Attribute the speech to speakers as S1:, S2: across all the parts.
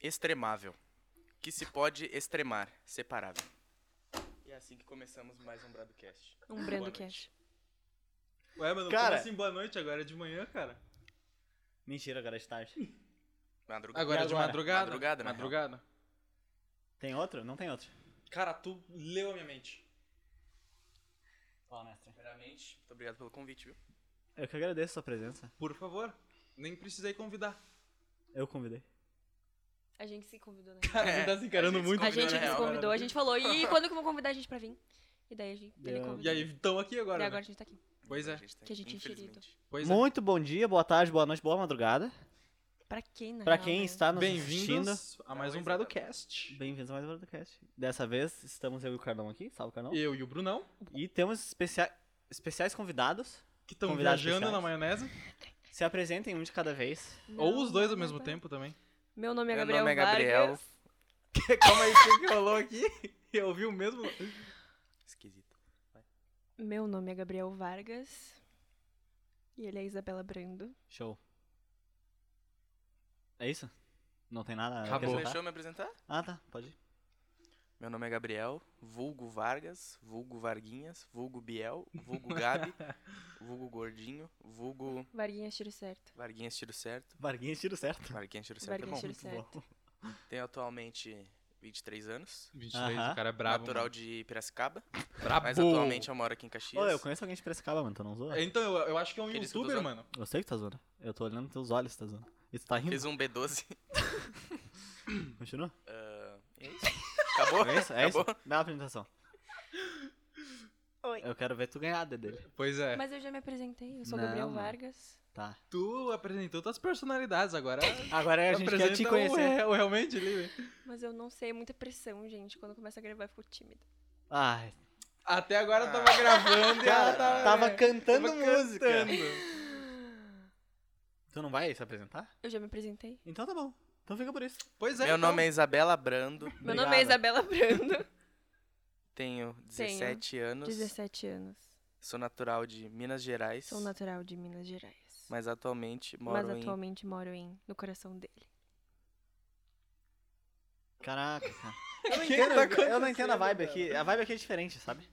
S1: extremável, que se pode extremar, separável. E é assim que começamos mais um Bradocast.
S2: Um
S1: Boa
S2: Brando
S1: noite.
S2: Cash.
S3: Ué, mano, como
S4: Cara.
S3: assim boa noite agora? É de manhã, cara?
S4: Mentira, agora é de tarde.
S1: Madrugada.
S3: Agora
S4: E
S3: é de
S4: agora?
S3: madrugada?
S2: né?
S1: Madrugada, na
S3: Madrugada.
S4: Tem outro? Não tem outro.
S3: Cara, tu leu a minha mente.
S4: Fala, mestre.
S1: Primeiramente, muito obrigado pelo convite, viu?
S4: Eu que agradeço a sua presença.
S3: Por favor. Nem precisei convidar.
S4: Eu convidei.
S2: A gente se convidou, né?
S3: Cara,
S1: É,
S3: você tá se
S1: a
S3: encarando
S1: gente se
S3: muito.
S2: A
S1: Convidou,
S2: gente
S1: né,
S2: se
S1: real,
S2: convidou, a gente falou, e quando que vão convidar a gente pra vir? E daí a gente, ele
S4: Deu.
S2: convidou.
S3: E aí, estão aqui agora,
S2: E
S3: né?
S2: agora a gente tá aqui.
S3: Pois é,
S1: A gente tá
S2: Que a
S1: aqui,
S2: gente é
S1: infelizmente.
S3: pois é.
S4: Muito bom dia, boa tarde, boa noite, boa madrugada.
S2: Pra quem, na
S4: Pra
S2: real,
S4: quem
S2: né?
S4: está tá nos assistindo,
S3: Bem-vindos a mais
S1: Não,
S2: é.
S3: um Bradocast.
S4: bem-vindos a mais um podcast. Dessa vez estamos eu e o Carlão aqui, salve Carlão.
S3: Eu e o Brunão,
S4: E temos especia- especiais convidados.
S3: que estão
S4: Convidados
S3: viajando
S4: especiais.
S3: na maionese.
S4: Se apresentem um de cada vez.
S2: Não,
S3: Ou os dois ao
S2: não
S3: mesmo
S2: vai.
S3: tempo também.
S2: Meu nome é
S1: Meu
S2: Gabriel
S1: nome é Gabriel.
S2: Vargas.
S3: Calma aí, o que que rolou aqui? Eu ouvi o mesmo.
S1: Esquisito.
S2: Meu nome é Gabriel Vargas. E ele é Isabela Brando.
S4: Show. É isso? Não tem nada a
S3: Acabou.
S1: Você
S3: Voltar?
S4: acrescentar?
S1: deixou eu me apresentar?
S4: Ah, tá, pode ir.
S1: Meu nome é Gabriel, vulgo Vargas, vulgo Varguinhas, vulgo Biel, vulgo Gabi, vulgo Gordinho, vulgo
S2: Varguinhas tiro certo.
S1: Varguinhas Tiro Certo.
S4: Varguinhas, tiro certo.
S1: Varguinhas Tiro Certo é
S2: Varguinhas
S1: bom.
S2: tiro
S4: Muito bom.
S2: certo.
S1: Tenho atualmente 23 anos,
S3: 23,
S4: Aham.
S3: o cara é brabo.
S1: natural
S3: mano.
S1: de Piracicaba,
S3: Brabo.
S1: mas atualmente eu moro aqui em Caxias.
S4: Ô, eu conheço alguém de Piracicaba, mano, tu não zoa?
S3: Então, eu, eu acho que é um
S1: Aquele escudo
S3: youtuber,
S1: azul.
S3: mano.
S4: Eu sei que tá zoando. Eu tô olhando teus olhos, tá zoando. E tu tá rindo?
S1: Fiz um B12.
S4: Continua?
S1: Ah, é isso? Acabou?
S4: É isso? É isso?
S1: Acabou?
S4: Bela apresentação.
S2: Oi.
S4: Eu quero ver tu ganhar a dele.
S3: Pois é.
S2: Mas eu já me apresentei, eu sou
S4: Não,
S2: Gabriel
S4: mano.
S2: Vargas.
S4: Tá.
S3: Tu apresentou tuas personalidades agora.
S4: Agora É, a gente quer te
S3: apresenta o
S4: conhecer.
S3: re- o realmente, livre.
S2: Mas eu não sei, é muita pressão, gente. Quando começa a gravar, eu fico tímida.
S4: Ai.
S3: Até agora eu tava gravando e ela tava,
S4: Ah. Tava cantando
S3: tava
S4: música.
S3: cantando.
S4: Tu não vai se apresentar?
S2: Eu já me apresentei.
S4: Então tá bom. Então fica por isso.
S3: Pois é.
S1: Meu
S3: então.
S1: nome é Isabela Brando,
S2: Meu nome é Isabela Brando.
S1: tenho 17 anos,
S2: 17 anos.
S1: sou natural de Minas Gerais,
S2: Sou natural de Minas Gerais.
S1: mas atualmente
S2: Mas
S1: moro em...
S2: atualmente moro em no coração dele.
S4: Caraca, cara. Eu não
S3: Que
S4: entendo,
S3: tá
S4: eu não
S3: acontecendo,
S4: entendo a vibe
S3: cara?
S4: aqui. A vibe aqui é diferente, sabe?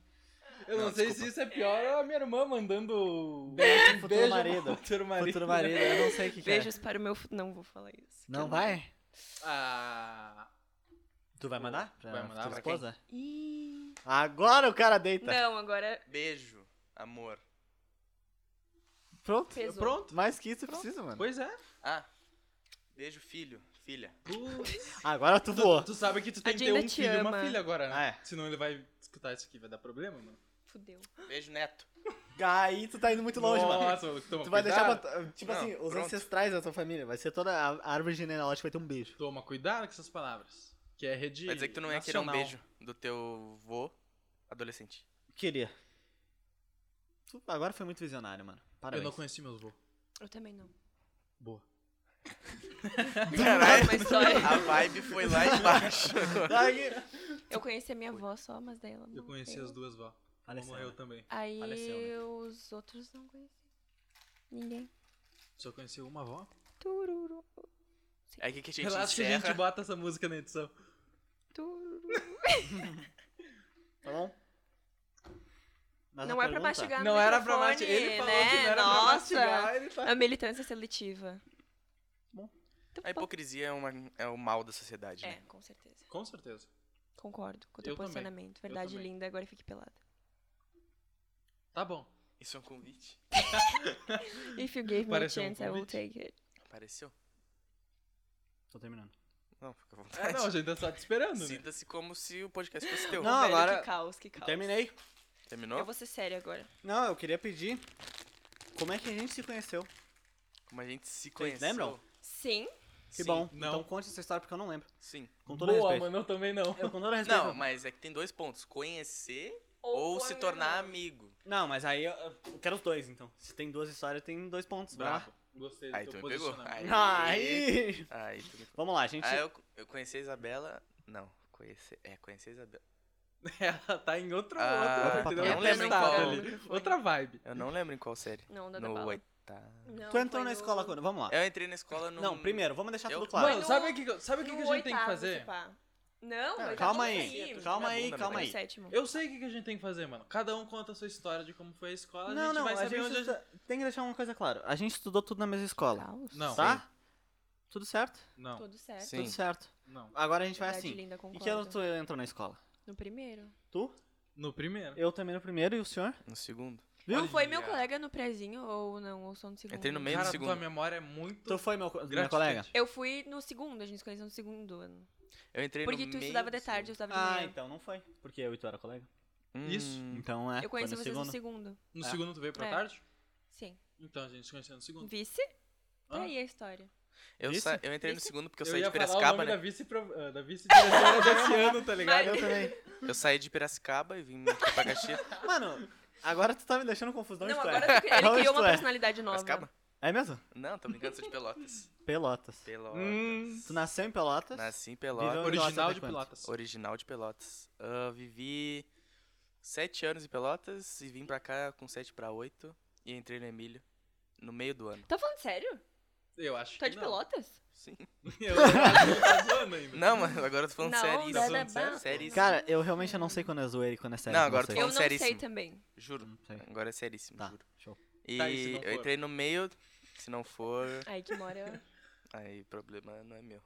S3: Eu não,
S1: Não,
S3: sei
S1: desculpa.
S3: se isso é pior ou a minha irmã mandando
S4: Beijo pro futuro
S3: beijo
S4: marido.
S3: pro Futuro marido.
S4: Futuro marido, eu não sei o que, que é.
S2: Beijos para o meu. fu- Não vou falar isso. que eu
S4: Não vai?
S3: Ah,
S4: Tu vai mandar? Pra
S3: Vai mandar
S4: tua
S3: pra quem?
S4: esposa?
S2: Ih.
S4: Agora o cara deita.
S2: Não, agora
S1: Beijo, amor.
S4: Pronto.
S2: pesou.
S3: pronto.
S4: Mais que isso precisa, mano.
S3: Pois é.
S1: Ah, beijo, filho, filha.
S3: Tu,
S4: Agora tu voou.
S3: tu, tu sabe que tu tem
S2: A
S3: que ter
S2: Dinda
S3: um
S2: te
S3: filho e uma
S2: ama.
S3: filha agora, né?
S4: Ah, é.
S3: Senão ele vai escutar isso aqui, vai dar problema, mano.
S2: Fudeu.
S1: Beijo, neto.
S4: Aí tu tá indo muito longe, mano.
S3: Nossa, mano. toma
S4: Tu vai
S3: cuidado.
S4: deixar pra, tipo
S1: Não,
S4: assim, os
S1: pronto.
S4: ancestrais da tua família. Vai ser toda a a árvore genealógica vai ter um beijo.
S3: Toma cuidado com essas palavras. Que é rede
S1: Vai dizer que tu não ia querer um
S3: nacional.
S1: beijo do teu vô adolescente.
S4: Queria. Tu agora foi muito visionário, mano.
S3: Eu
S4: Parabéns.
S3: não conheci meus vô.
S2: Eu também não.
S3: Boa.
S1: Caralho,
S2: Uma história.
S1: a vibe foi lá embaixo.
S4: Ai,
S2: Eu conheci a minha avó só, mas daí ela
S3: Eu
S2: morreu.
S3: conheci as duas vó. Uma
S4: Faleceu,
S3: morreu
S4: né?
S3: também.
S2: Aí
S4: Faleceu, né?
S2: os outros não conheci. Ninguém.
S3: Só conheci uma vó.
S2: Tururu,
S1: É que, que a gente
S3: Relaxa que a
S1: encerra.
S3: gente bota essa música na edição.
S2: tururu.
S4: Tá bom? Mas
S2: Não
S4: a
S2: é pra
S4: pergunta-
S2: mastigar no
S3: não era pra
S2: microfone,
S3: mastigar. Ele falou
S2: né?
S3: que não era
S2: Nossa.
S3: pra mastigar. Ele tá...
S2: A militância seletiva.
S4: Bom.
S2: Então,
S1: A hipocrisia é, uma, é o mal da sociedade,
S2: É,
S1: né?
S2: com certeza.
S3: Com certeza.
S2: Concordo com o
S3: Eu
S2: teu
S3: também.
S2: posicionamento. Verdade
S3: também.
S2: linda, agora fique pelada.
S3: Tá bom.
S1: Isso é um convite.
S2: If you gave me a
S3: Pareceu um
S2: chance, I will
S3: convite.
S2: take it.
S1: Apareceu?
S4: Tô terminando.
S1: Não, fica à vontade.
S3: É, não, a gente tá só te esperando, né?
S1: Sinta-se como se o podcast fosse teu.
S4: Não,
S2: Ô, velho,
S4: agora-
S2: Que caos, que caos.
S4: Terminei.
S1: Terminou?
S2: Eu vou ser séria agora.
S4: Não, eu queria pedir como é que a gente se conheceu.
S1: Como a gente se
S4: Vocês
S1: conheceu.
S4: lembram?
S2: Sim.
S4: Que bom.
S3: não.
S4: Então conte essa história porque eu não lembro.
S1: Sim.
S4: Com todo
S3: Boa,
S4: respeito.
S3: mano, eu também não.
S4: Eu com todo respeito.
S1: Não, mas é que tem dois pontos. Conhecer ou, se
S2: amigo.
S1: tornar amigo.
S4: Não, mas aí eu, eu quero os dois, então. Se tem duas histórias, tem dois pontos. vai lá.
S3: Bravo. Gostei do
S1: Aí
S3: teu
S1: tu me pegou.
S3: posicionamento.
S1: Aí,
S4: Aí.
S1: aí tu me
S4: Vamos lá, a gente.
S1: Ah, eu, eu conheci a Isabela. Não, conheci. É, conheci a Isabela.
S3: Ela tá em outro,
S1: Ah,
S3: outro, entendeu?
S2: eu não
S3: Outro
S2: lembro
S3: estado
S2: qual.
S3: ali. Outra vibe.
S1: Eu não lembro em qual série.
S2: Não, dá da
S1: No
S2: bala.
S1: tá.
S2: Não,
S4: tu entrou
S2: foi no-
S4: na escola quando? Vamos lá.
S1: Eu entrei na escola no.
S4: Não, primeiro, vamos deixar
S1: Eu-
S4: tudo claro.
S2: Foi
S3: Mano,
S2: no-
S3: sabe o que, que- sabe o que, que a gente tem que
S2: oitavo,
S3: fazer?
S2: se pá. Não,
S4: Cara,
S2: eu já
S4: calma
S2: tinha
S4: aí,
S2: saído.
S4: calma aí,
S2: Foi no
S1: calma
S4: aí.
S2: sétimo.
S3: Eu sei o que, que a gente tem que fazer, mano. Cada um conta a sua história de como foi a escola. a
S4: Não,
S3: gente
S4: não,
S3: vai
S4: a
S3: saber
S4: gente
S3: onde a gente...
S4: estu- tem que deixar uma coisa clara. A gente estudou tudo na mesma escola.
S2: Caos.
S3: Não.
S4: Tá? Tudo certo?
S3: Não,
S2: Tudo certo.
S1: Sim.
S4: Tudo certo.
S3: não.
S4: Agora a gente vai
S2: Verdade
S4: assim.
S2: linda,
S4: Em
S2: concordo.
S4: que ano tu entrou na escola?
S2: No primeiro.
S4: Tu?
S3: No primeiro.
S4: Eu também no primeiro e o senhor?
S1: No segundo.
S4: Viu?
S2: Ou foi meu
S3: Olha.
S2: colega no prézinho, ou não, ou só no segundo.
S1: Entrei no meio do
S3: Cara,
S1: segundo.
S3: tua memória é muito...
S4: Tu foi meu, co- meu
S3: Gratificante.
S4: colega?
S2: Eu fui no segundo, a gente se conheceu no segundo ano.
S1: Eu entrei
S2: Porque
S1: no
S2: tu
S1: meio
S2: estudava
S1: do
S2: de tarde, eu
S1: segundo.
S2: estudava de
S4: Ah,
S2: manhã.
S4: então não foi. Porque eu e tu era colega.
S1: Hum,
S3: Isso.
S4: Então é.
S2: eu
S4: foi
S2: conheci
S4: no
S2: vocês
S4: segundo.
S2: no segundo.
S3: No
S4: É.
S3: segundo tu veio pra
S2: É.
S3: tarde?
S2: Sim.
S3: Então, a gente se conheceu no segundo.
S2: Vice? Tá
S3: Ah.
S2: aí a história.
S1: Eu,
S4: Isso?
S1: sa- eu entrei no
S2: Isso?
S1: segundo porque eu, saí
S3: ia
S1: de
S3: falar o
S1: Piracicaba,
S3: nome
S1: né?
S3: da vice-pro- ah, da vice-diretora desse ano, tá ligado?
S4: Eu também.
S1: Eu saí de Piracicaba e vim aqui pra Caxias.
S4: Mano, agora tu tá me deixando confuso. Não,
S2: não,
S4: tu é?
S2: agora tu- ele
S4: Onde
S2: criou
S4: tu
S2: uma
S4: é?
S2: personalidade nova. né?
S1: Piracicaba?
S4: É mesmo?
S1: Não, tô brincando, sou de Pelotas.
S4: Pelotas.
S1: Pelotas.
S4: Tu nasceu em Pelotas?
S1: Nasci em
S4: Virou
S1: Pelotas.
S4: em Pelotas
S3: Original
S4: até
S3: de
S4: quando?
S3: Pilatas.
S1: Original de Pelotas. Ah, vivi sete anos em Pelotas e vim pra cá com sete pra oito. E entrei no Emílio no meio do ano.
S2: Tá falando sério?
S3: Eu acho
S2: Tu é de
S3: que não.
S2: Pelotas?
S1: Sim.
S3: Eu acho que tá zoando ainda.
S1: Não, mano, agora eu tô falando
S2: Não,
S1: sério.
S2: dá-
S1: isso.
S3: dá- dá.
S1: Sério.
S4: Cara, eu realmente não sei quando é zoeira e quando é sério.
S1: Não, agora tu
S4: sei.
S2: eu
S1: falando
S2: não sei
S1: seríssimo.
S2: também.
S1: Juro.
S4: Não sei.
S1: Agora é seríssimo,
S4: Tá,
S1: juro.
S4: show.
S1: E
S3: Tá, e se não
S1: eu
S3: for?
S1: entrei no meio, se não for,
S2: Aí que mora.
S1: aí problema não é meu.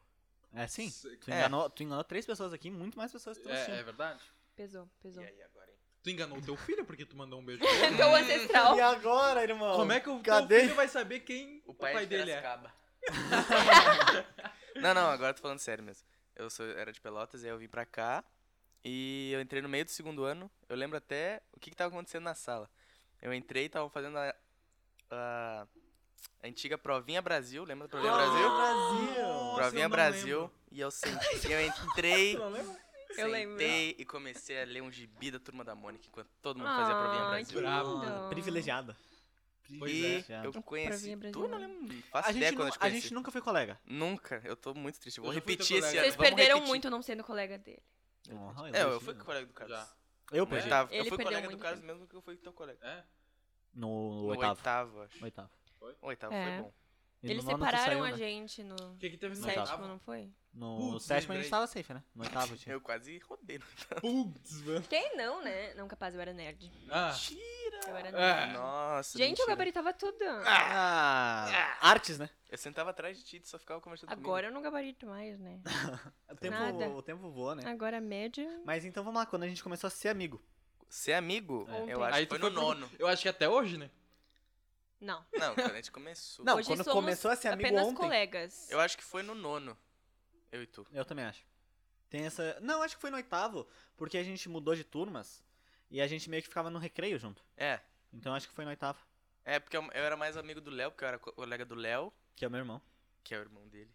S4: É sim.
S3: Sei.
S4: Tu
S1: É.
S4: enganou, tu enganou três pessoas aqui, muito mais pessoas que tu
S3: É, é
S4: é,
S3: verdade.
S2: Pesou, pesou.
S1: aí agora, hein?
S3: Tu enganou teu filho porque tu mandou um beijo pra ele?
S2: Então ancestral.
S4: E agora, irmão?
S3: Como é que o
S4: Cadê?
S3: teu filho vai saber quem o pai, dele é?
S1: Não, não, agora eu tô falando sério mesmo. Eu sou, era de Pelotas, aí eu vim pra cá. E eu entrei no meio do segundo ano. Eu lembro até o que, que tava acontecendo na sala. Eu entrei e tava fazendo a, a, a antiga Provinha Brasil. Lembra da
S3: Ah,
S1: Provinha Brasil?
S4: Brasil?
S1: Provinha Brasil. E eu senti. eu entrei,
S3: Não lembro.
S2: Eu lembro.
S1: sentei e comecei a ler um gibi da Turma da Mônica enquanto todo mundo fazia a Provinha
S2: Ai,
S1: Brasil.
S2: Ah, que
S3: Bravo.
S2: lindo.
S4: Privilegiada.
S3: Pois
S1: e
S4: é.
S1: eu conheci.
S2: Provinha é
S1: Tu não
S2: brasileira.
S1: lembro. não Faço
S4: A
S1: ideia
S4: gente,
S1: quando
S4: nu-
S1: eu te
S4: a
S1: conheci.
S4: gente nunca foi colega.
S1: Nunca. Eu tô muito triste. Eu vou
S3: Eu já fui teu
S1: repetir esse
S3: colega.
S1: ano.
S2: Vocês
S1: Vamos
S2: perderam
S1: repetir.
S2: muito não sendo colega dele.
S1: É, eu fui colega do Carlos.
S3: Já.
S4: Eu
S1: No
S4: perdi.
S1: oitavo.
S2: Ele
S1: eu fui
S2: perdeu
S1: colega do
S2: muito
S1: Carlos mesmo que eu fui teu colega.
S3: É?
S4: No,
S1: No
S4: oitavo.
S1: oitavo, acho.
S4: Oitavo.
S1: O oitavo
S2: É.
S1: foi bom.
S4: E
S2: Eles
S4: no nono tu
S2: separaram
S4: saiu,
S2: a
S4: né?
S2: gente no
S3: O que que teve no
S4: Sétimo,
S2: sétimo,
S3: oitavo?
S2: não tá. foi?
S4: No
S3: Putz,
S4: sétimo a gente
S3: lembrei.
S4: tava safe, né? No oitavo tinha.
S1: Eu quase rodei. no-
S3: Putz, mano.
S2: Quem não, né? Não, capaz, eu era nerd.
S3: Ah,
S2: Eu era nerd.
S3: é.
S1: Nossa.
S2: Gente,
S1: mentira.
S2: eu gabaritava tudo.
S4: Ah, Artes, né?
S1: Eu sentava atrás de ti e só ficava conversando
S2: Agora eu não gabarito mais, né?
S4: O tempo,
S2: Nada.
S4: o tempo voa,
S1: é.
S4: né?
S2: Agora a média.
S4: Mas então vamos lá, quando a gente começou a ser amigo.
S1: comigo. Ser amigo,
S2: É.
S1: eu acho
S3: Aí
S1: que foi
S3: tu
S1: no
S3: foi pro-
S1: nono.
S3: eu acho que até hoje, né?
S2: Não.
S1: Não, quando a gente começou.
S4: Não,
S2: Hoje
S4: quando
S2: somos
S4: começou a ser amigo
S2: Apenas
S4: ontem.
S2: colegas.
S1: Eu acho que foi no nono. Eu e tu.
S4: Eu também acho. Tem essa. Não, acho que foi no oitavo, porque a gente mudou de turmas e a gente meio que ficava no recreio junto.
S1: É.
S4: Então acho que foi no oitavo,
S1: É, porque eu, eu era mais amigo do Léo, porque eu era co- colega do Léo,
S4: que é meu irmão.
S1: que é o irmão dele.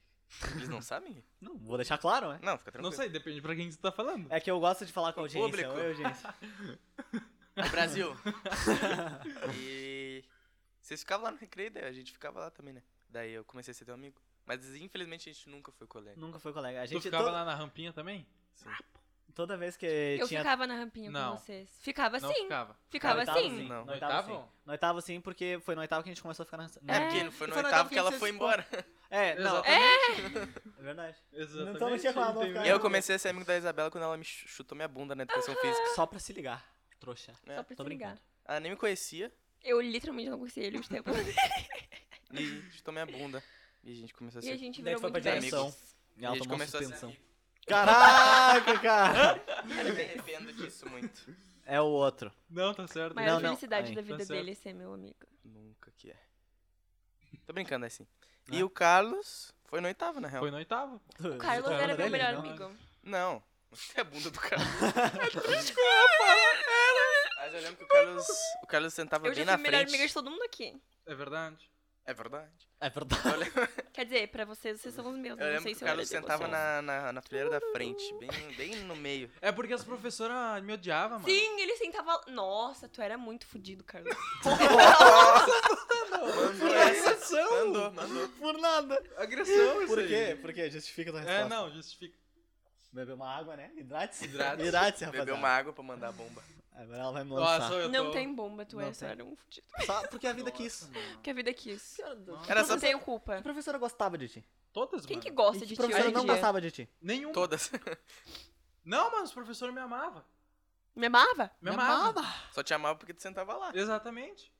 S1: Eles não sabem?
S4: Não, vou deixar claro, né?
S1: Não, fica
S3: Não
S1: tranquilo.
S3: sei, depende pra quem você tá falando.
S4: É que eu gosto de falar com a
S1: O
S4: audiência.
S1: público.
S4: Oi, audiência.
S1: Brasil. e vocês ficavam lá no recreio, daí a gente ficava lá também, né? Daí eu comecei a ser teu amigo. Mas infelizmente a gente nunca foi colega.
S4: Nunca foi colega. A
S3: Tu
S4: gente
S3: ficava
S4: to-
S3: lá na rampinha também?
S4: toda vez que
S2: Eu
S4: tinha.
S2: ficava na rampinha
S3: Não.
S2: com vocês. Ficava
S3: Não
S2: sim.
S3: ficava.
S2: Ficava, assim.
S4: No oitavo,
S2: sim.
S1: Não.
S4: No
S3: No
S4: oitavo,
S3: oitavo?
S4: sim. No oitavo, sim, porque foi no oitavo que a gente começou a ficar na.
S1: É,
S2: É,
S1: porque foi no
S4: foi no
S1: oitavo
S4: oitavo
S1: que
S4: que
S1: ela
S4: vocês
S1: foi
S4: se
S1: embora.
S4: É, não. É
S3: Exatamente.
S4: verdade.
S3: Exatamente.
S4: Então não tinha como
S3: Ele tem-
S4: ficar.
S1: E eu comecei a ser amigo da Isabela quando ela me ch- chutou minha bunda na educação física.
S4: Só pra se ligar, trouxa.
S2: Só pra
S4: Tô
S2: se ligar.
S4: brincando.
S1: Ela nem me conhecia
S2: Eu literalmente não conhecia ele o tempo.
S1: e chutou minha bunda. E a gente começou a
S2: e
S1: ser.
S2: a gente
S4: Daí
S2: virou
S4: foi pra
S2: muito
S4: direção.
S2: amigos.
S4: E ela
S1: a gente
S4: tomou
S1: começou
S4: suspensão.
S1: a ser. amigo.
S4: Caraca, cara!
S1: Cara, eu me arrependo disso muito.
S4: É o outro.
S3: Não, tá certo.
S2: Maior
S4: Não, não.
S2: felicidade
S4: Aí,
S2: da
S3: tá
S2: vida
S3: certo.
S2: dele é ser meu amigo.
S1: Nunca que é. Tô brincando, é assim.
S4: É.
S1: E o Carlos foi no oitavo, na real.
S3: Foi no oitavo.
S2: O
S4: tá
S2: Carlos
S1: é
S3: falando
S2: era meu
S1: um
S3: dele,
S2: melhor
S3: não?
S2: amigo.
S1: Não, você é a bunda do Carlos. Mas eu lembro que o Carlos, o Carlos sentava
S2: Eu
S1: bem
S2: já fui
S1: na
S2: melhor
S1: frente.
S2: amiga de todo mundo aqui.
S3: É verdade.
S1: É verdade.
S4: É verdade.
S1: Eu lembro,
S2: Quer dizer, pra vocês, vocês são os meus.
S1: eu
S2: não
S1: lembro
S2: sei
S1: que
S2: se
S1: o
S2: eu era assim.
S1: Carlos
S2: de
S1: sentava
S2: vocês.
S1: na, na, na fileira da frente, bem, bem no meio.
S3: É porque as professoras ah, me odiavam, mano.
S2: Sim, ele sentava. Nossa, tu era muito fudido, Carlos.
S4: É
S1: Mandou essa.
S4: Agressão!
S1: Mandou, mandou.
S4: Por nada.
S3: Agressão, isso
S4: Por
S3: aí.
S4: quê? Por quê? Justifica a tua resposta.
S3: É, não, justifica.
S4: Beber uma água, né? Hidrate-se.
S3: Hidrate-se.
S4: Hidrate-se, rapaziada.
S1: Bebeu uma água pra mandar a bomba.
S4: Agora ela vai me lançar.
S3: Nossa, eu
S2: Não
S3: tô...
S2: tem bomba, tu
S4: Não
S2: é só
S4: tem.
S2: era um fudido.
S4: Só porque a vida
S3: Nossa,
S4: quis.
S3: mano.
S2: Que a vida quis.
S3: Nossa.
S1: Era
S2: Eu
S1: só
S2: não
S1: pra-
S2: tenho
S4: A
S2: culpa.
S4: professora gostava de ti.
S3: Todas,
S2: Quem
S3: mano.
S2: que
S4: E
S2: gosta
S4: que
S2: de ti hoje
S4: professora
S2: em
S4: não
S2: dia?
S4: gostava de ti.
S3: Nenhum.
S1: Todas.
S3: Não, mas o professor me amava.
S2: Me amava?
S3: Me, amava.
S1: Só te amava porque tu sentava lá.
S3: Exatamente.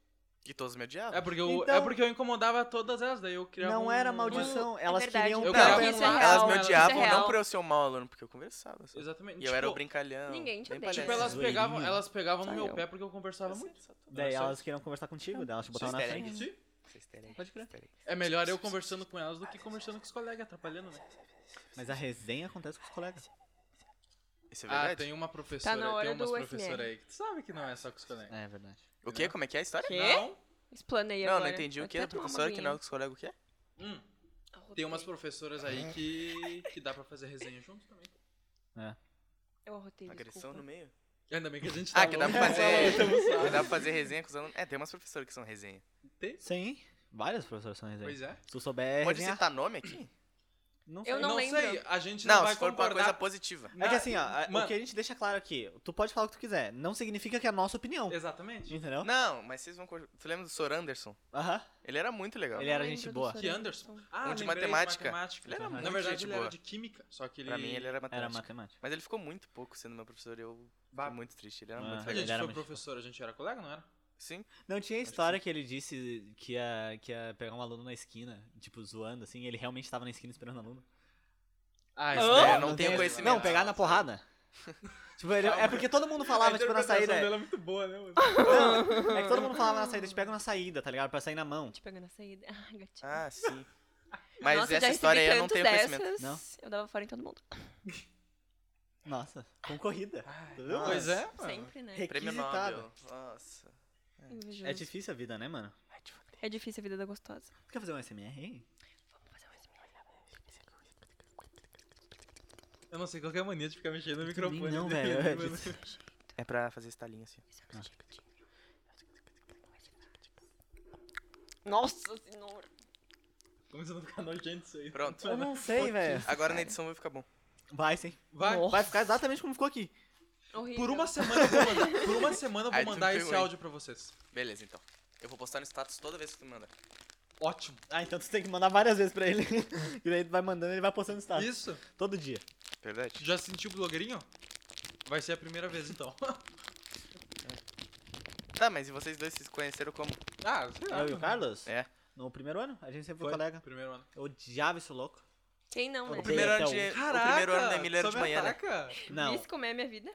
S1: E todos me odiavam.
S3: É porque, eu,
S4: Então-
S3: é porque eu incomodava todas elas, daí eu criava
S4: Não
S3: um-
S4: era
S3: um-
S4: maldição, elas
S2: É verdade.
S4: queriam
S1: Não,
S3: Eu criava
S1: elas-
S3: um laço.
S1: elas me
S3: Isso é
S1: odiavam
S2: real.
S1: não por eu ser um mau aluno, porque eu conversava. só.
S3: Exatamente.
S1: E eu era o
S3: tipo,
S1: brincalhão.
S2: ninguém te
S1: bem
S2: odeia.
S3: tipo,
S1: palhaço.
S3: elas pegavam,
S4: Zoeirinho.
S3: elas pegavam no
S2: Só
S3: meu
S2: eu.
S3: pé porque eu conversava muito.
S4: Daí
S3: Era só
S4: elas queriam conversar contigo, daí elas te botavam na
S1: Easter
S2: é
S4: frente.
S1: egg.
S3: isso.
S1: Vocês terem-
S4: Pode crer.
S1: vocês terem.
S3: É melhor eu conversando com elas do que conversando com os colegas, atrapalhando, né?
S4: Mas a resenha acontece com os colegas.
S1: Isso é
S3: Ah,
S1: verdade?
S3: tem uma
S2: Tá
S3: professora,
S2: na hora
S3: tem umas
S2: do
S3: professoras
S2: UFR.
S3: aí que tu sabe que não é só com os colegas.
S4: É verdade.
S1: O quê? Como é que é a história?
S2: Quê?
S3: Não.
S2: Explanei
S1: Não,
S2: agora.
S1: não entendi o
S2: Vou
S1: que.
S2: até
S1: A
S2: tomar uma
S1: professora que não é
S2: aguinha.
S1: com os colegas o quê?
S3: Hum. Tem umas professoras aí que, que dá pra fazer resenha junto também.
S2: Eu arrotei,
S1: Agressão no
S2: desculpa.
S1: meio.
S3: Ainda bem que a gente tá
S1: Ah, que dá pra
S3: longe.
S1: fazer. que dá pra fazer resenha com os alunos. É, tem umas professoras que são resenha.
S4: Sim, várias professoras são resenha.
S3: Pois é.
S4: Se tu souber
S1: Pode
S4: resenhar,
S1: citar nome aqui?
S4: não
S2: Eu
S4: sei.
S2: não lembro.
S3: sei, a gente não,
S1: Não,
S3: vai
S1: se for pra
S3: concordar.
S1: uma coisa positiva.
S4: É que assim, ó, a-
S3: Mano.
S4: o que a gente deixa claro aqui, tu pode falar o que tu quiser, não significa que é a nossa opinião,
S3: Exatamente.
S4: entendeu?
S1: Não, mas vocês vão. cor- Tu lembra do Sr. Anderson?
S4: Aham,
S1: Ele era muito legal.
S4: ele era
S2: lembro
S4: gente
S2: do
S4: boa.
S2: Sr.
S3: Que Anderson. Ah,
S1: Um de
S3: lembrei,
S1: matemática.
S3: matemática.
S1: Ele era
S3: Na
S1: muito
S3: verdade,
S1: gente
S3: ele
S1: boa.
S3: era de química, só que ele...
S1: Pra mim, ele era
S4: Era
S1: matemática.
S4: matemática.
S1: Mas ele ficou muito pouco sendo meu professor e eu
S3: Bah.
S1: fiquei muito triste. Ele era
S4: Ah.
S1: muito
S3: A
S1: legal.
S3: gente
S4: Ele era
S3: foi
S4: muito
S3: professor, a gente era colega, não era?
S1: Sim.
S2: Tipo.
S4: Não tinha a
S1: Pode
S4: história que ele disse que ia, que ia pegar um aluno na esquina, tipo, zoando, assim, ele realmente tava na esquina esperando o aluno.
S3: Ah,
S1: isso daí eu não tenho
S4: tem-
S1: conhecimento.
S4: É, Não, pegar na porrada. tipo, ele- é porque todo mundo falava, tipo, na saída.
S3: dela é muito boa, né? mano?
S4: Não, é que todo mundo falava na saída, te pega na saída, tá ligado? Pra sair na mão.
S2: Te pegando na saída. Ah, gatinho.
S1: Ah, sim. Mas
S2: Nossa, eu já
S1: essa história aí
S2: recebi
S1: eu não
S2: tanto
S1: tenho conhecimento.
S2: dessas.
S4: Não?
S2: Eu dava fora em todo mundo.
S4: Nossa, concorrida. Tá
S1: Nossa.
S3: Pois é,
S1: Ah.
S3: mano.
S2: Sempre, né?
S4: Re-
S1: Prêmio
S4: Requisitada.
S1: Nobel. Nossa.
S2: Invejoso.
S4: É difícil a vida, né, mano?
S2: É difícil a vida da gostosa.
S4: Tu quer fazer um SMR, hein?
S2: Vamos fazer um SMR.
S3: Eu não sei qual que é a mania de ficar mexendo no microfone.
S4: não,
S3: dele, né,
S4: velho.
S3: mano.
S1: É pra fazer estalinho assim.
S2: um Nossa senhora.
S3: Começando a ficar nojento isso aí.
S1: Pronto.
S4: Eu não sei, velho.
S1: Agora na edição vai ficar bom.
S4: Vai, sim.
S3: Vai.
S2: Nossa.
S4: Vai ficar exatamente como ficou aqui.
S2: Horrível.
S3: Por uma semana eu vou mandar, por uma semana eu
S1: Aí
S3: vou
S1: tu
S3: mandar
S1: pegou,
S3: esse
S1: hein?
S3: áudio pra vocês.
S1: Beleza, então. Eu vou postar no status toda vez que tu me mandar.
S3: Ótimo.
S4: Ah, então tu tem que mandar várias vezes pra ele. e daí tu vai mandando, ele vai postando status.
S3: Isso.
S4: Todo dia.
S1: Verdade?
S3: Já sentiu o blogueirinho? Vai ser a primeira vez então.
S1: Tá, mas e vocês dois se conheceram como?
S3: ah, sei lá.
S4: Eu e o Carlos?
S1: É.
S4: No primeiro ano, a gente sempre foi,
S3: Foi.
S4: colega.
S3: Primeiro ano.
S4: Eu odiava isso louco.
S2: Quem não, né?
S1: O primeiro ano,
S4: Então,
S1: de, o primeiro ano da Emília era
S3: só
S1: de
S3: me
S1: manhã, né?
S3: ataca.
S4: Não,
S2: Isso como é a minha vida.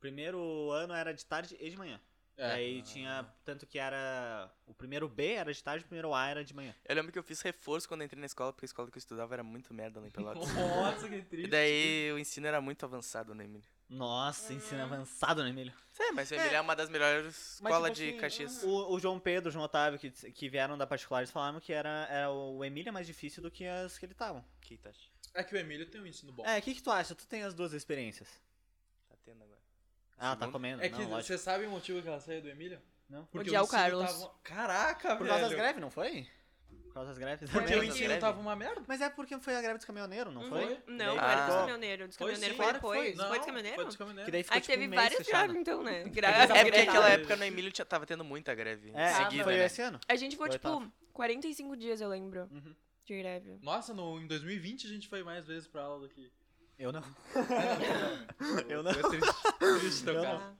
S4: primeiro ano era de tarde e de manhã.
S3: É.
S4: Aí tinha, tanto que era, o primeiro B era de tarde, o primeiro A era de manhã.
S1: Eu lembro que eu fiz reforço quando entrei na escola, porque a escola que eu estudava era muito merda lá em Pelotas.
S3: Nossa, que triste.
S1: e daí o ensino era muito avançado na Emília.
S4: Nossa, ensino avançado, né, Emílio?
S1: É, mas a Emília é uma das melhores
S4: Mas,
S1: escolas
S4: tipo
S1: de
S4: assim,
S1: Caxias.
S4: O, o João Pedro, o João Otávio, que, dis- que vieram da particular, eles falaram que era, era o Emílio é mais difícil do que as que ele estavam.
S1: Que tá, tá
S3: É que o Emílio tem um ensino bom.
S4: É, o que, que tu acha? Tu tem as duas experiências.
S1: tendo agora.
S4: Ah, tá
S1: Segundo?
S4: comendo.
S3: É
S4: não,
S3: que
S4: lógico.
S3: você sabe o motivo que ela saiu do Emílio?
S4: Não.
S2: Odiar o
S3: ensino
S2: Carlos.
S3: tava- Caraca,
S4: Por
S3: velho.
S4: causa das greves, não foi? Por causa das greves.
S3: Porque
S1: Foi
S3: o
S1: mesmo,
S3: ensino
S1: greve?
S3: tava uma merda.
S4: Mas é porque foi a greve dos caminhoneiros, não
S3: Uhum.
S4: foi?
S3: Foi?
S2: Não,
S4: Daí
S2: não era dos
S1: Ah.
S2: caminhoneiros. Dos caminhoneiros foi
S3: sim,
S2: depois. Foi
S3: Não,
S2: dos caminhoneiros?
S3: Foi dos caminhoneiros.
S4: Que daí ficou
S2: Aí
S4: tipo,
S2: teve
S4: um mês
S2: várias
S4: fechado.
S2: greves, então, né?
S4: Mas
S2: Graves,
S1: É porque
S2: greves.
S1: aquela época na Emília tinha- tava tendo muita greve.
S4: É,
S1: em
S2: Tava.
S1: seguida,
S4: foi
S1: né?
S4: esse ano.
S2: A gente foi,
S4: Foi
S2: tipo, 45 dias, eu lembro,
S4: Uhum.
S2: de greve.
S3: Nossa, no, em 2020 a gente foi mais vezes pra aula do que.
S4: Eu não. Eu não.
S3: Foi triste, triste teu
S4: Eu
S3: caso.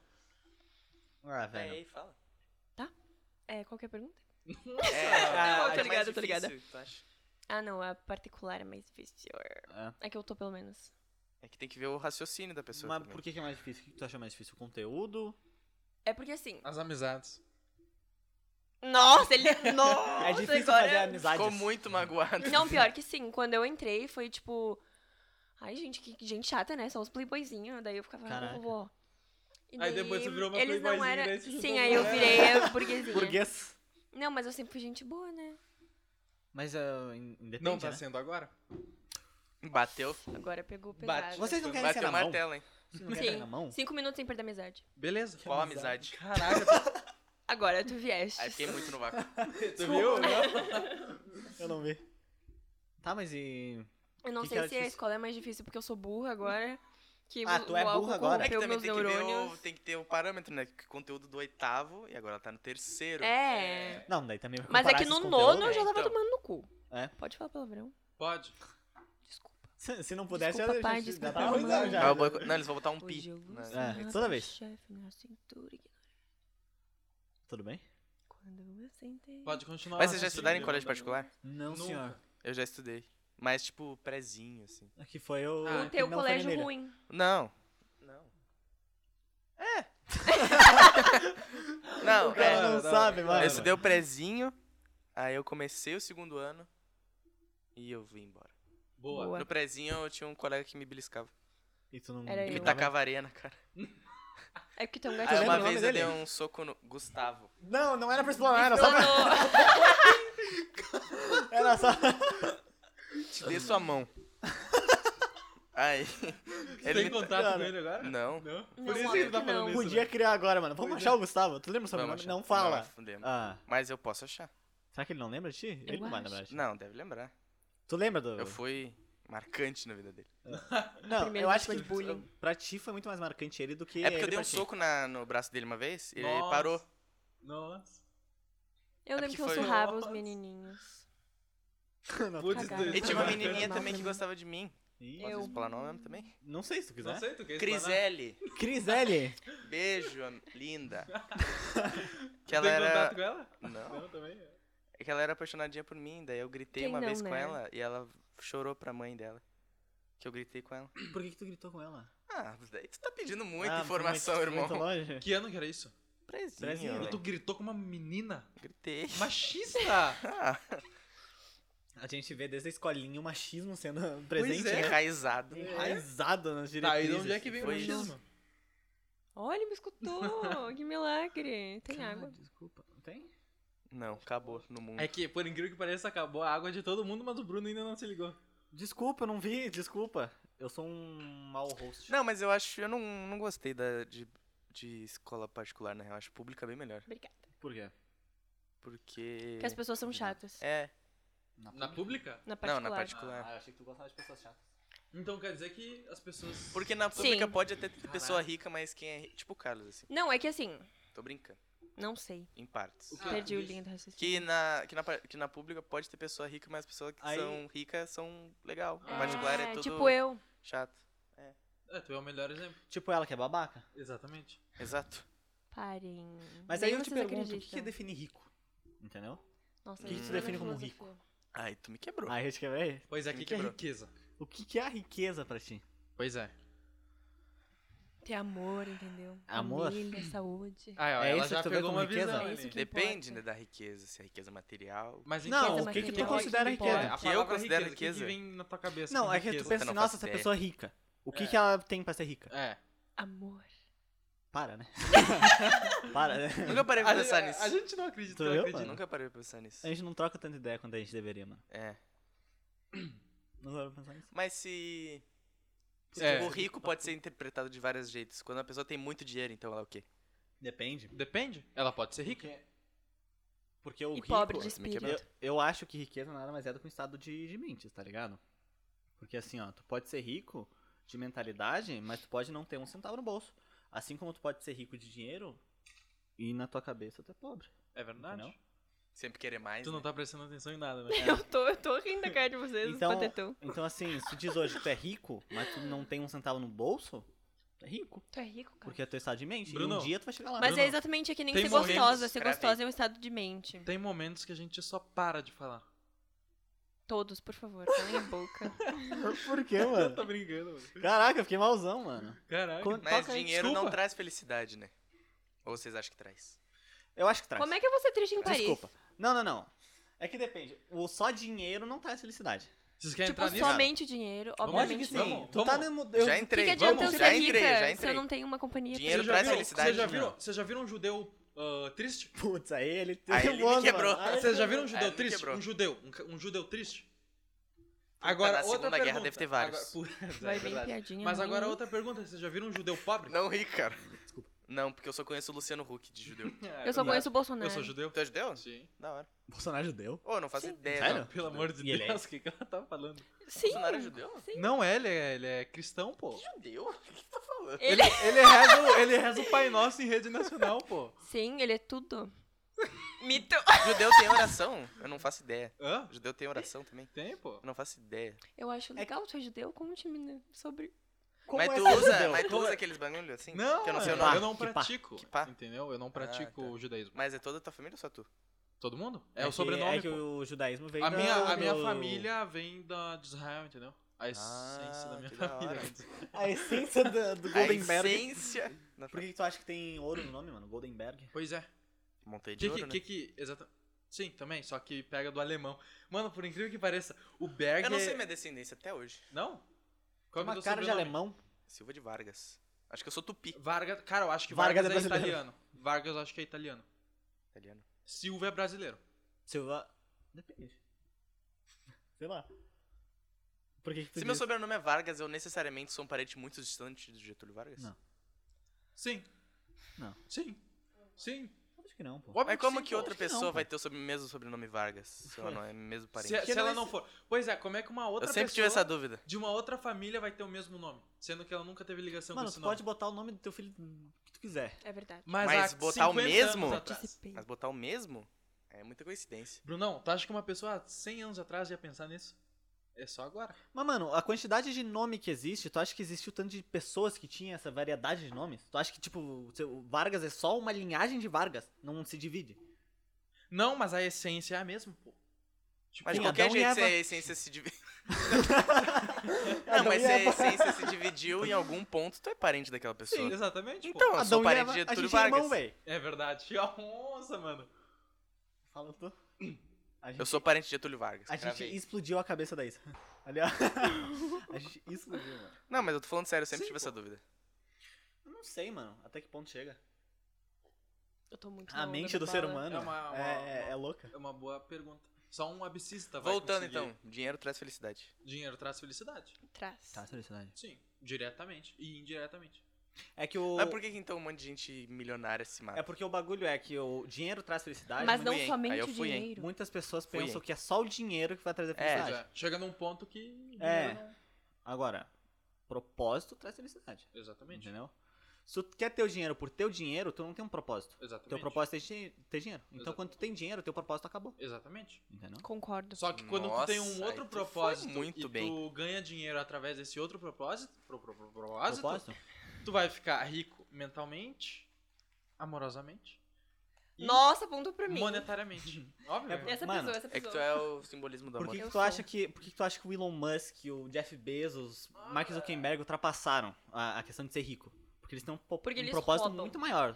S2: Ah,
S4: Ah,
S1: É,
S4: velho.
S1: aí, fala.
S2: É, qualquer pergunta?
S1: É,
S4: Ah,
S1: é
S4: tô
S1: mais
S2: ligada, tô
S1: difícil,
S2: ligada.
S1: tu acha?
S2: Ah, não, a particular é mais difícil.
S4: Ah.
S2: É que eu tô, pelo menos.
S1: É que tem que ver o raciocínio da pessoa.
S4: Mas
S1: também.
S4: por que, que é mais difícil? O que que tu acha mais difícil? O conteúdo?
S2: É porque, assim...
S3: As amizades.
S2: Nossa, ele... Nossa,
S4: é difícil
S2: agora...
S4: fazer amizades.
S1: Ficou muito magoado.
S2: Não, pior que sim. Quando eu entrei, foi tipo. Ai, gente, que que gente chata, né? Só os playboyzinhos. Daí eu ficava,
S4: Caraca.
S2: não vou. E
S3: Aí depois você virou uma
S2: eles não
S3: playboyzinha,
S2: era...
S3: daí você
S2: Sim,
S3: juntou
S2: aí eu
S3: com ela.
S2: virei a burguesinha.
S4: Burguês.
S2: Não, mas eu sempre fui gente boa, né?
S4: Mas ah, in- independe,
S3: Não tá
S4: né?
S3: sendo agora?
S1: Bateu.
S2: Agora pegou
S3: Bate.
S2: pesado.
S4: Vocês não querem ser
S1: Bateu
S4: na
S1: o
S4: mão?
S1: martelo, hein?
S4: Vocês não querem
S2: Sim.
S4: ser na mão?
S2: Cinco minutos sem perder a amizade.
S3: Beleza.
S1: Qual amizade?
S3: Caraca,
S2: Agora tu vieste.
S1: Aí fiquei muito no vácuo.
S3: tu viu?
S4: Eu não vi. Tá, mas e...
S2: Eu não
S4: que que
S2: sei
S4: era
S2: se a
S4: difícil?
S2: escola é mais difícil porque eu sou burra agora. Que
S4: Ah,
S2: vo-
S4: tu é
S2: o álcool
S4: burra agora?
S1: É que
S2: corrompeu
S1: também
S2: meus
S1: tem que, ver o,
S2: neurônios.
S1: tem que ter o parâmetro, né? Que o conteúdo do oitavo, e agora ela tá no terceiro.
S2: É.
S4: Não, daí também vai
S2: Mas é
S4: comparar
S2: que
S4: esses
S2: no
S4: conteúdos.
S2: nono eu já
S1: É,
S2: tava
S1: então.
S2: tomando no cu.
S4: É?
S2: Pode falar palavrão.
S3: Pode.
S2: Desculpa.
S4: Se, se não pudesse,
S2: Desculpa,
S4: eu já,
S2: pai,
S4: já,
S2: desculpa,
S4: tava
S2: mamãe.
S4: ruim, já.
S1: Ah, o boico- Não, eles vão botar um
S2: Hoje
S1: pi.
S2: eu
S1: né?
S4: É,
S2: alucinava
S4: toda
S2: o
S4: vez.
S2: chefe na cintura e
S4: Tudo bem?
S2: quando eu sentei.
S3: Pode continuar.
S1: Mas vocês já
S3: raciocínio,
S1: estudaram em
S3: eu
S1: colégio
S3: não-
S1: particular?
S4: Não,
S3: Nunca.
S4: senhor.
S1: Eu já estudei. Mas, tipo, prezinho, assim.
S4: Aqui foi o.
S3: Ah,
S2: O teu
S4: não
S2: colégio
S4: familiar.
S2: ruim.
S1: Não. Não. É. não,
S4: O cara
S1: é.
S4: não,
S3: não,
S4: sabe, mano.
S1: Eu estudei o prezinho, aí eu comecei o segundo ano e eu vim embora.
S3: Boa.
S2: Boa.
S1: No prezinho eu tinha um colega que me beliscava.
S4: E tu não.
S2: Era
S1: Que me
S2: Eu.
S1: tacava areia na cara.
S2: É porque tem um
S1: Aí
S2: gatinho.
S1: Ah, uma
S4: lembra o
S1: vez eu
S4: nome
S1: dei
S4: dele?
S1: um soco no. Gustavo.
S4: Não, não era pra explorar, era só pra.
S2: Mano,
S4: Era só.
S1: Te dei sua mão. Aí.
S3: Você
S1: Ele
S3: tem
S1: me...
S3: contato
S4: Cara,
S3: com ele agora?
S1: Não.
S3: Não?
S2: Não,
S3: Por isso que
S2: óbvio
S3: ele tá
S2: que
S3: falando
S2: não.
S3: isso.
S4: Podia
S3: né?
S4: criar agora, mano. Vamos
S3: Pois
S4: achar o Gustavo. Tu lembra o sobrenome?
S1: achar.
S4: Não fala.
S1: fudemos.
S4: Ah.
S1: Mas eu posso achar.
S4: Será que ele não lembra de ti? Ele
S2: Eu
S4: não vai
S2: acho.
S4: lembrar de ti.
S1: Não, deve lembrar.
S4: Tu lembra do.
S1: Eu fui marcante na vida dele.
S4: Não,
S2: Primeiro
S4: eu acho
S2: foi
S4: que
S2: bullying.
S4: pra ti foi muito mais marcante ele do que.
S1: É porque eu
S4: ele
S1: dei um
S4: pra ti.
S1: soco na- no braço dele uma vez, ele
S3: Nossa.
S1: parou.
S3: Nossa.
S2: eu lembro
S1: porque
S2: que eu
S1: foi-
S2: surrava os
S3: Nossa.
S2: menininhos.
S4: Não,
S3: Putz,
S4: tu-
S2: Cagada.
S3: Deus.
S1: E tinha uma
S2: Nossa,
S1: menininha
S2: normal
S1: também
S2: pra
S1: que
S2: mim.
S1: gostava de mim.
S4: Ih,
S1: Posso
S2: Eu-
S1: explanar o nome também?
S4: Não sei se tu
S3: Não
S4: quiser.
S3: sei, tu quer explanar?
S1: Crisele.
S4: Crisele.
S1: Beijo, am- linda. Que
S3: Tu
S1: ela
S3: tem
S1: era.
S3: contato com ela?
S1: Não.
S3: Não, também.
S1: É que ela era apaixonadinha por mim, daí eu gritei
S2: Quem
S1: uma
S2: não,
S1: vez com
S2: né?
S1: ela e ela chorou pra mãe dela. Que eu gritei com ela.
S4: Por que, que tu gritou com ela?
S1: Ah, daí tu tá pedindo muita
S4: Ah,
S1: informação,
S4: muito-
S1: irmão.
S4: Muito longe.
S3: Que ano que era isso?
S1: Prezinho.
S4: Prezinho,
S1: velho.
S3: E tu gritou com uma menina
S1: Gritei.
S3: machista.
S1: Ah,
S4: A gente vê desde a escolinha o machismo sendo
S3: Pois
S4: presente,
S3: é.
S4: né?
S1: enraizado.
S4: Enraizado nas
S3: Tá,
S4: diretrizes.
S3: aí de onde é que vem o
S1: Foi isso.
S3: machismo?
S2: Olha, ele me escutou. que milagre. Tem
S4: Cara,
S2: água.
S4: Desculpa. Tem?
S1: Não, acabou no mundo.
S3: É que, por incrível que pareça, acabou a água de todo mundo, mas o Bruno ainda não se ligou.
S4: Desculpa, eu não vi. Desculpa. Eu sou um mau host.
S1: Não, mas eu acho. Eu não, não gostei da, de, de escola particular, na real. Acho pública bem melhor.
S2: Obrigada.
S4: Por quê?
S1: Porque.
S2: Porque as pessoas são chatas.
S1: É.
S3: Na pública?
S2: Na
S1: Não,
S2: particular.
S1: na particular.
S4: Ah, eu achei que tu gostava de pessoas chatas.
S3: Então quer dizer que as pessoas.
S1: Porque na pública
S2: Sim.
S1: pode até ter pessoa
S3: Caraca.
S1: rica, mas quem é. ri- Tipo o Carlos, assim.
S2: Não, é que assim,
S1: Tô brincando.
S2: não sei.
S1: Em partes.
S3: Ah,
S2: Perdi o
S3: deixa-
S2: linha do
S1: Que
S2: raciocínio.
S1: na, que, na, par- que na pública pode ter pessoa rica, mas as pessoas que
S4: Aí-
S1: são ricas são legal.
S3: Ah,
S1: Em particular é tudo
S2: Tipo eu.
S1: chato.
S3: É, tu é o melhor exemplo.
S4: Tipo ela que é babaca.
S3: Exatamente.
S1: Exato.
S2: Parem.
S4: Mas
S2: Nem
S4: aí eu te
S2: vocês
S4: pergunto, o que que é
S2: acreditam.
S4: definir rico? Entendeu?
S2: Nossa,
S1: o que
S2: eu
S1: tu
S2: tô na
S4: define como
S2: filosofia.
S1: Ai, tu me quebrou.
S4: Aí eu te quebrei.
S3: Pois é,
S1: Me
S3: que, que é
S1: quebrou.
S3: riqueza?
S4: O que, que é a riqueza pra ti?
S3: Pois é.
S2: Ter amor, entendeu?
S4: Amor?
S2: Família, saúde.
S3: Ah, ó,
S4: É
S3: ela
S4: isso
S3: já
S4: que tu vê
S3: pegou
S4: como
S3: uma
S4: riqueza?
S3: visão.
S2: É
S3: ali.
S2: isso que
S1: Depende né,
S2: importa.
S1: da riqueza, se é riqueza material.
S3: Mas
S4: Não,
S3: então,
S4: o que, que tu
S2: material,
S4: considera
S2: isso que importa.
S3: é,
S4: riqueza?
S3: a
S1: que eu
S3: palavra
S1: considero
S3: riqueza, O que, que
S1: riqueza?
S3: vem na tua cabeça?
S4: Não,
S3: como
S4: é que tu
S3: riqueza?
S1: eu
S4: pensa,
S1: não
S4: nossa,
S1: faço
S4: essa
S1: ideia.
S4: pessoa é rica. O que,
S3: É.
S4: que ela tem pra ser rica?
S3: É.
S2: Amor.
S4: Para, né? Para, né?
S1: Nunca parei pra
S3: A,
S1: pensar
S3: gente-
S1: nisso.
S3: a gente não acredita,
S4: Tu
S3: não
S4: viu,
S3: acredita.
S4: mano?
S1: Nunca parei pra pensar nisso.
S4: A gente não troca tanta ideia quanto a gente deveria, mano.
S1: É.
S4: Não dá pra pensar nisso.
S1: Mas se. se
S3: É.
S1: tipo, o rico pode ser interpretado de vários jeitos. Quando a pessoa tem muito dinheiro, então ela é o quê?
S4: Depende.
S3: Depende. Ela pode ser rica.
S4: Porque o
S2: E
S4: rico.
S2: pobre de
S1: Nossa, me
S2: espírito.
S4: eu, eu acho que riqueza nada mais é do que um estado de, de mentes, tá ligado? Porque assim, ó, tu pode ser rico de mentalidade, mas tu pode não ter um centavo no bolso. Assim como tu pode ser rico de dinheiro e na tua cabeça tu é pobre.
S3: É verdade.
S4: Não.
S1: Sempre querer mais.
S3: Tu
S1: né?
S3: não tá prestando atenção em nada, né?
S2: Eu tô, eu tô rindo da cara de vocês,
S4: Então-
S2: então... patetão.
S4: Então assim, se tu diz hoje que tu é rico, mas tu não tem um centavo no bolso, tu é rico.
S2: Tu é rico, cara.
S4: Porque é teu estado de mente. E
S3: Bruno,
S4: um dia tu vai chegar lá.
S2: Mas
S3: Bruno,
S2: é exatamente que nem
S3: tem
S2: ser
S3: momentos-
S2: gostosa. Ser
S1: Escreve aí.
S2: gostosa é um estado de mente.
S3: Tem momentos que a gente só para de falar.
S2: Todos, por favor, calem a boca.
S4: Por quê, mano?
S3: Tá brincando, mano.
S4: Caraca, eu fiquei malzão, mano.
S3: Caralho.
S4: Quando-
S1: Mas
S4: Toca aí,
S1: dinheiro não
S3: tá- desculpa.
S1: traz felicidade, né? Ou vocês acham que traz?
S4: Eu acho que traz.
S2: Como é que eu vou ser triste em Paris?
S4: Desculpa. Não, não, não. É que depende. O só dinheiro não traz felicidade.
S3: Vocês querem
S2: Tipo,
S3: entrar nisso?
S2: somente dinheiro,
S3: Vamos,
S2: obviamente.
S3: acho que
S2: não.
S3: sim.
S4: Tu
S3: vamos.
S4: tá no... eu-
S1: já
S2: O que,
S1: entrei,
S2: que adianta eu
S1: vamos,
S2: ser
S1: já
S2: rica
S1: entrei, já
S2: se eu
S1: entrei.
S2: não tenho uma companhia
S1: Dinheiro
S2: pra
S1: traz
S3: viram,
S1: felicidade, né?
S3: Vocês já
S1: não.
S3: viram, vocês já viram um judeu ah, triste?
S4: Putz, aí ele...
S1: Aí ele me
S4: mano.
S1: quebrou.
S2: Ah,
S4: Aí ele-
S3: Vocês já viram um judeu
S1: É, ele me
S3: triste?
S1: quebrou. Tá
S3: Um judeu, um, ca- um judeu triste? Agora,
S1: na
S3: outra
S1: Segunda
S3: pergunta.
S1: Guerra deve ter vários.
S3: Agora- Putz, é
S2: Vai bem
S3: verdade.
S2: piadinha. né?
S3: Mas é
S2: ruim.
S3: agora outra pergunta, vocês já viram um judeu pobre?
S1: Não ri, cara. Não, porque eu só conheço o Luciano Huck de judeu.
S2: Eu né? só conheço o Bolsonaro.
S3: é. Eu sou judeu?
S1: Tu é judeu?
S3: Sim.
S1: Da hora.
S4: Bolsonaro é judeu?
S1: Ô, não faço ideia.
S4: Sério?
S1: não.
S3: Pelo amor de
S4: E ele é?
S3: Deus, o que, que ela tá falando?
S2: Sim.
S1: Bolsonaro é judeu?
S2: Sim.
S3: Não é, ele é, ele é cristão, pô.
S1: Judeu? O que que tá falando?
S2: Ele... é?
S3: Ele reza, o- ele reza o Pai Nosso em rede nacional, pô.
S2: Sim, ele é tudo. Mito.
S1: Judeu tem oração? Eu não faço ideia.
S3: Hã?
S1: Judeu tem oração também?
S3: Tem, pô.
S1: Eu não faço ideia.
S2: Eu acho legal ser judeu com um time né, sobre.
S1: mas tu
S4: é ser
S1: usa,
S4: judeu?
S1: mas tu usa aqueles bagulho assim?
S3: é? Não,
S1: Que eu não sei o
S3: eu
S1: nome.
S3: eu não
S4: Que pá,
S3: pratico,
S1: que pá.
S3: entendeu? Eu não pratico
S1: tá.
S3: o judaísmo.
S1: Mas é toda a tua família ou só tu?
S3: Todo mundo? É,
S4: que-
S3: o sobrenome,
S4: É que
S3: pô.
S4: o judaísmo veio
S3: A
S4: da-
S3: minha, a minha
S4: do-
S3: família vem da, de Israel, entendeu? A essência da minha
S1: Ah, que da hora.
S3: família. vem de-
S4: A essência da- do Goldenberg.
S1: A essência. Não,
S4: Por que, que tu acha que tem ouro no nome, mano? Goldenberg?
S3: Pois é.
S1: Montei de
S3: Que
S1: ouro,
S3: que,
S1: né?
S3: que que- exata- Sim, também, só que pega do alemão. Mano, por incrível que pareça, o Berg
S1: Eu não
S3: é-
S1: sei minha descendência até hoje.
S3: Não?
S4: Tem
S3: Qual é o
S4: uma
S3: teu
S4: cara de
S3: sobrenome?
S4: alemão.
S1: Silva de Vargas. Acho que eu sou tupi,
S3: Vargas, cara, eu acho que
S4: Vargas
S3: Vargas,
S4: é
S3: é
S4: brasileiro.
S3: italiano. Vargas eu acho que é italiano.
S1: italiano.
S3: Silva é brasileiro.
S4: Silva. Depende. Sei lá. Por que, que tu
S1: Se meu
S4: diz?
S1: sobrenome é Vargas, eu necessariamente sou um parente muito distante do Getúlio Vargas?
S4: Não.
S3: Sim.
S4: Não.
S3: Sim. Sim.
S4: Acho que não, pô.
S3: Óbvio
S1: Mas como
S3: sim,
S1: que
S3: pô.
S1: outra
S4: acho que não,
S1: pessoa
S4: pô.
S1: vai ter o sobre- mesmo sobrenome Vargas? Se ela não é mesmo parente.
S3: Se,
S4: Porque
S3: se
S4: não
S3: ela
S4: é
S3: não
S4: se-
S3: for. Pois é, como é que uma outra
S1: eu sempre tive
S3: pessoa
S1: essa dúvida.
S3: de uma outra família vai ter o mesmo nome? Sendo que ela nunca teve ligação
S4: Mano,
S3: com esse
S4: tu
S3: nome.
S4: pode botar o nome do teu filho que tu quiser.
S2: É verdade.
S3: Mas,
S1: Mas
S3: há
S1: botar o
S3: 50
S1: mesmo?
S3: anos atrás-
S2: Dissipei.
S1: Mas botar o mesmo é muita coincidência.
S3: Brunão, tu acha que uma pessoa há 100 anos atrás ia pensar nisso? É só agora.
S4: Mas, mano, a quantidade de nome que existe, tu acha que existe o tanto de pessoas que tinha essa variedade de nomes? Tu acha que, tipo, o seu- o Vargas é só uma linhagem de Vargas? Não se divide?
S3: Não, mas a essência é a mesma, pô. Tipo,
S1: Mas de
S4: Sim,
S1: qualquer
S4: Adão e
S1: jeito, se a
S4: Eva.
S1: essência se dividiu. não, mas se a essência se dividiu em algum ponto, tu é parente daquela pessoa.
S3: um é sim, exatamente, pô.
S1: Então, eu
S4: Adão
S1: sou
S4: e
S1: parente
S4: Eva,
S1: de
S4: a
S1: Getúlio
S4: gente é
S1: Vargas.
S4: irmão, véi.
S3: É verdade. Nossa, mano.
S4: Fala tu. A gente,
S1: eu sou parente de Getúlio Vargas.
S4: a gente
S1: cravei.
S4: explodiu a cabeça da Isa. Ali, ó. A gente explodiu, mano.
S1: Não, mas eu tô falando sério, eu sempre
S3: Sim,
S1: tive essa dúvida.
S4: Eu não sei, mano. Até que ponto chega?
S2: Eu tô muito na
S4: A
S2: onda
S4: mente do
S2: bala.
S4: ser humano
S3: É uma- uma-
S4: é- é-
S3: uma-
S4: é louca.
S3: É uma boa pergunta. Só um abscista vai
S1: Voltando
S3: conseguir.
S1: então, dinheiro traz felicidade.
S3: Dinheiro traz felicidade.
S2: Traz.
S4: felicidade.
S3: Sim. Diretamente e indiretamente.
S4: É que o.
S1: Mas por que que, então um monte de gente milionária se mata?
S4: É porque o bagulho é que o dinheiro traz felicidade,
S2: Mas
S4: mas,
S2: não
S1: fui, hein? Aí
S2: somente
S1: eu
S2: o
S1: fui, hein?
S2: dinheiro.
S4: muitas pessoas
S1: Fui,
S4: pensam
S1: hein?
S4: que é só o dinheiro que vai trazer
S1: É,
S4: felicidade.
S3: Já chega num ponto que.
S4: É.
S3: dinheiro não-
S4: Agora, propósito traz felicidade.
S3: Exatamente.
S1: Né?
S4: Entendeu? Se tu quer ter o dinheiro por teu dinheiro, tu não tem um propósito.
S3: Exatamente.
S4: Teu propósito é dinhe- ter dinheiro. Então
S3: Exato.
S4: quando tu tem dinheiro, teu propósito acabou.
S3: Exatamente.
S4: Entendeu?
S2: Concordo.
S3: Só que quando tu tem um
S1: Nossa,
S3: outro
S1: aí tu foi
S3: propósito
S1: muito
S3: e tu
S1: bem.
S3: ganha dinheiro através desse outro propósito, pro, pro- pro- propósito,
S4: Propósito?
S3: tu vai ficar rico mentalmente, amorosamente, E-
S2: Nossa, ponto pra mim.
S3: monetariamente. Óbvio.
S4: É por-
S2: Essa
S4: Mano,
S2: pessoa, essa
S1: É que
S2: pessoa.
S1: tu é o simbolismo do
S4: Por
S1: amor.
S4: que, que
S2: Eu
S4: tu
S2: sou.
S4: acha que, por que, que tu acha que o Elon Musk, o Jeff Bezos,
S1: Ah.
S4: Mark Zuckerberg ultrapassaram a, a questão de ser rico? Porque eles têm um, po-
S2: Porque
S4: um
S2: eles
S4: propósito
S2: roubam.
S4: muito maior.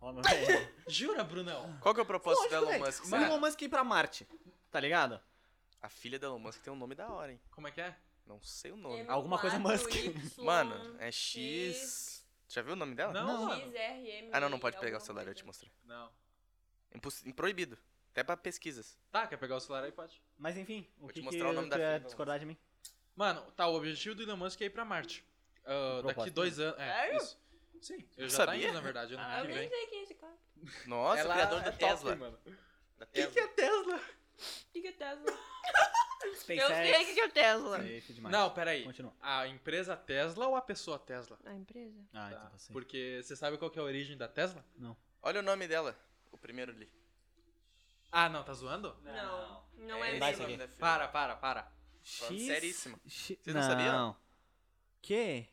S4: Roubam,
S3: Jura, Brunão?
S1: Qual que é o propósito
S4: Lógico,
S1: do Elon
S4: velho.
S1: Musk?
S4: O
S1: será?
S4: Elon Musk ir pra Marte, tá ligado?
S1: A filha do Elon Musk tem um nome da hora, hein?
S3: Como é que é?
S1: Não sei o nome.
S4: Alguma coisa Musk.
S1: Mano, é X. Já viu o nome dela?
S3: Não,
S4: Não.
S3: mano.
S1: Ah, não, não pode pegar o celular, eu te mostrar.
S3: Não.
S1: Imposs... Proibido. Até pra pesquisas.
S3: Tá, quer pegar o celular aí? Pode.
S4: Mas enfim, o
S1: Vou
S4: que,
S1: te
S4: que
S1: mostrar o nome
S4: tu
S1: da
S4: ia
S1: filha do
S4: discordar de mim?
S3: Mano, tá, o objetivo do Elon Musk é ir pra Marte. Ah,
S4: O
S3: daqui
S4: propósito.
S3: dois anos. É,
S2: Sério?
S3: isso. Sim, eu
S1: Eu
S3: já tá
S1: sabia.
S3: indo, na verdade, ano
S2: Ah, eu
S3: que
S2: nem
S3: vem.
S2: sei quem é esse cara.
S1: Nossa,
S3: Ela
S1: o criador da
S3: é top,
S1: Tesla.
S3: mano.
S1: Da
S3: Quem
S1: Tesla.
S3: que é Tesla?
S2: Diga é Tesla. Eu sei
S4: SpaceX.
S2: que é o Tesla.
S4: Safe demais.
S3: Não, peraí.
S4: Continua.
S3: A empresa Tesla ou a pessoa Tesla?
S2: A empresa?
S4: Ah,
S3: Tá,
S4: então tá certo.
S3: Porque você sabe qual que é a origem da Tesla?
S1: Olha o nome dela. O primeiro ali.
S3: Ah, não, tá zoando?
S2: Não. Não é
S1: esse
S4: dá
S1: o
S4: isso
S2: mesmo.
S1: nome
S4: aqui.
S1: da filha.
S3: Para, para, para.
S1: Falando seríssimo.
S4: X...
S1: Vocês não sabiam?
S4: Que?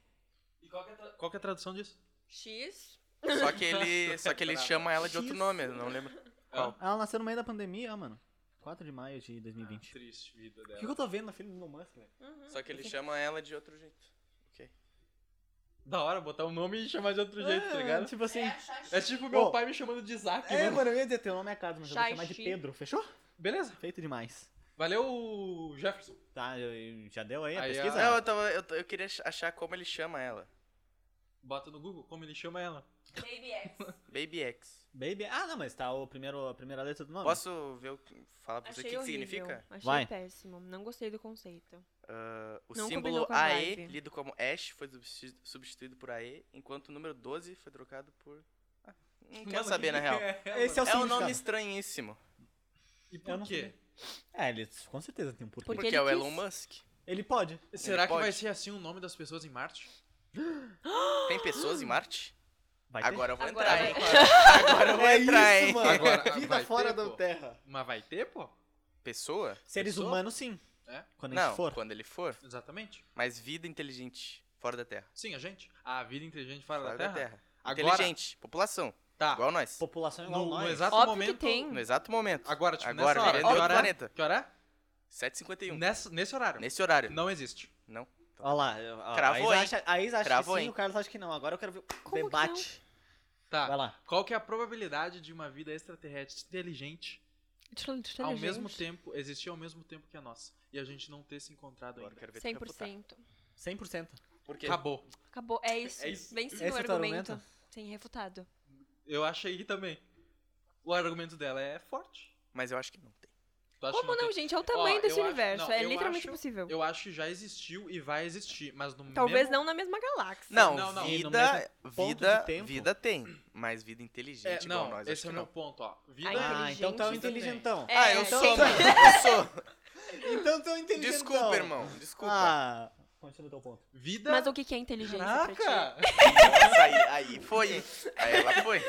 S3: E qual que é a, tra- qual que é a tradução disso?
S2: X.
S1: Só que ele, só que ele
S3: Bravo.
S1: chama ela de outro
S4: X.
S1: nome, eu não lembro. Qual?
S4: Ela nasceu no meio da pandemia, ó, mano. 4 de maio de 2020.
S3: Triste vida
S4: O
S3: dela.
S4: que, que eu tô vendo na filha do Elon Musk, velho?
S2: Uhum.
S1: Só que ele chama ela de outro jeito. Ok.
S3: Da hora botar um nome e chamar de outro jeito, tá ligado?
S4: Tipo assim...
S3: É tipo meu
S4: Ô.
S3: pai me chamando de Isaac,
S4: É,
S3: mano.
S4: mano, eu ia dizer, teu nome é Carlos, mas eu vou
S2: Shai
S4: chamar de
S2: Chi.
S4: Pedro, fechou?
S3: Beleza.
S4: Feito demais.
S3: Valeu, Jefferson.
S4: Tá, eu- eu- já deu aí a
S3: Aí,
S4: pesquisa?
S3: ó.
S1: Não, eu, tava, eu, eu queria ach- achar como ele chama ela.
S4: tipo
S3: Bota no Google como ele chama ela.
S2: Baby X.
S1: Baby X.
S4: Baby. Ah, não, mas tá o primeiro, a primeira letra do nome.
S1: Posso ver, o- falar pra você o que, que
S2: horrível,
S1: significa?
S2: Achei
S4: Vai.
S2: péssimo. Não gostei do conceito.
S1: Ah, o
S2: Não combinou
S1: símbolo
S2: com a
S1: AE,
S2: vibe.
S1: lido como Ash, foi substi- substituído por AE, enquanto o número 12 foi trocado por. Ah, não quero saber, na real.
S4: Esse
S1: É
S4: é o
S1: um
S4: significado.
S1: nome estranhíssimo.
S3: E
S4: Eu
S3: por
S4: não
S3: quê?
S4: É, ele com certeza tem um porquê.
S2: Porque
S1: Porque,
S2: ele
S1: é o
S2: quis.
S1: Elon Musk.
S4: Ele pode.
S3: Será que
S1: pode.
S3: vai ser assim o nome das pessoas em Marte?
S1: Tem pessoas em Marte?
S4: Vai ter.
S1: Agora eu vou
S2: Agora
S1: entrar,
S2: vai
S3: é
S1: hein?
S3: Claro.
S1: Agora eu vou entrar, hein?
S4: É mano.
S3: Agora,
S4: Vida
S3: vai ter,
S4: fora
S3: pô.
S4: da Terra.
S3: Mas vai ter, pô?
S1: Pessoa?
S4: Seres
S3: Pessoa?
S4: humanos, sim.
S3: É?
S4: Quando a
S1: não,
S4: gente for.
S1: quando ele for.
S3: Exatamente.
S1: Mas vida inteligente, fora da Terra.
S3: Sim, a gente. A vida inteligente fora,
S1: Fora da Terra.
S3: Agora,
S1: Inteligente, população.
S3: Tá.
S1: Igual nós.
S4: População igual
S3: No, no
S4: nós.
S3: exato
S2: Óbvio
S3: Tá um momento.
S2: que tem.
S1: No exato momento.
S3: Agora, tipo,
S1: Agora,
S3: nessa hora.
S1: virando
S3: Que
S1: do
S3: hora é?
S1: planeta.
S3: Que hora é?
S1: 7h51.
S3: Nessa- nesse horário.
S1: Nesse horário.
S3: Não existe.
S1: Não.
S4: Olha lá. ó,
S1: Cravou,
S4: a
S1: hein?
S4: Isa acha, a Isa acha
S1: Cravou,
S4: que sim,
S1: hein? Ah,
S4: o Carlos acha que não. Agora eu quero ver o
S2: Como que
S4: debate.
S3: Tá.
S4: Vai lá.
S3: Qual que é a probabilidade de uma vida extraterrestre inteligente, ao mesmo tempo, existir ao mesmo tempo que a nossa? E a gente não ter se encontrado
S1: Agora eu quero
S3: ainda.
S1: ver tu refutar.
S2: 100%.
S4: 100%.
S1: Por quê?
S3: Acabou.
S2: Acabou. É isso.
S3: É isso.
S2: Vence
S4: Esse
S2: o
S4: é o teu
S2: argumento.
S4: argumento?
S2: Sim, refutado.
S3: Eu achei que também. O argumento dela é forte.
S1: Mas eu acho que não tem.
S3: Tu acha
S2: Como
S3: que
S2: não,
S3: tem?
S2: gente? É o tamanho
S3: eu
S2: desse
S3: acho-
S2: universo.
S3: não,
S2: é
S3: eu
S2: literalmente
S3: acho-
S2: impossível.
S3: Eu acho que já existiu e vai existir, mas no
S2: Talvez
S3: mesmo...
S2: não na mesma galáxia.
S1: Não,
S3: não, não.
S4: E no
S1: vida,
S4: mesmo ponto de
S1: vida,
S4: tempo?
S1: vida tem, mas vida
S3: É,
S1: inteligente igual
S3: não,
S1: nós, acho
S3: esse é
S1: que
S3: o meu
S1: não.
S3: ponto, ó. Vida
S4: Ah, então tu é um
S3: Inteligente.
S4: inteligentão.
S2: É,
S1: ah, eu
S2: tem-
S1: sou, mano, eu sou.
S4: Então tu é um inteligentão.
S1: Desculpa, irmão, desculpa.
S4: Ah, continua teu ponto.
S3: Vida...
S2: Mas o que que é inteligência pra ti?
S3: Caraca!
S1: Nossa, aí, aí foi, hein? Aí ela foi.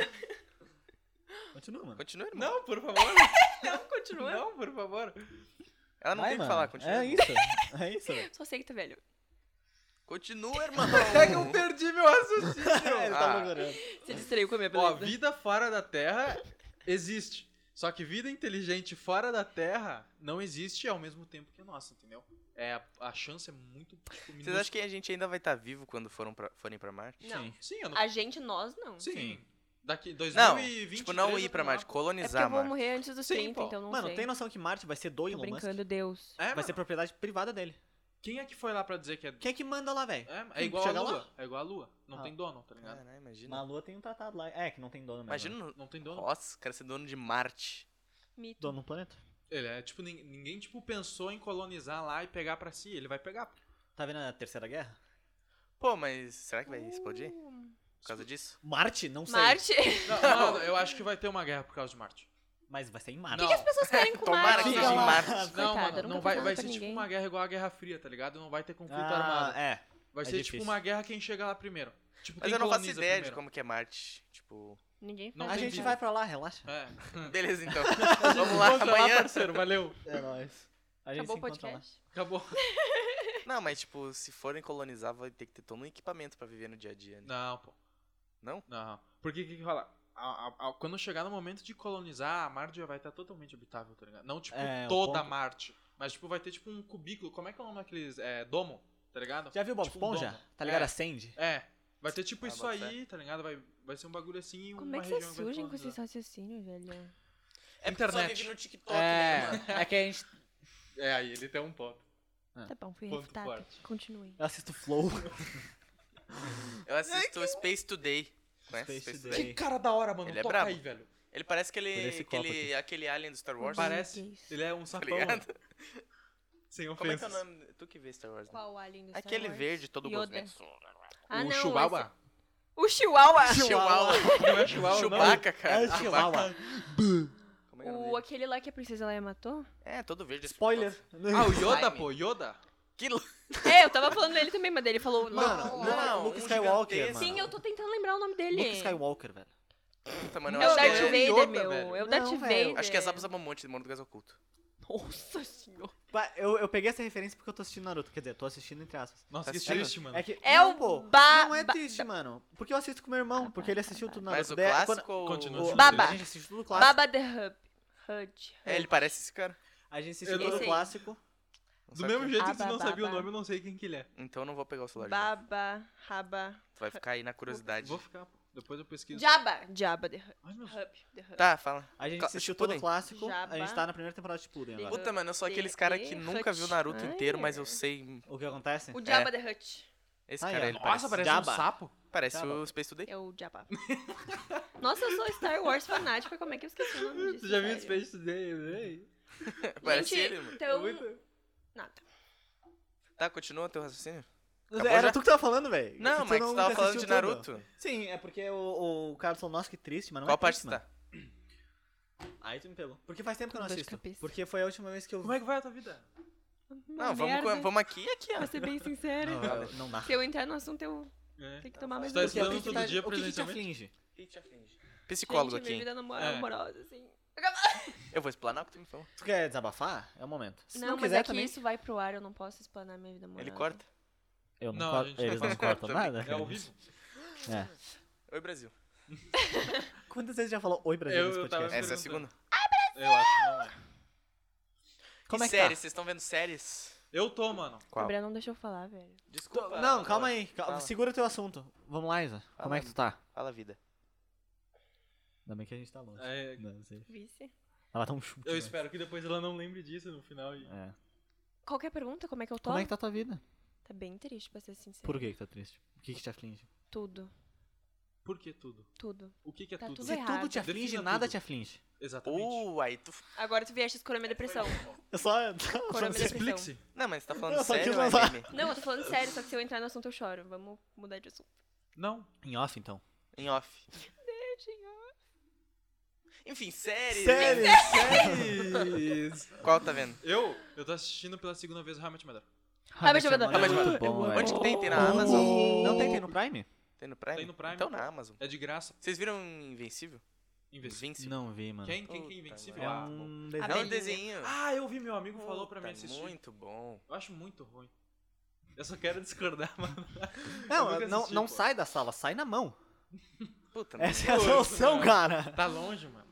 S4: Continua, mano.
S1: Continua, irmão.
S3: Não, por favor.
S2: Não, continua.
S3: Não, por favor.
S1: Ela não
S4: Vai,
S1: tem o que
S4: mano.
S1: falar, continua.
S4: É
S1: irmão.
S4: isso. É isso.
S2: Só aceita, velho.
S1: Continua, irmão.
S3: É que eu perdi meu raciocínio.
S4: Ele tá
S1: Ah.
S4: procurando.
S2: Você distraiu com a minha
S3: Ó,
S2: beleza.
S3: vida fora da Terra existe. Só que vida inteligente fora da Terra não existe ao mesmo tempo que a nossa, entendeu? É, a, a chance é muito. Tipo,
S1: Vocês acham
S3: minúscula.
S1: que a gente ainda vai estar vivo quando foram pra, forem pra Marte?
S2: Não.
S4: Sim.
S3: Sim, eu não.
S2: A gente, nós, não.
S3: Sim.
S4: Sim.
S3: Daqui
S1: Ah, Não,
S3: 2020.
S1: tipo, não ir pra Marte,
S2: É porque
S1: colonizar
S2: eu vou
S1: Marte.
S2: morrer antes dos
S3: Sim,
S2: 30,
S3: pô.
S2: então não
S4: Mano,
S2: sei.
S4: tem noção que Marte vai ser do
S2: Tô
S4: Elon Musk?
S2: brincando, Deus.
S3: É,
S4: Vai
S3: mano,
S4: ser propriedade privada dele.
S3: Quem é que foi lá pra dizer que é.
S4: Quem é que manda lá, velho?
S3: É, é
S4: Quem
S3: igual a
S4: chega
S3: Lua.
S4: lá?
S3: É igual a Lua. Não
S4: Ah.
S3: tem dono, tá ligado?
S1: Caralho,
S4: Na
S1: imagina.
S4: Lua tem um tratado lá. É, que não tem dono mesmo.
S1: Imagina,
S4: né?
S1: no-
S3: Não tem dono.
S1: nossa, quero ser dono de Marte.
S2: Mito.
S4: Dono do planeta.
S3: Ele é tipo, nin- ninguém tipo, pensou em colonizar lá e pegar pra si. Ele vai pegar. pô.
S4: Tá vendo a Terceira Guerra?
S1: Pô, mas será que vai explodir
S2: Uh,
S1: por causa disso?
S4: Marte? Não sei.
S2: Marte.
S3: Não, não, eu acho que vai ter uma guerra por causa de Marte.
S4: Mas vai ser em Marte.
S3: Não.
S2: As pessoas querem com
S1: Tomara
S2: Marte.
S1: que
S4: Fica
S1: seja em
S4: lá.
S1: Marte.
S3: Não,
S2: Coitada,
S3: mano,
S2: nunca
S3: não vai,
S2: falou
S3: vai
S2: pra
S3: ser tipo
S2: ninguém.
S3: uma guerra igual a Guerra Fria, tá ligado? Não vai ter conflito
S4: Ah,
S3: armado.
S4: é.
S3: Vai
S4: é
S3: ser
S4: difícil.
S3: tipo uma guerra quem chega lá primeiro. Tipo,
S1: Mas
S3: quem
S1: eu não faço
S3: coloniza
S1: ideia de
S3: primeiro.
S1: como que é Marte. Tipo.
S2: Ninguém
S3: Não
S2: faz
S4: a
S3: tem
S4: gente
S3: vídeo.
S4: vai pra lá, relaxa.
S3: É.
S1: Beleza, então. Vamos lá amanhã.
S3: parceiro, valeu.
S4: É nóis. A gente
S2: Acabou o
S4: se encontra lá.
S2: podcast.
S3: Acabou.
S1: Não, mas tipo, se forem colonizar, vai ter que ter todo um equipamento pra viver no dia a dia, né?
S3: Não, pô.
S1: Não?
S3: Não. Porque o que, que rola? A- a- a- quando chegar no momento de colonizar, a Marte já vai estar totalmente habitável, tá ligado? Não, tipo,
S4: É, o
S3: toda
S4: ponto-
S3: Marte. Mas, tipo, vai ter, tipo, um cubículo. Como é que é o nome daqueles? É, domo, tá ligado?
S4: Já viu o Bob
S3: Tipo um
S4: Esponja?
S3: domo.
S4: Tá ligado?
S3: É.
S4: Acende.
S3: É. Vai ter, tipo,
S1: Ah,
S3: isso
S1: bota fé.
S3: aí, tá ligado? Vai, vai ser um bagulho assim.
S2: Como
S3: uma
S2: é que vocês
S3: região vai
S2: surgem com
S3: colonizar.
S2: esses raciocínios, velho?
S1: É porque só
S3: Internet.
S1: vive no TikTok, né, mano?
S4: É, é que a gente.
S3: É, aí ele tem um ponto.
S2: Tá bom, fui
S3: Ponto
S2: refutada.
S3: forte.
S2: Continue.
S4: Eu assisto Flow.
S1: Eu assisto Space Today. Conhece
S4: Space
S1: Space,
S4: Today.
S1: Today?
S3: Que cara da hora, mano.
S1: Ele é
S3: Toca
S1: brabo.
S3: aí, velho.
S1: Ele parece
S4: Por
S1: aquele,
S4: esse copo aqui.
S1: aquele, aquele alien do Star Wars.
S3: Parece.
S2: Deus.
S3: Ele é um
S1: Tá
S3: sapão. mano.
S1: ligado?
S3: Sem
S1: Como é
S3: ofensas.
S1: que é o nome? Tu que vê Star Wars, né?
S2: Qual alien do Star
S1: Aquele
S2: Wars?
S1: verde, todo
S2: Yoda.
S1: gostoso.
S2: Ah, não,
S3: o Chihuahua?
S2: esse- O Chihuahua.
S1: Chihuahua.
S3: Não é Chihuahua, não.
S1: Chewbacca,
S4: É
S1: cara.
S4: o Chihuahua.
S1: Como é que é o
S2: O,
S1: nome dele?
S2: aquele lá que a princesa Leia matou?
S1: É, todo verde.
S4: Spoiler.
S3: Ah, o Yoda, pô. Yoda.
S1: Que louco.
S2: é, eu tava falando dele também, mas ele falou...
S4: Mano,
S2: não,
S1: não,
S4: não,
S1: não,
S4: Luke
S1: um
S4: Skywalker,
S1: gigantesco.
S4: mano.
S2: Sim, eu tô tentando lembrar o nome dele.
S4: Luke Skywalker, velho.
S1: Puta, mano,
S2: É
S1: eu
S2: o
S1: acho que
S2: Darth
S3: é
S1: é...
S3: o
S2: Vader,
S3: Yoda,
S2: meu.
S3: velho.
S2: É o
S4: Não,
S2: Darth
S4: velho.
S2: Vader.
S1: Acho que é Zapa Zabamonte, do Mundo do Gás Oculto.
S2: Nossa senhora.
S4: Pá, Eu, eu peguei essa referência porque eu tô assistindo Naruto. Quer dizer, tô assistindo entre aspas.
S3: Nossa,
S1: Tá
S3: que
S1: certo.
S3: triste, mano.
S4: É, que,
S2: É
S4: não,
S2: o
S4: pô,
S2: ba-
S4: Não é
S2: ba-
S4: triste, mano. Porque eu assisto com meu irmão. Porque ele assistiu tudo Naruto.
S1: Mas o
S4: Daí,
S1: clássico
S4: quando-
S1: ou...
S3: Continua
S4: o-
S3: assistindo.
S2: Baba.
S4: A gente assiste tudo clássico.
S2: Baba the Hub. Hud.
S1: É, ele parece esse cara.
S4: A gente
S3: Eu
S4: assistiu
S3: não-
S4: tudo
S2: Esse aí.
S4: clássico.
S1: Não
S3: Do
S1: sabe
S3: mesmo
S1: quem-
S3: jeito que
S2: Aba,
S3: tu não sabia o
S2: baba.
S3: nome, eu não sei quem que ele é.
S1: Então eu não vou pegar o celular. de novo.
S2: Baba, Raba.
S1: Tu vai ficar aí na curiosidade.
S3: Vou ficar, pô. Depois eu pesquiso.
S2: Jabba. Jabba the Hub.
S3: Ai, meu Deus.
S2: Hub. The Hub.
S1: Tá, fala.
S4: A gente
S1: Ca-
S4: assistiu tudo
S1: Shippuden.
S4: clássico.
S2: Jabá.
S4: A gente tá na primeira temporada de Shippuden agora.
S1: Puta, mano, eu sou aqueles cara que nunca viu Naruto inteiro, mas eu sei...
S4: O que acontece?
S2: O Jabba the Hut.
S1: Esse
S4: Ai,
S1: cara,
S4: ó.
S1: ele
S3: Nossa,
S1: parece...
S3: parece
S4: Jabba.
S3: um sapo.
S1: Parece
S4: Tá bom.
S1: o Space Today.
S2: Eu já pá. É Nossa, eu sou Star Wars fanática, como é que eu esqueci o nome disso?
S4: Tu já viu o
S2: sério?
S4: Space Today, né?
S1: Parece
S2: Gente,
S1: ele, mano.
S2: Então,
S4: É Muito.
S2: nada.
S1: Tá, continua teu raciocínio? Acabou
S4: Era
S1: já?
S4: tu É que tava falando, velho.
S1: Não, mas você tava falando de
S4: assistiu tudo.
S1: Naruto.
S4: Sim, é porque o, o Carlos falou, nossa, que triste, mas não
S1: Qual
S4: é
S1: parte tá?
S4: triste,
S1: você
S4: mano.
S1: tá?
S4: Aí tu me pegou. Porque faz tempo que eu não
S2: Dor de
S4: assisto.
S2: cabeça.
S4: Porque foi a última vez que eu...
S3: Como é que vai a tua vida?
S2: Uma
S1: Não, vamos,
S2: merda.
S1: com- vamos aqui e aqui,
S2: Pra
S1: ó.
S2: ser bem sincero.
S4: Não, eu- não
S1: Tá
S4: dá.
S2: Se eu entrar no assunto, eu
S3: É.
S2: tenho que tomar mais
S3: Você tá
S2: um.
S4: Porque
S3: estudando
S4: o que que
S3: todo
S4: tá-
S3: dia
S4: o que que te
S3: presencialmente?
S4: aflige?
S1: Psicólogo
S2: Gente,
S1: aqui.
S2: minha
S1: hein?
S2: vida namor-
S3: É.
S2: amorosa, assim.
S1: Eu vou explanar o que tu me falou.
S4: Tu quer desabafar? É o momento. Se não,
S2: não, mas
S4: quiser
S2: é que
S4: também...
S2: isso vai pro ar, eu não posso explanar minha vida amorosa.
S1: Ele corta.
S4: Eu
S3: Não,
S4: não,
S3: a
S4: corto-
S3: gente tá
S4: eles não cortam
S1: Tô
S4: nada.
S3: É ao vivo?
S4: É.
S1: Oi, Brasil.
S4: Quantas vezes já falou Oi Brasil
S3: Eu-
S4: nesse
S3: eu tava
S4: podcast?
S1: Essa é a
S3: perguntando.
S1: segunda.
S3: Eu acho que não é.
S1: e
S4: Como é que
S1: séries?
S4: tá?
S1: Vocês estão vendo séries?
S3: Eu tô, mano.
S2: O
S1: Qual?
S2: Gabriel não deixou eu falar, velho.
S1: Desculpa.
S4: Não,
S1: amor.
S4: calma aí. cal-
S1: Fala.
S4: Segura o teu assunto. Vamos lá, Isa. Como é que tu tá?
S1: Fala, vida.
S4: Ainda bem que a gente tá longe.
S3: É,
S4: Não sei.
S2: Vice.
S4: Ela tá um chute.
S3: eu
S4: né?
S3: espero que depois ela não lembre disso no final. E...
S4: É.
S2: Qualquer pergunta, como é que eu tô?
S4: Como é que tá a tua vida?
S2: Tá bem triste, pra ser sincero.
S4: Por que que tá triste? O que que te aflige?
S2: Tudo,
S3: Por que tudo?
S2: tudo.
S3: O que, que é
S2: Tá
S3: tudo?
S2: tudo
S4: Se tudo
S2: errado.
S4: te aflige,
S3: Defina
S4: nada
S3: tudo.
S4: te aflige.
S3: Exatamente.
S1: Uh, aí tu.
S2: Agora tu vieste escolher minha
S4: É,
S2: depressão.
S4: Eu só...
S2: Corona
S3: Se Explique-se.
S1: Não, mas você tá falando
S4: Eu só
S1: sério
S4: quis
S1: ou é
S4: usar.
S1: meme?
S2: Não, eu tô falando sério, só que se eu entrar no assunto eu choro. Vamos mudar de assunto.
S3: Não.
S4: Em off, então.
S1: Em off. Enfim, séries.
S4: Séries,
S3: Séries.
S1: Qual tá vendo?
S3: eu, eu tô assistindo pela segunda vez How I Met Your Mother.
S2: Ah, mas eu vou-
S4: How I Met
S1: Ah,
S4: Your Mother é muito bom,
S1: Onde
S4: velho.
S1: que tem? Tem na Amazon?
S4: Oh. Não tem, tem no Prime?
S1: Tem no Prime?
S3: Tem no Prime,
S1: Então
S3: pô.
S1: na Amazon.
S3: É de graça.
S1: Vocês viram Invencível?
S3: Invencível.
S4: Não vi, mano.
S3: Quem, quem,
S1: Puta,
S3: quem invencível?
S1: mano.
S4: É
S3: Ah,
S4: um
S1: É
S4: desenho.
S1: um
S2: Abelhinha.
S1: desenho.
S3: Ah, eu vi, meu amigo falou pra
S1: Puta,
S3: mim assistir.
S1: Muito bom.
S3: Eu acho muito ruim. Eu só quero discordar, mano. Eu
S4: Não,
S3: nunca
S4: não,
S3: assisti,
S4: não
S3: pô.
S4: sai da sala, sai na mão.
S1: Puta, mano.
S4: Essa é a solução,
S3: mano.
S4: cara.
S3: Tá longe, mano.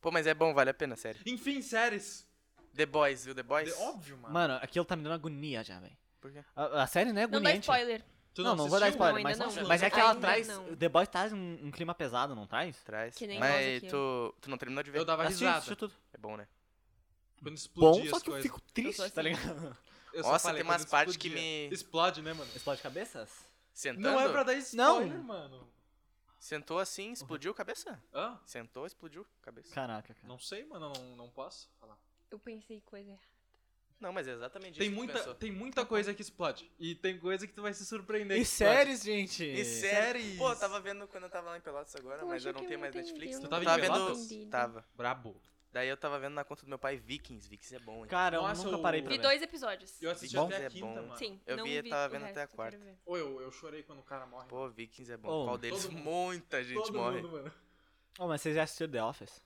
S1: Pô, mas é bom, vale a pena, sério.
S3: Enfim, séries.
S1: The Boys, viu? The Boys?
S3: De- óbvio, mano.
S4: Mano, aquilo tá me dando agonia já, velho.
S1: Por quê?
S4: A, a série não é
S2: Não dá
S4: agoniante.
S2: spoiler.
S3: Tu
S4: não, não vou dar
S3: assistiu?
S4: spoiler,
S2: Não,
S4: mas,
S2: ainda não.
S4: mas é que ela
S2: Ainda
S4: traz.
S2: não.
S4: The Boys traz um, um clima pesado, não traz?
S1: Traz.
S2: Que nem nós
S1: mas
S2: aqui.
S1: tu, tu não terminou de ver.
S3: Eu dava
S4: Assiste,
S3: risada.
S4: assiste tudo.
S1: É bom, né?
S3: Quando
S4: Bom,
S3: explodia
S4: só
S3: as
S4: que eu
S3: coisas.
S4: fico
S2: Eu sou
S4: triste,
S2: assim.
S4: tá ligado?
S3: Eu só
S1: Nossa,
S3: falei,
S1: tem umas
S3: quando
S1: partes que
S3: explodia.
S1: me-
S3: Explode, né, mano?
S4: Explode cabeças?
S1: Sentando?
S3: Não é pra dar spoiler, mano.
S1: Sentou assim, explodiu a cabeça.
S3: Hã?
S1: Sentou, explodiu a cabeça.
S4: Caraca, cara.
S3: Não sei, mano. Não, não posso falar.
S2: Eu pensei coisa errada.
S1: Não, mas é exatamente
S3: Tem
S1: isso que tu
S3: muita,
S1: pensou.
S3: tem muita coisa que explode. E tem coisa que tu vai se surpreender.
S4: E
S3: que explode.
S4: séries, gente?
S1: E séries. Pô, eu tava vendo quando eu tava lá em Pelotas agora,
S2: Eu
S1: mas eu
S2: achei
S1: não
S2: que
S1: tenho
S2: eu
S1: mais
S2: entendi,
S1: Netflix.
S2: eu
S1: então
S3: não
S1: tava
S3: entendi.
S1: vendo.
S2: Entendi.
S1: Tava.
S3: Brabo.
S1: Daí eu tava vendo na conta do meu pai Vikings. Vikings é bom, hein?
S4: Cara,
S3: Nossa,
S4: eu nunca
S3: o-
S4: parei pra
S2: Vi
S3: Também.
S4: ver.
S2: dois episódios.
S3: Eu assisti
S4: Bom.
S3: até a
S1: É
S3: quinta,
S1: bom.
S3: mano.
S2: Sim,
S1: Eu
S2: não
S1: vi,
S2: vi
S1: tava
S2: o
S1: vendo até
S2: resto,
S1: a quarta.
S2: eu quero ver.
S3: Ou eu, eu chorei quando o cara morre.
S1: Pô, Vikings é bom.
S4: Oh,
S1: Qual deles?
S3: todo mundo.
S1: Muita gente
S3: Todo
S1: morre.
S3: mundo, mano.
S4: Oh, mas vocês já assistiram The Office?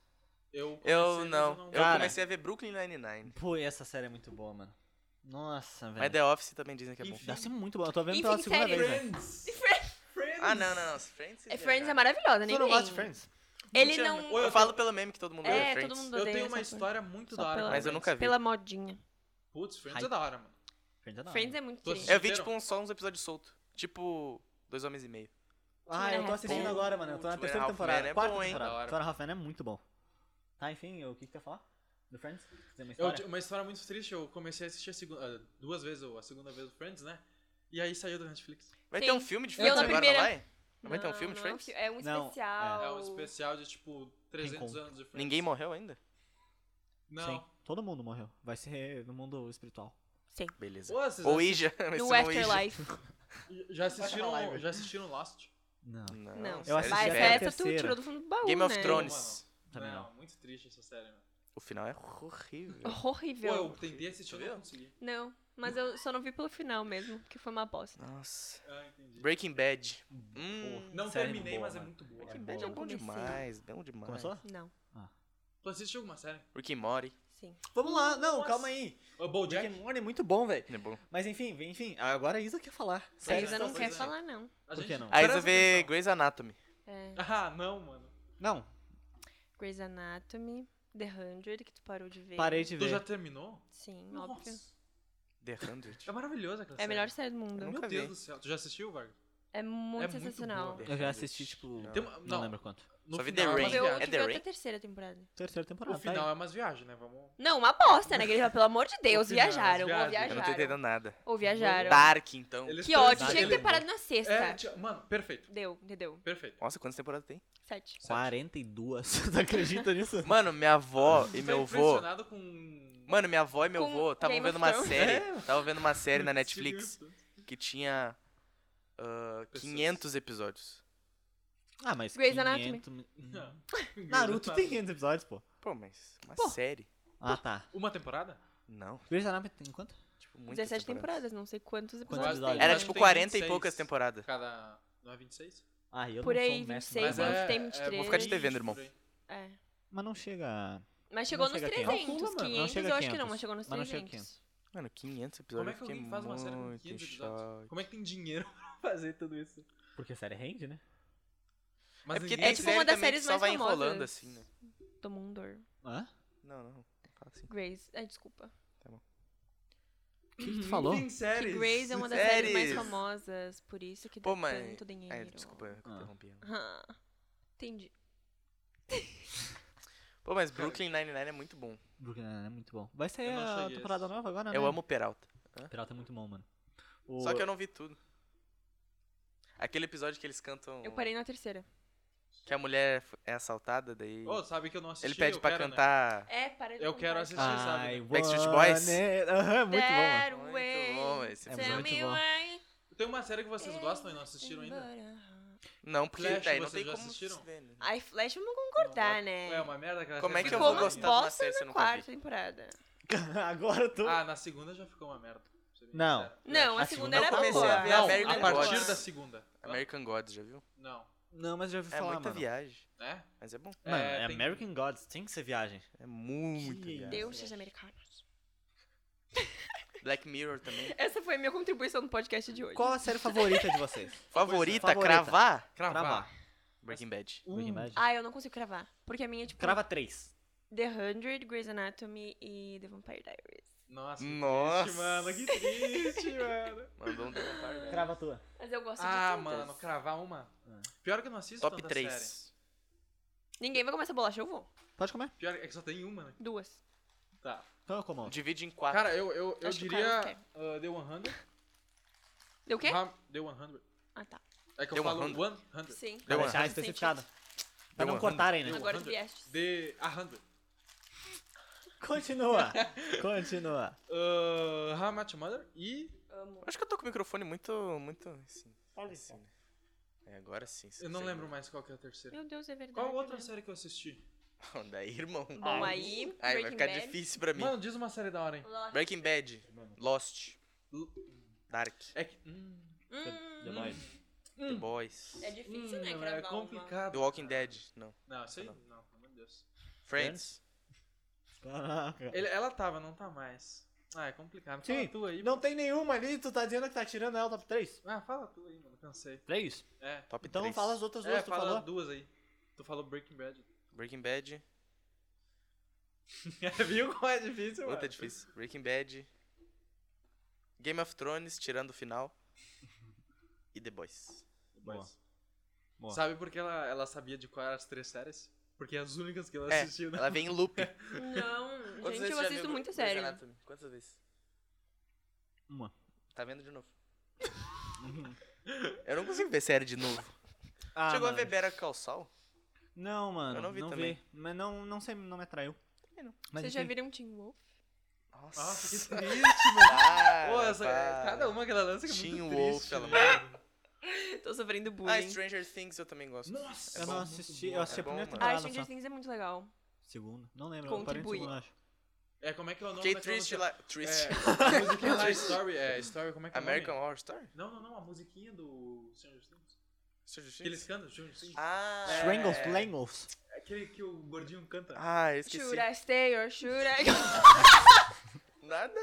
S3: Eu,
S1: Eu
S3: comecei, mas
S1: não. Eu
S4: Cara.
S1: comecei a ver Brooklyn Nine-Nine.
S4: Pô, e essa série é muito boa, mano. Nossa,
S1: Mas
S4: velho.
S1: The Office também dizem que é bom.
S3: Enfim.
S4: Deve ser muito boa. Eu tô vendo
S2: Enfim,
S4: pela segunda
S2: séries.
S4: vez, velho.
S3: Friends.
S1: Ah, não, não, não. Friends.
S2: É, Friends é
S1: mais.
S2: maravilhosa, nem
S4: Tu não
S2: vem.
S4: gosta de Friends?
S2: Ele não.
S3: Ou
S1: Eu,
S3: eu
S1: falo pelo meme que todo mundo odeia
S2: É,
S1: Friends.
S2: todo mundo
S3: Eu
S2: odeia.
S3: tenho uma
S2: essa
S3: história muito
S2: Só
S3: da hora.
S2: pela-
S3: com
S1: Mas eu
S3: Friends.
S1: nunca
S2: coisa.
S1: vi.
S2: Pela modinha.
S3: Putz, Friends
S4: Ai.
S3: é da hora, mano.
S4: Friends é da hora.
S2: Friends é muito
S3: Tô
S2: triste.
S1: Eu vi, tipo, um, só uns episódios soltos. Tipo, dois homens e meio.
S4: Ah, eu tô assistindo
S2: Pô,
S4: agora, mano. Eu tô
S1: Two
S4: na
S1: and a
S4: terceira
S1: Half
S4: temporada.
S1: Men é
S4: quarta
S1: bom, hein?
S3: Da
S4: temporada.
S3: hora.
S4: Two and a Half Men é muito bom. Tá, enfim, o que que tu ia falar? Do Friends? Tem uma
S3: Eu,
S4: história?
S3: ti- uma história muito triste. Eu comecei a assistir a segunda, ah, duas vezes, ou a segunda vez do Friends, né? E aí saiu do Netflix.
S1: Vai
S2: Sim.
S1: ter um filme de
S2: Eu
S1: Friends
S2: na
S1: agora,
S2: primeira-
S1: não vai? Não vai ter um filme de
S2: não é
S1: Friends?
S2: fi- É um
S4: Não,
S2: especial.
S3: É um especial de, tipo, 300
S4: Reencontro.
S3: anos de Friends.
S1: Ninguém morreu ainda?
S3: Não.
S4: Sim. Todo mundo morreu. Vai ser no mundo espiritual.
S2: Sim.
S1: Beleza.
S3: Pô, vocês
S1: Ou Ija, vai ser
S2: No
S1: um Ouija.
S2: Afterlife.
S3: já,
S4: Vai acabar a
S3: assistiram,
S4: live.
S3: já assistiram Lost?
S4: Não.
S1: Não,
S2: Não.
S1: sério,
S4: assisti
S2: Mas
S4: até a
S1: velho.
S2: essa tu
S4: terceira.
S2: tirou do fundo do baú,
S1: Game of
S2: né?
S1: Thrones.
S4: Também
S3: não, muito triste essa série, mano.
S1: O final é horrível.
S3: Pô,
S2: Horrível.
S3: eu tentei assistir, eu não consegui.
S2: Não, mas eu só não vi pelo final mesmo, que foi uma bosta.
S1: Nossa.
S3: Ah, entendi.
S1: Breaking Bad. Hum.
S3: Não
S4: Série
S3: terminei,
S4: boa,
S3: mas é
S4: mano.
S3: muito boa.
S1: Breaking
S3: É
S1: Bad é
S3: boa.
S2: não
S1: bom
S2: comecei.
S1: demais, bom demais.
S4: Começou?
S2: Não,
S3: Tu assistiu alguma série?
S1: Rick and Morty.
S2: sim.
S4: Vamos lá. Não,
S3: Nossa.
S4: calma aí.
S3: O BoJack?
S4: Rick and Morty é muito bom, velho.
S1: É bom.
S4: Mas enfim, vem- enfim. Agora é a Isa quer falar.
S2: A
S3: Sério,
S4: Sério.
S2: Isa
S3: essa
S2: não
S3: coisa
S2: quer
S3: aí.
S2: falar, não.
S3: A
S4: Por que não?
S1: Aí
S3: Presta
S1: eu ver
S3: atenção.
S1: Grey's Anatomy.
S2: É,
S3: Ah, não, mano.
S4: Não,
S2: Grey's Anatomy, The 100, que tu parou de ver.
S4: parei de
S3: Tu já
S4: ver.
S3: terminou?
S2: Sim,
S3: Nossa.
S2: óbvio.
S1: The Hundred.
S3: É maravilhosa aquela
S2: É a
S3: série.
S2: melhor série do mundo.
S1: Eu
S3: Meu
S1: nunca
S3: Deus
S1: vi.
S3: do céu. Tu já assistiu, Vargas?
S2: É muito
S3: É muito
S2: sensacional.
S3: boa,
S4: Eu já assisti, tipo.
S3: Tem
S4: Não,
S3: uma- não.
S4: lembro quanto.
S3: No
S1: Só vi
S3: final,
S1: The
S3: é umas
S2: Vamos ver
S1: Ring.
S2: o
S3: viagens.
S1: É The
S2: que veio até a
S1: Ring.
S2: terceira temporada.
S4: Terceira
S3: O
S4: temporada. tá aí.
S3: final é umas viagens, né? Vamos.
S2: Não, uma bosta, né, Guilherme? Pelo amor de Deus,
S3: final,
S2: viajaram.
S3: as
S2: Ou
S3: viagens.
S1: Eu não tô entendendo
S2: viajaram.
S1: nada.
S2: Ou viajaram.
S1: Dark, então.
S3: Eles
S2: Que
S3: tão-
S2: ódio, tinha que
S3: Ele-
S2: ter parado na sexta.
S3: É, tia- mano, perfeito.
S2: Deu, entendeu?
S3: Perfeito.
S1: Nossa, quantas temporadas tem?
S2: Sete.
S3: é
S4: 42. Você não acredita nisso?
S1: Mano, minha avó e
S3: Tô
S1: meu avô.
S3: tá impressionado com.
S1: Tá Mano, minha avó e meu
S2: Com
S1: avô estavam
S2: Game
S1: vendo
S2: of
S1: uma
S2: Thrones.
S1: série. Estavam vendo uma série na
S3: Esse
S1: Netflix
S3: livro.
S1: que tinha ah,
S3: Pessoas.
S1: 500 episódios.
S4: Ah, mas.
S2: Grey's
S4: 500
S2: Anatomy.
S4: mi-
S3: Não.
S4: Naruto tem 500 episódios, pô.
S1: Pô, mas uma
S2: Pô.
S1: série?
S4: Ah, tá.
S3: Uma temporada?
S1: Não,
S4: Grey's Anatomy tem quanto?
S1: tipo, muitas
S2: 17 temporadas, não sei quantos episódios
S4: episódios?
S2: tem.
S1: Era
S3: Mas
S1: tipo
S3: tem
S1: 40 e
S3: 26.
S1: poucas temporadas.
S3: Cada. Não é 26?
S4: Ah, eu
S2: Por
S4: não
S2: aí,
S4: sou um mestre,
S2: 26,
S4: mas,
S2: Mas é- tem
S3: vou
S1: Vou ficar te
S3: né,
S1: devendo, irmão.
S2: É.
S4: mas não chega. a-
S2: Mas chegou
S4: Não
S2: nos
S4: chega a
S2: 300.
S4: 500.
S3: Calcula, mano. Não
S2: 500
S4: chega
S2: eu
S4: a
S2: acho que não,
S4: 500.
S2: mas chegou nos
S4: Mas não chega a
S2: 300.
S1: Mano, 500 episódios.
S3: Como é
S1: eu
S3: que
S1: fiquei
S3: alguém faz uma série com
S1: muito
S3: 15
S1: em
S3: episódios?
S1: choque.
S3: Como é que tem dinheiro pra fazer tudo isso?
S4: Porque a série rende, né?
S3: Mas
S1: é porque
S3: ninguém
S1: tem
S2: É tipo
S3: quer-
S1: série
S2: uma das
S1: também
S2: séries
S1: que só
S2: mais
S1: vai
S2: famosas.
S1: enrolando assim, né?
S2: Do mundo.
S4: Hã?
S1: Não, não. não Fala assim.
S2: Grace. um É, desculpa.
S4: O que,
S1: Uhum.
S4: que tu falou?
S3: Tem séries.
S2: Que Grace é uma das séries mais
S1: Séries.
S2: famosas, por isso que dá
S1: Pô, mas-
S2: tanto dinheiro.
S1: É, desculpa, eu
S4: Ah.
S1: interrompi.
S2: Ah, Entendi.
S1: Pô, mas Brooklyn Nine-Nine é muito bom.
S4: Brooklyn Nine-Nine é muito bom. Vai sair
S3: Eu não
S4: a
S3: cheguei a
S4: temporada
S3: assistir.
S4: nova agora, né?
S1: Eu amo Peralta.
S4: Pirata é muito bom, mano. O-
S1: Só que eu não vi tudo. Aquele episódio que eles cantam.
S2: Eu parei na terceira.
S1: Que a mulher f- é assaltada, daí.
S3: Ô, sabe que eu não assisti.
S1: ele pede
S3: eu
S1: pra
S3: quero, né?
S1: cantar.
S2: É, parei de
S3: Eu quero assistir, é sabe?
S4: I
S3: né?
S1: Backstreet
S4: want
S1: Boys?
S4: it. Aham, muito bom.
S2: That
S1: Muito
S2: way.
S1: bom esse
S4: É
S1: episódio.
S4: muito bom.
S3: Tem uma série que
S2: É,
S3: vocês gostam e não assistiram ainda?
S1: Hum. Não, porque
S3: Flash,
S1: daí não
S3: vocês
S1: tem
S3: já
S1: como
S3: assistiram?
S1: se ver, né?
S2: Ai, Flash, vamos concordar,
S3: Não,
S2: né?
S3: É uma merda aquela
S1: Como
S3: série.
S1: é que eu
S2: Ficou
S1: vou
S2: umas
S3: Mas
S1: gostar de uma série
S2: postas
S1: se eu
S2: na
S1: nunca vi? É.
S2: quarta temporada.
S4: Agora eu tô.
S3: Ah, na segunda já ficou uma merda. pra ser bem
S4: Não.
S3: sincero.
S2: Não, a, segunda
S4: a segunda
S2: era
S1: eu Assim, comecei
S2: boa.
S1: a ver
S3: Não,
S1: American
S3: a partir
S1: Gods.
S3: da segunda.
S1: American Gods, já viu?
S3: Não.
S4: Não, mas já ouvi
S1: É
S4: falar,
S1: muita
S4: mano.
S1: viagem.
S3: Né?
S1: Mas é bom.
S4: Mano,
S3: É,
S4: é,
S3: tem-
S4: American Gods, tem que ser viagem.
S1: É muita
S4: Que
S1: viagem.
S2: Deuses americanos.
S1: Black Mirror também.
S2: Essa foi a minha contribuição no podcast de hoje.
S4: Qual
S1: é.
S4: a série favorita de vocês?
S1: Favorita,
S4: Favorita.
S1: cravar?
S3: Cravar. Um-
S1: Breaking Bad.
S4: Breaking Bad.
S2: Ah, eu não consigo cravar. Porque a minha é tipo
S4: Crava 3.
S2: The 100, Grey's Anatomy e The Vampire Diaries.
S3: Nossa, que
S1: Nossa.
S3: triste, mano. Que triste, mano.
S1: Mandou um comentário. né?
S4: Crava a tua.
S2: Mas eu gosto
S3: Ah,
S2: de todas.
S3: mano, cravar uma.
S4: Ah.
S3: Pior que eu não assisto
S1: Top
S3: tanta
S1: 3.
S3: série.
S2: Ninguém vai comer essa bolacha, eu vou.
S4: Pode comer.
S3: Pior é que só tem uma, né?
S2: Duas.
S3: Tá.
S4: Então eu como.
S1: Divide em 4.
S3: Cara, eu, eu, eu
S2: Acho que o
S3: diria
S2: Carlos
S3: uh, The 100.
S2: Deu o quê?
S3: Ram- The 100.
S2: Ah, tá.
S3: É que
S1: The
S3: eu falo
S1: 100.
S3: 100.
S2: Sim.
S1: Deu
S4: Pra
S1: uma.
S4: deixar
S2: Faz
S4: especificado. Pra
S1: Deu
S4: não
S1: uma.
S4: cortarem, né?
S3: Deu.
S2: Agora
S3: 100.
S2: tu vieste.
S3: The 100.
S4: Continua. Continua.
S3: Uh, How I Met Your Mother e...
S2: Amo.
S1: Acho que eu tô com o microfone muito. muito assim, assim, né? É, agora sim. se
S3: Eu não
S1: consegue.
S3: lembro mais qual que é a terceira.
S2: Meu Deus, é verdade.
S3: Qual outra assim?
S2: né?
S3: série que eu assisti?
S1: Não, Daí, irmão.
S2: Bom, aí,
S1: Ah, Aí vai
S2: Breaking
S1: ficar
S2: Bad.
S1: difícil pra mim.
S3: Mano, diz uma série da hora, hein?
S2: Lost.
S1: Breaking Bad, Lost, Dark,
S3: É que... hum,
S2: Hum,
S4: The Boys.
S1: The Boys,
S2: é difícil, né,
S3: hum,
S2: cravar
S3: É complicado.
S1: The Walking Dead, não.
S3: Não, isso aí não, pelo amor de Deus.
S1: Friends.
S4: Caraca.
S3: Ele- ela tava, não tá mais. Ah, é complicado. Fala
S4: Sim.
S3: tu aí.
S4: Não tem nenhuma ali, tu tá dizendo que tá tirando ela top 3?
S3: Ah, fala tu aí, mano. Cansei.
S4: 3?
S3: É.
S1: Top
S4: Então
S1: 3.
S4: fala as outras duas,
S3: É,
S4: tu
S3: fala
S4: falou.
S3: duas aí. Tu falou Breaking Bad.
S1: Breaking Bad,
S3: Viu como é difícil, mano?
S1: outra difícil. Breaking Bad, Game of Thrones, tirando o final, e The Boys.
S4: Boa. Boa.
S3: Sabe por que ela, ela sabia de qual eram as três séries? Porque as únicas que ela
S1: É,
S3: assistiu, né?
S1: ela vem em loop.
S2: Não,
S1: Quantas vezes
S2: gente, eu
S1: você já
S2: assisto
S1: viu
S2: muito
S1: Grey's
S2: sério.
S1: Anatomy? Quantas vezes?
S4: Uma.
S1: Tá vendo de novo. Eu não consigo ver série de novo.
S4: Ah,
S1: Chegou
S4: mano.
S1: a ver Better Call Saul?
S4: Não, mano.
S1: Eu não vi
S4: Mas não, não sei, não me atraiu. Mas
S2: Vocês
S4: enfim.
S2: já viram Teen Wolf?
S1: Nossa,
S3: Nossa, que triste, mano.
S1: Cara,
S3: Pô, essa-
S1: para.
S3: cada uma que ela lança que é
S1: Teen
S3: muito
S1: Wolf,
S3: triste.
S1: ela-
S3: né?
S2: Tô sofrendo
S1: Ah,
S2: bullying.
S1: Stranger Things eu também gosto.
S3: Nossa,
S4: Eu não assisti, eu assisti
S1: é
S4: a
S1: bom,
S4: primeira
S1: mano.
S2: Ah,
S4: temporada
S2: Stranger
S4: só.
S2: Things é muito legal.
S4: Segunda? Não lembro, eu parei no
S2: Contribui.
S4: segundo, eu acho.
S3: É, como é que é o nome
S1: Fiquei
S3: daquela
S1: triste
S3: música?
S1: lá. Triste.
S3: É, a musiquinha lá, Story, é, Story, como é que é o nome?
S1: American Horror Story?
S3: Não, não, não, a musiquinha do Stranger Things.
S1: Stranger
S3: Que eles
S1: Things?
S3: cantam, Stranger Things.
S1: Ah, é.
S4: Strangles, Langles.
S3: Aquele que o gordinho canta.
S1: Ah, eu esqueci.
S2: Should I stay or should I go?
S1: Nada.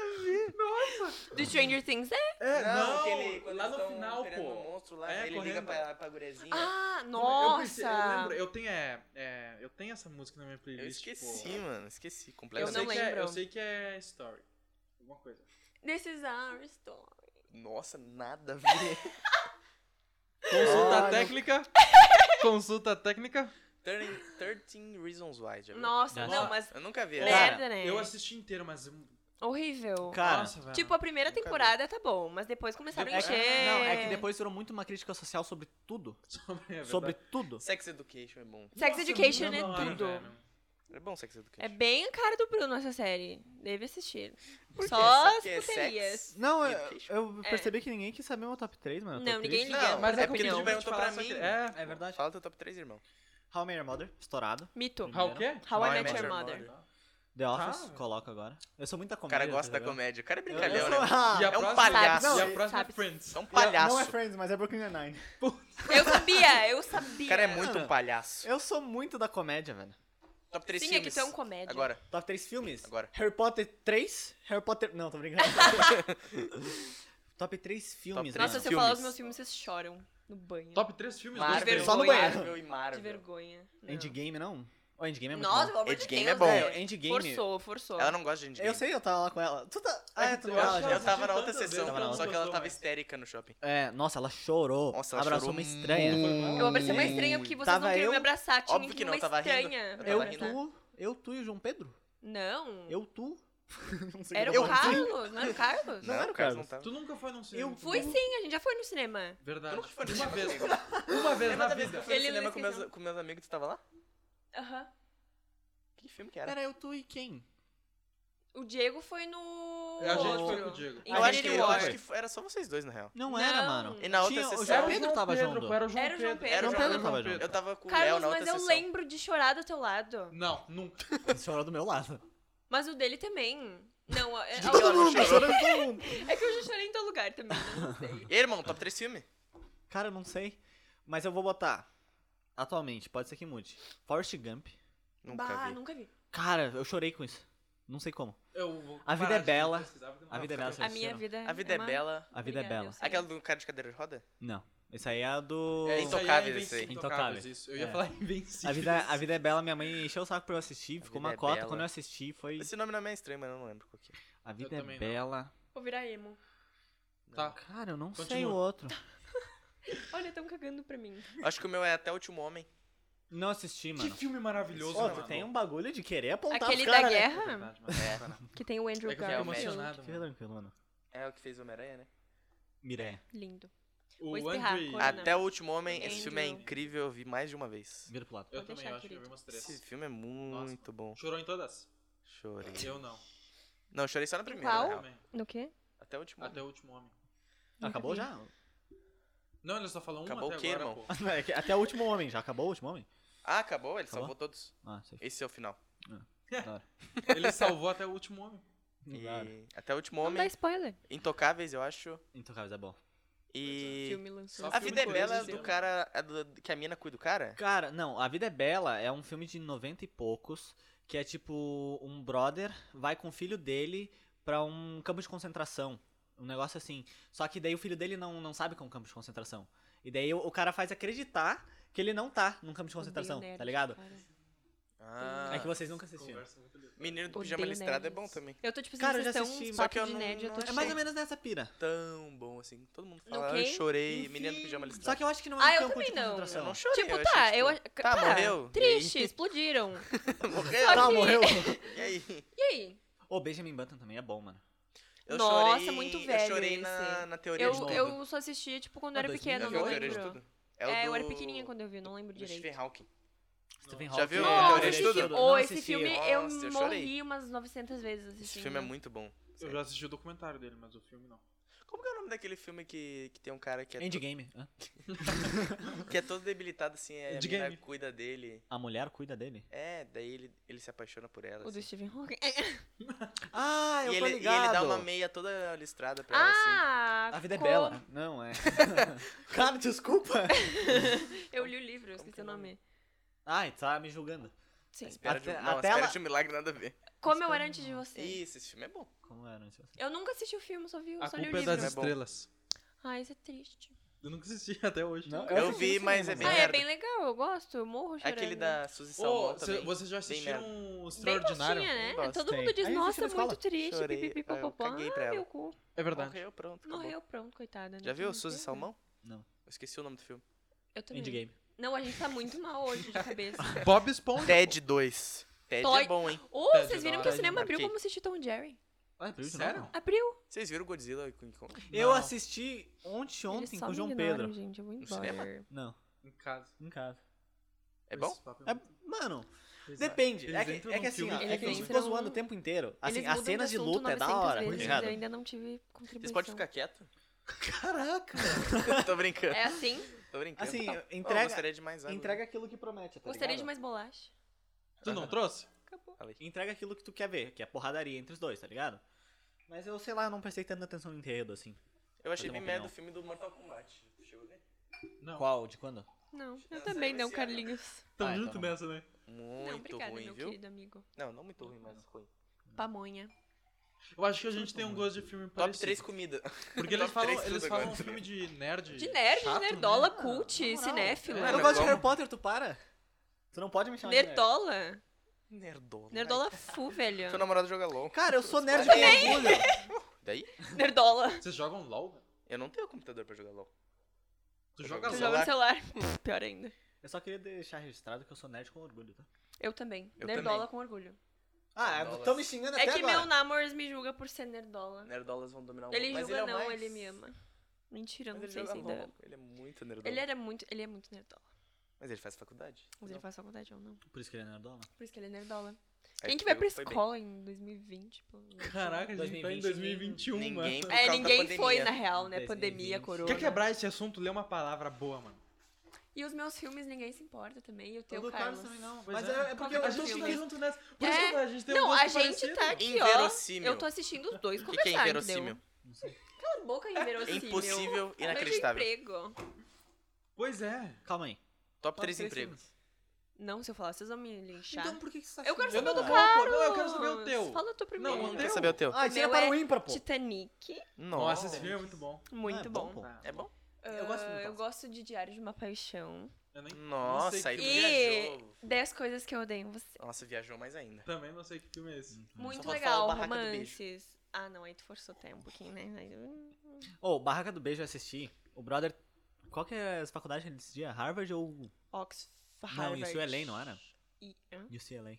S2: Do Stranger Things é?
S3: é,
S1: aquele- quando
S3: lá
S1: eles
S3: no
S1: tão
S3: final,
S1: virando um
S3: pô.
S1: monstro lá,
S3: É,
S1: ele liga
S3: correndo.
S1: pra, pra gurezinha.
S2: Ah,
S3: Eu, perce- eu
S2: nossa!
S3: lembro, eu tenho, é, é, eu tenho essa música na minha playlist.
S1: eu esqueci,
S3: pô.
S1: mano. Esqueci
S3: Eu,
S2: Eu
S1: completamente.
S3: sei
S2: não
S3: que é,
S2: lembro.
S3: eu sei que é Story. Alguma coisa.
S2: This is our story.
S1: Nossa, nada a ver.
S3: Consulta
S4: Olha.
S3: técnica. Consulta técnica.
S1: 13, 13 Reasons Why, já viu?
S2: Nossa,
S4: Nossa.
S2: não, mas
S1: Eu nunca vi é
S4: Cara,
S1: essa.
S2: merda, né?
S3: Eu assisti inteiro, mas.
S2: Horrível.
S4: Cara,
S3: Nossa, velho.
S2: Tipo, a primeira
S1: Tá. Nunca vi.
S2: temporada tá bom, mas depois começaram a
S4: é que,
S2: encher.
S4: não, é que depois virou muito uma crítica social sobre tudo.
S3: Sobre, é
S4: sobre
S3: verdade.
S4: tudo.
S1: Sex Education é bom.
S2: Sex
S3: Nossa,
S2: Education
S3: não dá
S2: é
S3: hora,
S2: tudo.
S3: velho.
S1: É bom Sex Education.
S2: É bem a cara do Bruno essa série. Deve assistir.
S1: Por
S2: Só
S1: quê?
S2: as
S1: Porque é
S2: putarias.
S1: sex?
S4: Não, eu,
S1: Education.
S4: eu percebi que ninguém quis saber o meu top 3, mano. eu tô
S2: É. Não, ninguém
S4: triste.
S2: liga.
S1: Não,
S3: Mas
S1: é,
S3: é
S1: porque
S2: opinião.
S1: tu perguntou pra mim.
S3: É,
S4: É verdade.
S1: Fala teu top 3, irmão.
S4: How I Met Your Mother, estourado.
S2: Mito.
S3: How o quê? é
S2: How
S1: How
S2: I
S1: I
S2: Met
S1: Met
S2: Your
S1: Your
S2: Mother.
S4: The Office,
S3: Ah.
S4: coloca agora. Eu sou muita
S1: O
S4: comédia.
S1: cara gosta
S4: tá
S1: da
S4: ligado?
S1: comédia. O cara é
S4: Eu-
S1: brincalhão,
S4: eu
S1: né?
S4: sou- Ah,
S3: E a
S1: É um
S3: próxima,
S1: palhaço.
S3: E
S2: Não,
S3: a próxima
S2: sabe-
S3: é Friends.
S1: É um
S4: Não é
S1: palhaço.
S4: Friends, mas é Brooklyn Nine-Nine.
S2: Eu sabia, eu sabia.
S1: O cara é muito um
S4: Cara,
S1: palhaço.
S4: Eu sou muito da comédia, velho.
S1: Top 3
S2: Sim, é que
S1: filmes.
S2: tu é um comédia.
S1: Agora,
S4: Top 3 filmes?
S1: Agora.
S4: Harry Potter 3? Harry Potter. Não, tô brincando. Top 3 filmes,
S1: três
S2: Nossa,
S4: mano.
S2: se eu
S1: filmes.
S2: falar os meus filmes, vocês choram no banho.
S3: Top 3 filmes. dois
S1: Marvel,
S3: deles.
S4: Só no banheiro.
S1: Marvel e
S2: De
S1: Marvel.
S2: vergonha. Não.
S4: Endgame, não? O Endgame é muito
S2: Nossa,
S4: bom.
S2: pelo amor de
S1: Endgame
S2: Deus,
S1: é bom.
S2: velho.
S4: É, Endgame-
S2: Forçou, forçou.
S1: Ela não gosta de Endgame.
S4: Eu sei, eu tava lá com ela. Tu tá. Ah, é, tu
S3: eu
S4: com ela
S3: acho que
S4: já.
S1: Eu tava na
S3: Tantas
S1: outra
S3: vezes,
S1: sessão,
S4: tava na
S1: só
S3: outra
S1: que ela
S3: sessão,
S1: tava
S3: mas-
S1: histérica no shopping.
S4: É, nossa, ela chorou.
S1: Nossa, ela chorou
S4: Abraçou uma estranha.
S1: muito.
S2: Eu apareci uma estranha porque vocês
S4: Tava
S2: não queriam
S4: eu-
S2: me abraçar. Tinha
S1: Óbvio que não,
S2: uma
S1: eu tava rindo.
S2: estranha.
S1: Eu
S2: pra
S1: tava
S4: Eu,
S2: abraçar.
S1: rindo.
S4: tu, eu, tu e o João Pedro?
S2: Não.
S4: Eu, tu? Não sei
S2: Era
S4: como
S2: o
S4: é.
S2: Carlos, não era o Carlos?
S1: Não,
S4: era o
S1: o Carlos
S4: Carlos.
S1: não tava.
S3: Tu nunca foi num cinema.
S4: Eu
S3: tu-
S2: Fui sim, a gente já foi no cinema.
S3: Verdade.
S1: Eu nunca fui no
S3: Uma
S1: cinema
S3: vez.
S1: comigo.
S3: Uma vez
S1: Lembra
S3: na
S1: da vez que
S3: vida.
S1: eu fui no
S2: Ele não
S1: cinema com meus,
S2: esqueceu.
S1: com meus amigos, tu tava lá?
S2: Aham.
S1: Que filme que era?
S4: Era eu, tu e quem?
S2: O Diego foi no.
S3: A gente
S2: outro.
S3: foi com o Diego.
S1: Eu acho, que,
S2: Infinity
S1: eu
S2: War.
S1: acho que foi- era só vocês dois, na real.
S4: Não,
S2: Não.
S4: era, mano.
S1: E na outra
S4: Tinha, o
S1: sessão-
S4: João
S3: Era
S1: o
S4: Pedro tava junto.
S3: Era o João
S2: Era o João
S3: Pedro.
S2: Pedro.
S1: Era o João Pedro
S4: tava junto.
S1: Eu tava com o Léo
S2: Carlos,
S1: na outra
S2: mas eu
S1: sessão.
S2: lembro de chorar do teu lado.
S3: Não, nunca.
S4: Chorou do meu lado.
S2: Mas o dele também. Não, a- É, a-
S1: Todo
S2: a-
S1: mundo
S4: Tá
S1: chorou.
S4: chorando todo mundo.
S2: é que eu já chorei em teu lugar também. né? Não sei.
S1: E aí, irmão, top 3 filme?
S4: Cara, eu não sei. Mas eu vou botar. Atualmente, pode ser que mude. Forrest Gump.
S1: Nunca
S2: bah,
S1: vi.
S2: nunca vi.
S4: Cara, eu chorei com isso. Não sei como.
S3: Eu vou
S4: A vida
S3: parar
S4: é
S3: de
S4: bela.
S3: pesquisar, porque não
S4: A vida é
S3: vai
S4: bela.
S3: ficar
S2: A
S4: Vocês
S2: minha
S4: assistiram?
S2: vida.
S1: A Vida é
S2: uma-
S1: Bela.
S4: A vida é
S2: Obrigada,
S4: bela.
S2: eu sei.
S1: Aquela do cara de cadeira de roda?
S4: Não. Esse aí é a do.
S3: É, isso aí
S1: Intocáveis,
S3: é
S1: esse aí.
S3: Intocáveis,
S4: Intocáveis.
S3: isso. Eu ia
S4: É.
S3: falar invencível.
S4: A vida, a vida é bela, minha mãe encheu o saco pra eu assistir,
S1: Vida
S4: ficou uma
S1: é
S4: cota.
S1: Bela.
S4: Quando eu assisti, foi.
S1: Esse nome não é meio estranho, mas eu não lembro qual que é.
S4: A vida
S3: Eu
S4: é
S3: também não.
S4: bela.
S2: Vou virar emo.
S3: Tá.
S4: Cara, eu não sei
S3: Continua.
S4: o outro.
S2: Olha, tão cagando pra mim.
S1: Acho que o meu é Até o Último Homem.
S4: Não assisti,
S3: Que
S4: mano.
S3: filme maravilhoso,
S4: Ô,
S3: né,
S4: tu
S3: mano?
S4: tem um bagulho de querer apontar
S2: Aquele
S4: os caras,
S2: da
S4: né?
S2: guerra,
S3: É.
S2: que tem o Andrew
S3: É que eu fiquei
S1: Garfield.
S3: emocionado.
S4: Fica
S3: mano.
S4: tranquilo, mano.
S1: É o que fez o Homem-Aranha, né?
S4: Mireia.
S2: Lindo. Vou
S3: O
S2: espirrar,
S3: Andrew-
S2: corta.
S1: Até o Último Homem, esse
S2: Andrew.
S1: filme é incrível, eu vi mais de uma vez.
S4: Vira pro lado.
S3: Eu
S2: Vou
S3: também
S2: deixar,
S3: acho que eu
S2: querido.
S3: vi umas
S1: Esse
S3: três.
S1: filme é muito bom.
S3: Chorou em todas?
S1: Chorei.
S3: Eu não.
S1: Não, eu chorei só na primeira,
S2: Qual?
S1: na real.
S3: Também.
S2: No quê?
S1: Até o Último Homem.
S3: Até o último homem.
S4: Acabou já?
S3: Não, ele só falou um
S1: Acabou
S3: até
S1: o quê,
S3: agora,
S1: irmão?
S3: pô.
S4: É que Até o último homem. Já acabou o último homem?
S1: Ah, acabou? Ele
S4: Acabou?
S1: salvou todos.
S4: Ah, sei.
S1: Esse é o final.
S4: Da hora.
S3: Ele salvou até o último homem.
S1: E
S4: Da hora.
S1: Até o Último
S2: Não dá
S1: Homem,
S2: spoiler.
S1: Intocáveis, eu acho.
S4: Intocáveis é bom.
S1: E...
S2: um Filme lançou.
S3: Só
S1: A
S3: filme
S1: Vida é
S3: coisa
S1: Bela é
S3: assim,
S1: do
S3: né?
S1: cara... é do- que a mina cuida do cara?
S4: Cara, não, A Vida é Bela é um filme de 90 e poucos, que é tipo um brother vai com o filho dele pra um campo de concentração. Um negócio assim. Só que daí o filho dele não, não sabe que é um campo de concentração. E daí o, o cara faz acreditar que ele não tá num campo de concentração, tá ligado?
S1: Ah.
S4: É que vocês nunca assistiram.
S3: Conversa muito legal.
S1: Menino do Pijama Listrado é bom também.
S2: Eu tô, tipo,
S4: Cara, eu já
S2: vocês são
S4: assisti,
S2: uns
S4: só
S1: que eu
S2: papos de
S1: não-
S2: nerd, eu
S1: não
S2: tô tipo assim.
S4: É
S1: achei.
S4: mais
S2: achando.
S4: ou menos nessa pira.
S1: Tão bom assim. Todo mundo
S2: No
S1: fala, ah, eu
S2: quê?
S1: chorei,
S4: Enfim.
S1: menino do Pijama Listrado.
S4: Só que eu acho que não é
S2: Ah,
S4: um
S2: eu
S4: campo de
S2: também não.
S1: Eu
S4: concentração.
S1: não chorei,
S2: tipo,
S1: eu
S2: tá,
S1: achei,
S2: eu
S1: tipo,
S2: ach-
S1: tá,
S2: tá,
S1: morreu?
S2: Triste,
S1: E aí?
S2: explodiram.
S1: Morreu?
S4: Tá, morreu.
S1: E aí?
S2: E aí?
S4: Ô, Benjamin Button também é bom, mano.
S1: Eu
S2: Nossa, é
S1: chorei,
S2: muito
S1: Eu
S2: velho
S1: chorei
S2: esse.
S1: na, na teoria de
S2: Eu,
S1: tudo.
S2: eu só assisti, tipo, quando eu
S4: Ah,
S2: era
S4: 2000,
S1: Já
S2: pequena,
S1: viu
S2: não
S1: a teoria de
S2: lembro.
S1: tudo?
S2: É,
S1: o
S2: eu era
S1: do-
S2: pequenininha quando eu vi, não lembro
S1: do Stephen
S2: direito.
S1: Hawking.
S4: Stephen
S1: Já
S4: Hawking.
S1: viu a
S2: Nossa,
S4: é
S1: teoria de
S2: esse
S1: tudo?
S2: filme,
S4: Não
S2: oh, esse
S4: assisti.
S2: filme
S1: Nossa,
S2: eu
S1: eu
S2: morri
S1: chorei.
S2: umas 900 vezes assistindo.
S1: Esse filme é muito bom.
S3: Eu já assisti o documentário dele, mas o filme não.
S1: Como que é o nome daquele filme que, que tem um cara que é,
S4: Endgame. Hã?
S1: to- que é todo debilitado, assim, é, a
S3: Endgame.
S1: mina cuida dele.
S4: A mulher cuida dele?
S1: É, daí ele, ele se apaixona por ela.
S2: O do
S1: assim.
S2: Stephen Hawking.
S4: Ah, eu
S1: e,
S4: tô
S1: ele, e ele
S4: ligado.
S1: dá uma meia toda listrada pra ela, assim.
S2: Ah!
S4: A vida é
S2: como-
S4: bela. Não, é. Cara, desculpa.
S2: Eu li o livro, eu esqueci
S1: Como
S2: o
S1: que é o
S2: nome.
S4: Ai, tá me julgando.
S2: Sim.
S1: assim. Espera de,
S4: Até-
S1: não,
S4: até
S1: Espera
S4: ela-
S1: de um milagre nada a ver.
S2: Como eu era antes de você.
S1: Isso, esse filme é bom.
S4: Como era? Não sei se-
S2: Eu nunca assisti o filme, só vi,
S3: A
S2: só li o
S3: culpa é
S2: livro.
S3: das
S1: É bom.
S3: estrelas.
S2: Ai, isso é triste.
S3: Eu nunca assisti até hoje.
S4: Não,
S1: Eu,
S4: assisti
S1: vi,
S4: no
S1: mas é
S4: cinema,
S1: bem
S2: Ah,
S4: mas-
S2: é
S1: merda.
S2: bem legal, eu gosto, eu morro chorando.
S1: Aquele da Suzy
S3: Ô,
S1: Salmão
S3: cê-
S1: também.
S3: vocês já
S1: Bem
S3: assistiram
S1: merda.
S3: o
S2: Bem
S3: Extraordinário?
S2: bostinha, né?
S1: Gosto.
S2: Todo mundo
S4: Tem.
S2: diz,
S4: Aí eu assisti
S2: nossa,
S4: na
S2: muito
S4: escola.
S2: triste,
S1: Chorei,
S2: pipipipopopó.
S1: eu caguei pra
S2: Ah,
S1: ela.
S2: meu cu.
S3: É verdade.
S1: Morreu, pronto, acabou.
S2: Morreu, pronto, coitada. né?
S1: Já viu
S2: Não
S1: Suzy
S2: sei, né?
S1: Salmão?
S4: Não.
S1: Eu esqueci o nome do filme.
S2: Eu também.
S4: Indie game.
S2: Não, a gente tá muito mal hoje de cabeça.
S3: Bob Esponja.
S1: Ted 2. Ted
S2: Toy-
S1: é bom, hein?
S2: Ô,
S3: Tá
S2: vocês
S3: de
S2: viram
S3: da
S2: que o
S3: hora,
S2: cinema
S1: hein?
S2: abriu
S1: Ok.
S2: como assistir Tom e Jerry?
S4: Ah, abriu de
S3: Sério?
S4: novo?
S2: Abriu.
S1: Vocês viram Godzilla e King Kong?
S4: Eu
S3: Não.
S4: assisti ontem, ontem
S2: Eles
S4: com
S2: só
S4: o
S2: me
S4: João
S2: ignoram,
S4: Pedro.
S2: Gente, eu vou
S1: No cinema?
S2: embora.
S4: Não,
S3: Em casa.
S4: em casa.
S1: É bom?
S3: Esse papo
S4: É,
S3: muito
S4: mano,
S3: pesado.
S4: depende.
S3: Eles
S4: É que,
S3: entram
S4: é que
S3: num
S4: assim,
S3: filme
S4: ó,
S3: que
S4: é que a gente
S2: eles
S4: ficou
S2: entram-
S4: zoando o tempo inteiro. Assim,
S2: Eles
S4: as
S2: mudam
S4: cenas de
S2: assunto
S4: luta é da
S2: 900
S4: hora, tá
S2: vezes,
S4: ligado?
S2: Eu ainda não tive contribuição.
S1: Vocês podem ficar quieto?
S4: Caraca!
S1: Tô brincando.
S2: É assim?
S1: Tô brincando.
S4: Assim,
S1: Oh,
S4: entrega-
S1: gostaria de mais né? água.
S4: Entrega aquilo que promete, tá
S2: Gostaria de
S4: ligado?
S2: mais bolacha.
S3: Tu não trouxe?
S2: Acabou.
S1: Falei.
S4: Entrega aquilo que tu quer ver, que é porradaria entre os dois, tá ligado? Mas eu sei lá, eu não prestei tanta atenção no enredo, assim.
S1: Eu achei
S4: Eu
S1: bem
S4: tenho uma
S1: merda o filme
S4: opinião.
S1: do Mortal Kombat. Chegou a ver?
S3: Não.
S4: Qual? De quando?
S2: Não, eu
S1: Não,
S2: também
S1: sério,
S2: não,
S1: esse ano.
S2: Carlinhos.
S3: Tamo
S4: Ah, então
S3: junto
S4: não.
S3: nessa, né?
S1: Muito
S2: não, obrigada,
S1: ruim,
S2: meu
S1: viu?
S2: querido amigo.
S1: Não, não muito ruim, mas ruim.
S2: Pamonha.
S3: Eu acho que a gente tem um gosto de filme
S1: Top
S3: parecido.
S1: 3 comida.
S3: Porque eles
S1: Top
S3: falam,
S1: três
S3: eles
S1: tudo
S3: falam um
S1: agora.
S3: filme de nerd.
S2: De nerd,
S3: chato, né?
S2: nerdola,
S4: Ah,
S2: cult,
S4: na moral.
S2: cinéfilo.
S1: É,
S4: eu
S1: mas
S4: gosto de
S1: como?
S4: Harry Potter, tu para? Tu não pode me chamar de nerd.
S2: Nerdola.
S1: Nerdola.
S2: Nerdola full, velho.
S1: Ai, Seu namorado joga LOL.
S4: Cara, eu sou nerd
S1: Eu
S4: com orgulho.
S1: Daí?
S2: Nerdola.
S3: Vocês jogam LOL? velho?
S1: Eu não tenho computador pra jogar LOL.
S3: Tu
S1: Eu
S3: joga
S1: jogo.
S2: Tu
S3: LOL?
S2: joga no celular. Pior ainda.
S4: Eu só queria deixar registrado que eu sou nerd com orgulho, tá?
S2: Eu também.
S1: Eu também.
S2: nerdola com orgulho.
S4: Ah,
S1: Dólares.
S4: tão me xingando
S2: É
S4: até
S2: que
S4: agora.
S2: meu namor me julga por ser nerdola.
S1: Nerdolas vão dominar o
S2: Ele
S1: mundo. Mas
S2: julga
S1: ele é o
S2: não,
S1: mais-
S2: ele me ama. Mentira,
S1: Mas
S2: não
S1: ele
S2: sei
S1: joga
S2: se ainda.
S1: LOL. Ele é muito nerdola.
S2: Ele era muito, ele é muito nerdola.
S1: Mas ele faz faculdade.
S2: Mas ele faz faculdade ou não.
S4: Por isso que ele é nerdola.
S2: Por isso que ele é nerdola.
S1: Aí
S2: Quem
S1: tu
S2: que vai pra
S1: pegou- foi bem.
S2: escola em 2020? pelo menos?
S3: Caraca, a gente tá em
S4: 2020,
S3: 2021,
S1: ninguém-
S3: mano.
S1: por
S2: tipo, É,
S1: causa da
S2: ninguém foi
S1: pandemia.
S2: na real, né?
S4: 2020.
S2: Pandemia,
S4: Quer
S2: corona.
S3: Quer quebrar esse assunto? Lê uma palavra boa, mano.
S2: E os meus filmes ninguém se importa também. E o
S4: Eu
S2: teu,
S4: do
S3: tá
S2: Carlos.
S4: Carlos também não.
S3: Pois
S4: Mas
S3: é.
S4: é, é porque eu
S2: Qual
S4: eu
S2: que é o
S4: tô
S2: filme?
S4: seguindo...
S3: junto nessa. Por
S2: É.
S3: isso que a gente tem um
S2: Não,
S3: gosto
S2: a gente
S3: parecido.
S2: tá aqui, ó.
S1: Inverossímil.
S2: Eu tô assistindo os dois
S1: O que que é
S2: conversar,
S1: inverossímil?
S2: entendeu? Cala a boca, é inverossímil.
S1: Impossível,
S2: Arranja
S1: inacreditável.
S2: emprego.
S3: Pois é.
S4: Calma aí.
S1: Top
S4: Top
S1: 3
S4: três
S1: empregos.
S2: Não, se eu falar, vocês vão me linchar.
S4: Então por que que você tá
S2: eu quero
S3: Eu
S2: saber
S3: não
S2: do
S3: vou,
S2: Carlos.
S3: pô. Não, eu quero saber o teu.
S2: Fala o teu primeiro.
S3: Não, o
S1: Quer
S3: teu.
S1: saber o teu?
S4: Ah,
S2: O
S4: tira
S2: meu
S4: para o
S2: é
S4: ímpar, pô.
S2: Titanic,
S3: Nossa, esse filme é muito bom.
S2: muito
S4: é
S2: bom.
S4: bom, pô.
S1: É bom?
S4: Eu gosto
S2: Ah,
S4: muito
S2: eu
S4: dessa.
S2: gosto de Diário de uma Paixão.
S3: Eu nem não
S1: Nossa,
S3: sei
S1: aí tu
S3: que-
S2: E
S1: viajou.
S2: 10 coisas que eu odeio em você.
S1: Nossa, viajou mais ainda.
S3: Também não sei que filme é esse.
S1: Só
S2: Muito
S1: vou
S2: legal,
S1: falar o Barraca do Beijo.
S2: romances. Ah, não, aí tu forçou até um pouquinho, né? Aí, hum.
S4: Ô, Barraca do Beijo eu assisti. O brother... Qual que é as faculdades que ele decidia? Harvard ou...
S2: Oxford.
S4: Não, é UCLA, não era?
S2: E, hã?
S4: UCLA.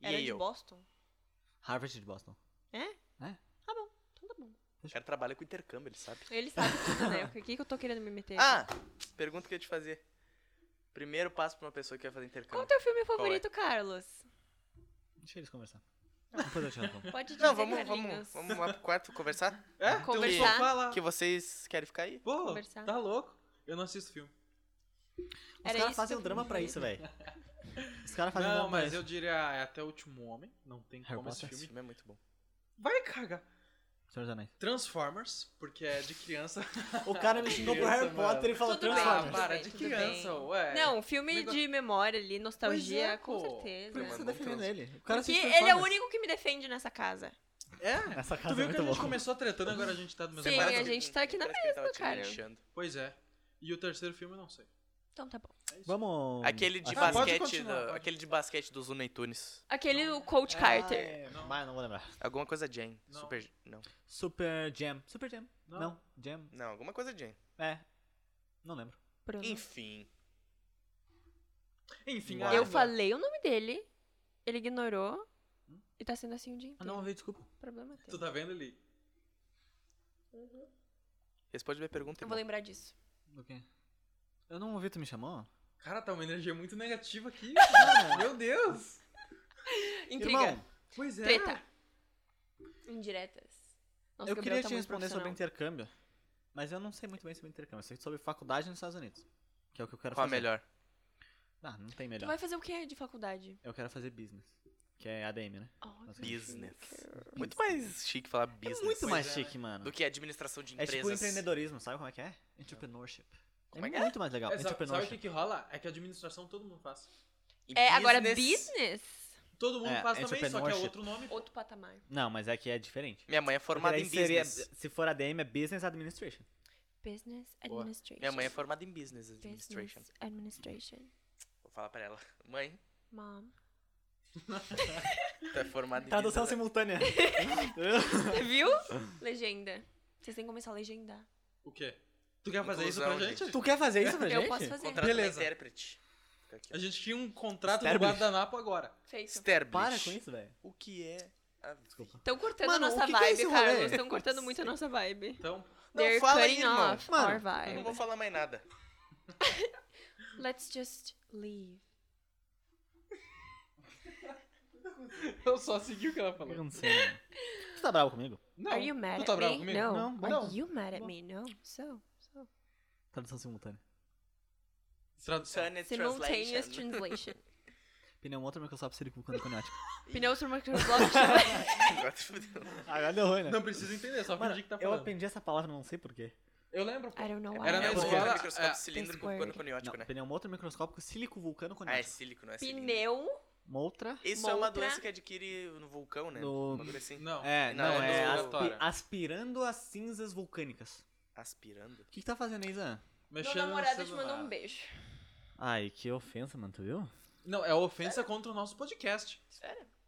S1: E
S2: Era
S1: aí
S2: de
S1: eu?
S2: Boston?
S4: Harvard de Boston.
S2: Tá bom, então tá bom.
S1: O cara trabalha com intercâmbio, ele sabe.
S2: Ele sabe tudo, né? O que, que eu tô querendo me meter? aqui?
S1: Ah, pergunta que eu ia te fazer. Primeiro passo pra uma pessoa que vai fazer
S2: Qual o
S1: intercâmbio.
S2: teu filme
S1: é?
S2: favorito, Carlos?
S4: Deixa eles conversar. Depois eu te respondo.
S2: Pode dizer,
S1: Não, vamos, vamos,
S2: Carlinhos.
S1: vamos lá pro quarto conversar?
S3: É?
S2: Conversar.
S3: Então, fala.
S1: Que vocês querem ficar aí?
S3: Pô,
S2: Conversar.
S3: tá louco? Eu não assisto filme.
S4: Os
S2: Era
S4: caras
S2: isso
S4: fazem
S2: que eu
S4: um drama
S2: queria
S4: pra
S2: ver.
S4: isso, velho. Os caras fazem um
S3: Não,
S4: drama pra
S3: mas
S4: isso.
S3: eu diria é até o último homem. Não tem
S4: Harry
S3: como esse
S4: Potter.
S1: Esse
S3: filme.
S1: filme é muito bom.
S3: Vai cagar.
S4: Senhor dos Anéis.
S3: Transformers, porque é de criança.
S4: O cara me xingou pro Harry
S3: Criança,
S4: Potter e falou
S2: Tudo bem,
S3: Ah,
S4: Transformers.
S2: tudo
S3: para,
S2: bem,
S3: de
S2: tudo
S3: criança,
S2: bem.
S3: ué.
S2: Não, filme
S3: Negócio-
S2: de memória ali, nostalgia,
S3: Pois é,
S2: com
S3: pô.
S2: certeza.
S4: Por que você tá
S1: Mandou um
S4: defendendo
S1: trans-
S4: ele? O cara
S2: Porque
S4: assiste
S2: ele é o
S4: Transformers.
S2: único que me defende nessa casa.
S3: É.
S4: Essa
S3: Tu viu
S4: casa é
S3: que a
S4: muito
S3: gente
S4: boa.
S3: começou tretando, agora a gente tá no mesmo
S2: Sim,
S3: barco.
S2: a gente tá aqui na
S1: É Parece que ele tava
S2: mesma,
S1: te
S2: cara.
S1: linchando.
S3: Pois é. E o terceiro filme eu não sei. É
S2: Então tá bom.
S4: Vamos...
S1: Aquele de
S4: assistir.
S3: Ah, pode
S1: basquete,
S3: continuar,
S1: da-
S3: pode.
S1: aquele de basquete dos Unitunes.
S2: Aquele o Coach Carter.
S4: Ah, é. Mas não vou lembrar.
S1: Alguma coisa Jane.
S3: Não.
S1: Super. Não.
S4: Super Jam. Super Jam.
S3: Não.
S4: Não. Jam.
S1: Não, alguma coisa Jane.
S4: É. Não lembro.
S2: Bruno.
S1: Enfim.
S3: Enfim,
S4: Eu
S3: Arda.
S2: Eu falei o nome dele, ele ignorou e tá sendo assim o dia
S4: Ah,
S2: inteiro.
S4: não, veio, desculpa.
S2: Problema teu.
S3: Tu tá vendo ali?
S1: Responde minha pergunta.
S2: Eu vou
S1: irmão.
S2: lembrar disso.
S4: Do quê? Eu não ouvi, tu me chamou?
S3: Cara, tá uma energia muito negativa aqui.
S4: Cara,
S3: Meu Deus!
S2: Intriga.
S4: irmão,
S3: Pois é.
S2: Treta. Indiretas. Nossa,
S4: eu
S2: Gabriel
S4: queria
S2: tá
S4: te
S2: muito
S4: responder sobre
S2: profissional.
S4: intercâmbio, mas eu não sei muito bem sobre intercâmbio. Eu sei sobre faculdade nos Estados Unidos, que é o que eu quero
S1: Qual a
S4: fazer.
S1: melhor?
S4: Ah, não tem
S2: Tu
S4: melhor.
S2: vai fazer o que de faculdade?
S4: Eu quero fazer business, que é ADM, né?
S2: Oh,
S4: Nossa,
S1: Business. Muito mais chique falar business. né?
S4: Muito
S3: Pois
S4: mais
S3: é,
S4: chique, mano.
S1: Do que administração de
S4: É
S1: empresas.
S4: tipo empreendedorismo, sabe como é que é? Entrepreneurship.
S1: Como é que
S4: é muito mais legal.
S3: É, sabe, sabe o que
S4: Entrepreneurship.
S3: que rola? É que a administração todo mundo faz.
S1: E
S2: É, agora business?
S3: Todo mundo
S4: É,
S3: faz também, só que é
S4: entrepreneurship.
S3: outro nome.
S2: Outro patamar.
S4: Não, mas é que é diferente.
S1: Minha mãe é formada
S4: Porque
S1: em
S4: daí seria-
S1: business.
S4: se for ADM, é Business Administration.
S2: Business
S3: Boa.
S2: administration.
S1: Minha mãe é formada em business administration.
S2: Business administration.
S1: Vou falar pra ela. Mãe,
S2: Mom.
S1: tu é formada em
S4: Tradução
S1: business.
S4: simultânea.
S2: Viu? Legenda. Vocês têm que começar a legendar.
S3: O quê? Tu quer fazer isso pra
S1: Inclusão,
S3: gente?
S4: Tu quer fazer isso pra gente?
S2: Eu posso fazer.
S1: Contrato
S3: Beleza.
S1: da intérprete. Fica aqui, ó.
S3: A gente tinha um contrato do
S4: Establish.
S3: guardanapo agora.
S2: Feito.
S1: Sterblich.
S4: Para com isso, velho.
S1: O que é a
S4: Desculpa.
S2: Estão cortando
S4: Mano,
S2: a
S4: o
S2: nossa
S4: que que é
S2: vibe,
S4: esse rolê?
S2: Carlos. Estão cortando muito a nossa vibe.
S3: Então,
S1: Não
S2: They're
S1: fala aí,
S2: cutting
S1: irmão.
S2: off
S4: Mano,
S2: our
S1: Eu não
S2: vibe.
S1: vou falar mais nada.
S2: Let's just leave.
S3: eu só segui o que ela
S4: O que
S3: falou.
S4: aconteceu? mano? Tu tá bravo comigo?
S3: Não,
S2: Are you mad
S3: tu tá
S2: at
S3: bravo
S2: me?
S3: comigo?
S2: No.
S4: Não,
S2: Are
S4: bom.
S2: you mad at
S4: Bom.
S2: me? No. So, so.
S4: Tradução simultânea.
S3: Tradução.
S1: é
S2: Simultaneous translation.
S4: Pneumotor, microscópio, circo, canônico.
S2: Pneumotor microbiologist.
S1: Agora tu fudeu.
S4: Agora deu ruim, né?
S3: Não precisa entender, só
S4: Mano,
S3: fingir que tá
S4: eu
S3: falando.
S4: aprendi essa palavra, não sei porquê.
S3: Eu lembro. pô.
S2: I don't know why.
S3: Era na
S1: É o
S3: escola,
S1: sistema
S3: é-
S1: microscópio
S2: This
S1: cilíndrico
S2: word.
S1: coniótico, né?
S4: Não, pneumotor, microscópico, sílico, vulcano,
S1: Ah, é
S4: conético.
S1: cílico, não é cilíndrico.
S2: Pneu.
S4: Moltra.
S1: Isso é uma
S2: Montra.
S1: doença que adquire no vulcão, né?
S4: No-
S1: Um bagulho assim.
S3: Não.
S4: É,
S1: Não,
S4: não,
S1: é
S4: é,
S1: do-
S4: aspi-
S3: Tora.
S4: aspirando as cinzas vulcânicas.
S1: Aspirando.
S4: O que, que tá fazendo aí, Zan?
S2: Meu
S3: Mexendo no
S2: namorado te mandou
S3: celular.
S2: um beijo.
S4: Ai, que ofensa, mano, tu viu?
S3: Não, é ofensa contra o nosso podcast.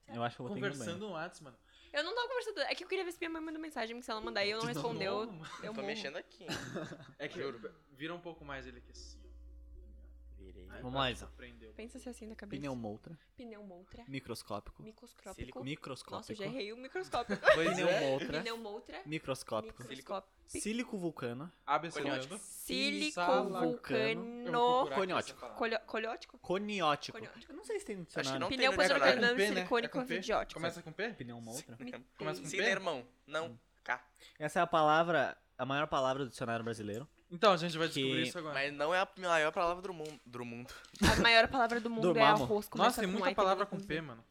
S4: Eu acho que eu vou ter que ir no
S3: Conversando no WhatsApp, mano.
S2: Eu não tava conversando. É que eu queria ver se minha mãe mandou mensagem, porque se ela mandar e eu não
S3: De novo,
S2: respondeu,
S3: mano.
S2: eu
S1: Tô
S2: morro.
S1: mexendo aqui.
S3: É que
S1: Juro.
S3: vira um pouco mais né? ele aqui assim.
S1: Virei.
S3: ó. Aí
S4: Vamos
S3: eu
S4: lá,
S3: acho que
S4: Isa.
S3: Prendeu.
S2: Pensa se é assim na
S4: banheiro.
S2: cabeça.
S4: Pneumotra,
S2: Pneumontra.
S4: microscópico,
S2: Microscópico. Nossa, eu
S4: microscópico,
S2: já errei o microscópio.
S3: Pois é.
S4: pneumotra,
S2: Pneumontra.
S4: microscópico,
S2: Microscópio.
S4: sílico vulcano,
S3: Abecedário.
S2: Silicovulcano.
S3: Eu vou procurar aqui
S4: Coniótico.
S3: essa palavra.
S2: Colho- Colhótico?
S4: coniótico.
S2: Coniótico.
S4: Eu não sei se tem no
S1: Acho que
S4: dicionário.
S1: não. tem no dicionário.
S3: É com
S2: Pós-organograma
S3: P, né? É
S2: silicônico
S3: com P?
S2: anfidiótico.
S3: Começa com P?
S4: Pneumotra.
S3: Começa com P?
S1: Sim, né, irmão? Não. K.
S4: Essa é a palavra, a maior palavra do dicionário brasileiro.
S3: Então, a gente vai descobrir
S4: Que-
S3: isso agora.
S1: Mas não é a maior palavra do mundo. Do mundo.
S2: A maior palavra do mundo é
S4: Dormammu.
S2: arroz. começa
S3: Nossa, tem
S2: com A
S3: muita
S2: e
S3: palavra com
S2: termina
S3: P, mano.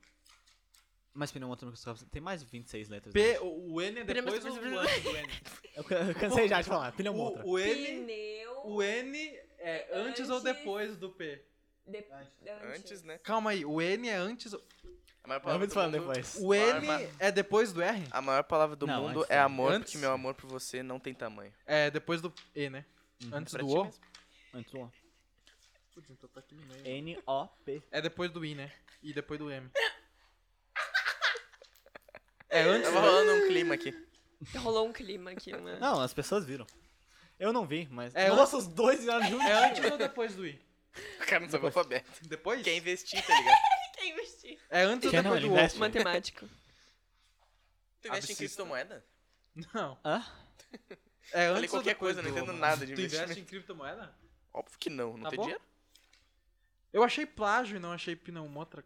S4: Mas pneumotra, microscópico, tem mais de 26 letras.
S3: P,
S4: né?
S3: o o N é depois ou
S2: Primeiro-
S3: o antes do N?
S4: Eu can- eu cansei já de falar,
S3: é um
S4: pneumotra.
S3: O, o N,
S2: Pneu.
S3: né? o N é antes, ou
S2: Antes.
S3: depois do P?
S2: de-
S1: Antes, né?
S3: Calma aí, o N é antes.
S1: A maior
S4: Eu vou
S1: palavra
S4: te
S1: do
S4: falar
S1: mundo-
S4: depois.
S3: O N
S1: Arma.
S3: é depois do R?
S1: A maior palavra do
S4: Não,
S1: mundo
S4: antes
S1: é
S4: não.
S1: amor,
S3: Antes.
S1: porque meu amor por você não tem tamanho.
S3: É depois do E, né? Antes
S1: Uhum. Pra
S3: do
S1: ti
S3: O.
S1: mesmo.
S4: Antes do O.
S3: Putz, então tá aqui no meio.
S4: N-O-P.
S3: É depois do I, né? E depois do M. É antes
S1: Tava
S3: do
S1: rolando um clima aqui.
S2: Rolou um clima aqui, mano.
S4: Não, as pessoas viram. Eu não vi, mas.
S3: É, eu-
S4: Nossa, os dois viraram juntos.
S3: É antes ou depois do I?
S1: O cara não sabe o alfabeto.
S3: Depois?
S1: Quer investir, tá ligado?
S2: Quem investiu?
S3: É antes
S4: Quer
S3: ou
S4: não,
S3: depois
S4: ele
S3: do
S2: um
S3: O?
S4: investe.
S2: Matemático.
S1: Tu investe em
S3: Abscista.
S1: criptomoeda?
S3: Não.
S4: Hã?
S3: É
S1: Falei
S3: antes ou
S1: qualquer
S3: depois
S1: coisa, não
S3: do O,
S1: entendo
S3: mano?
S1: nada de
S3: Tu investe em
S1: investimento.
S3: criptomoeda?
S1: Óbvio que não, não
S3: Tá
S1: tem
S3: bom?
S1: dinheiro.
S3: Eu achei plágio e não achei pneumotra.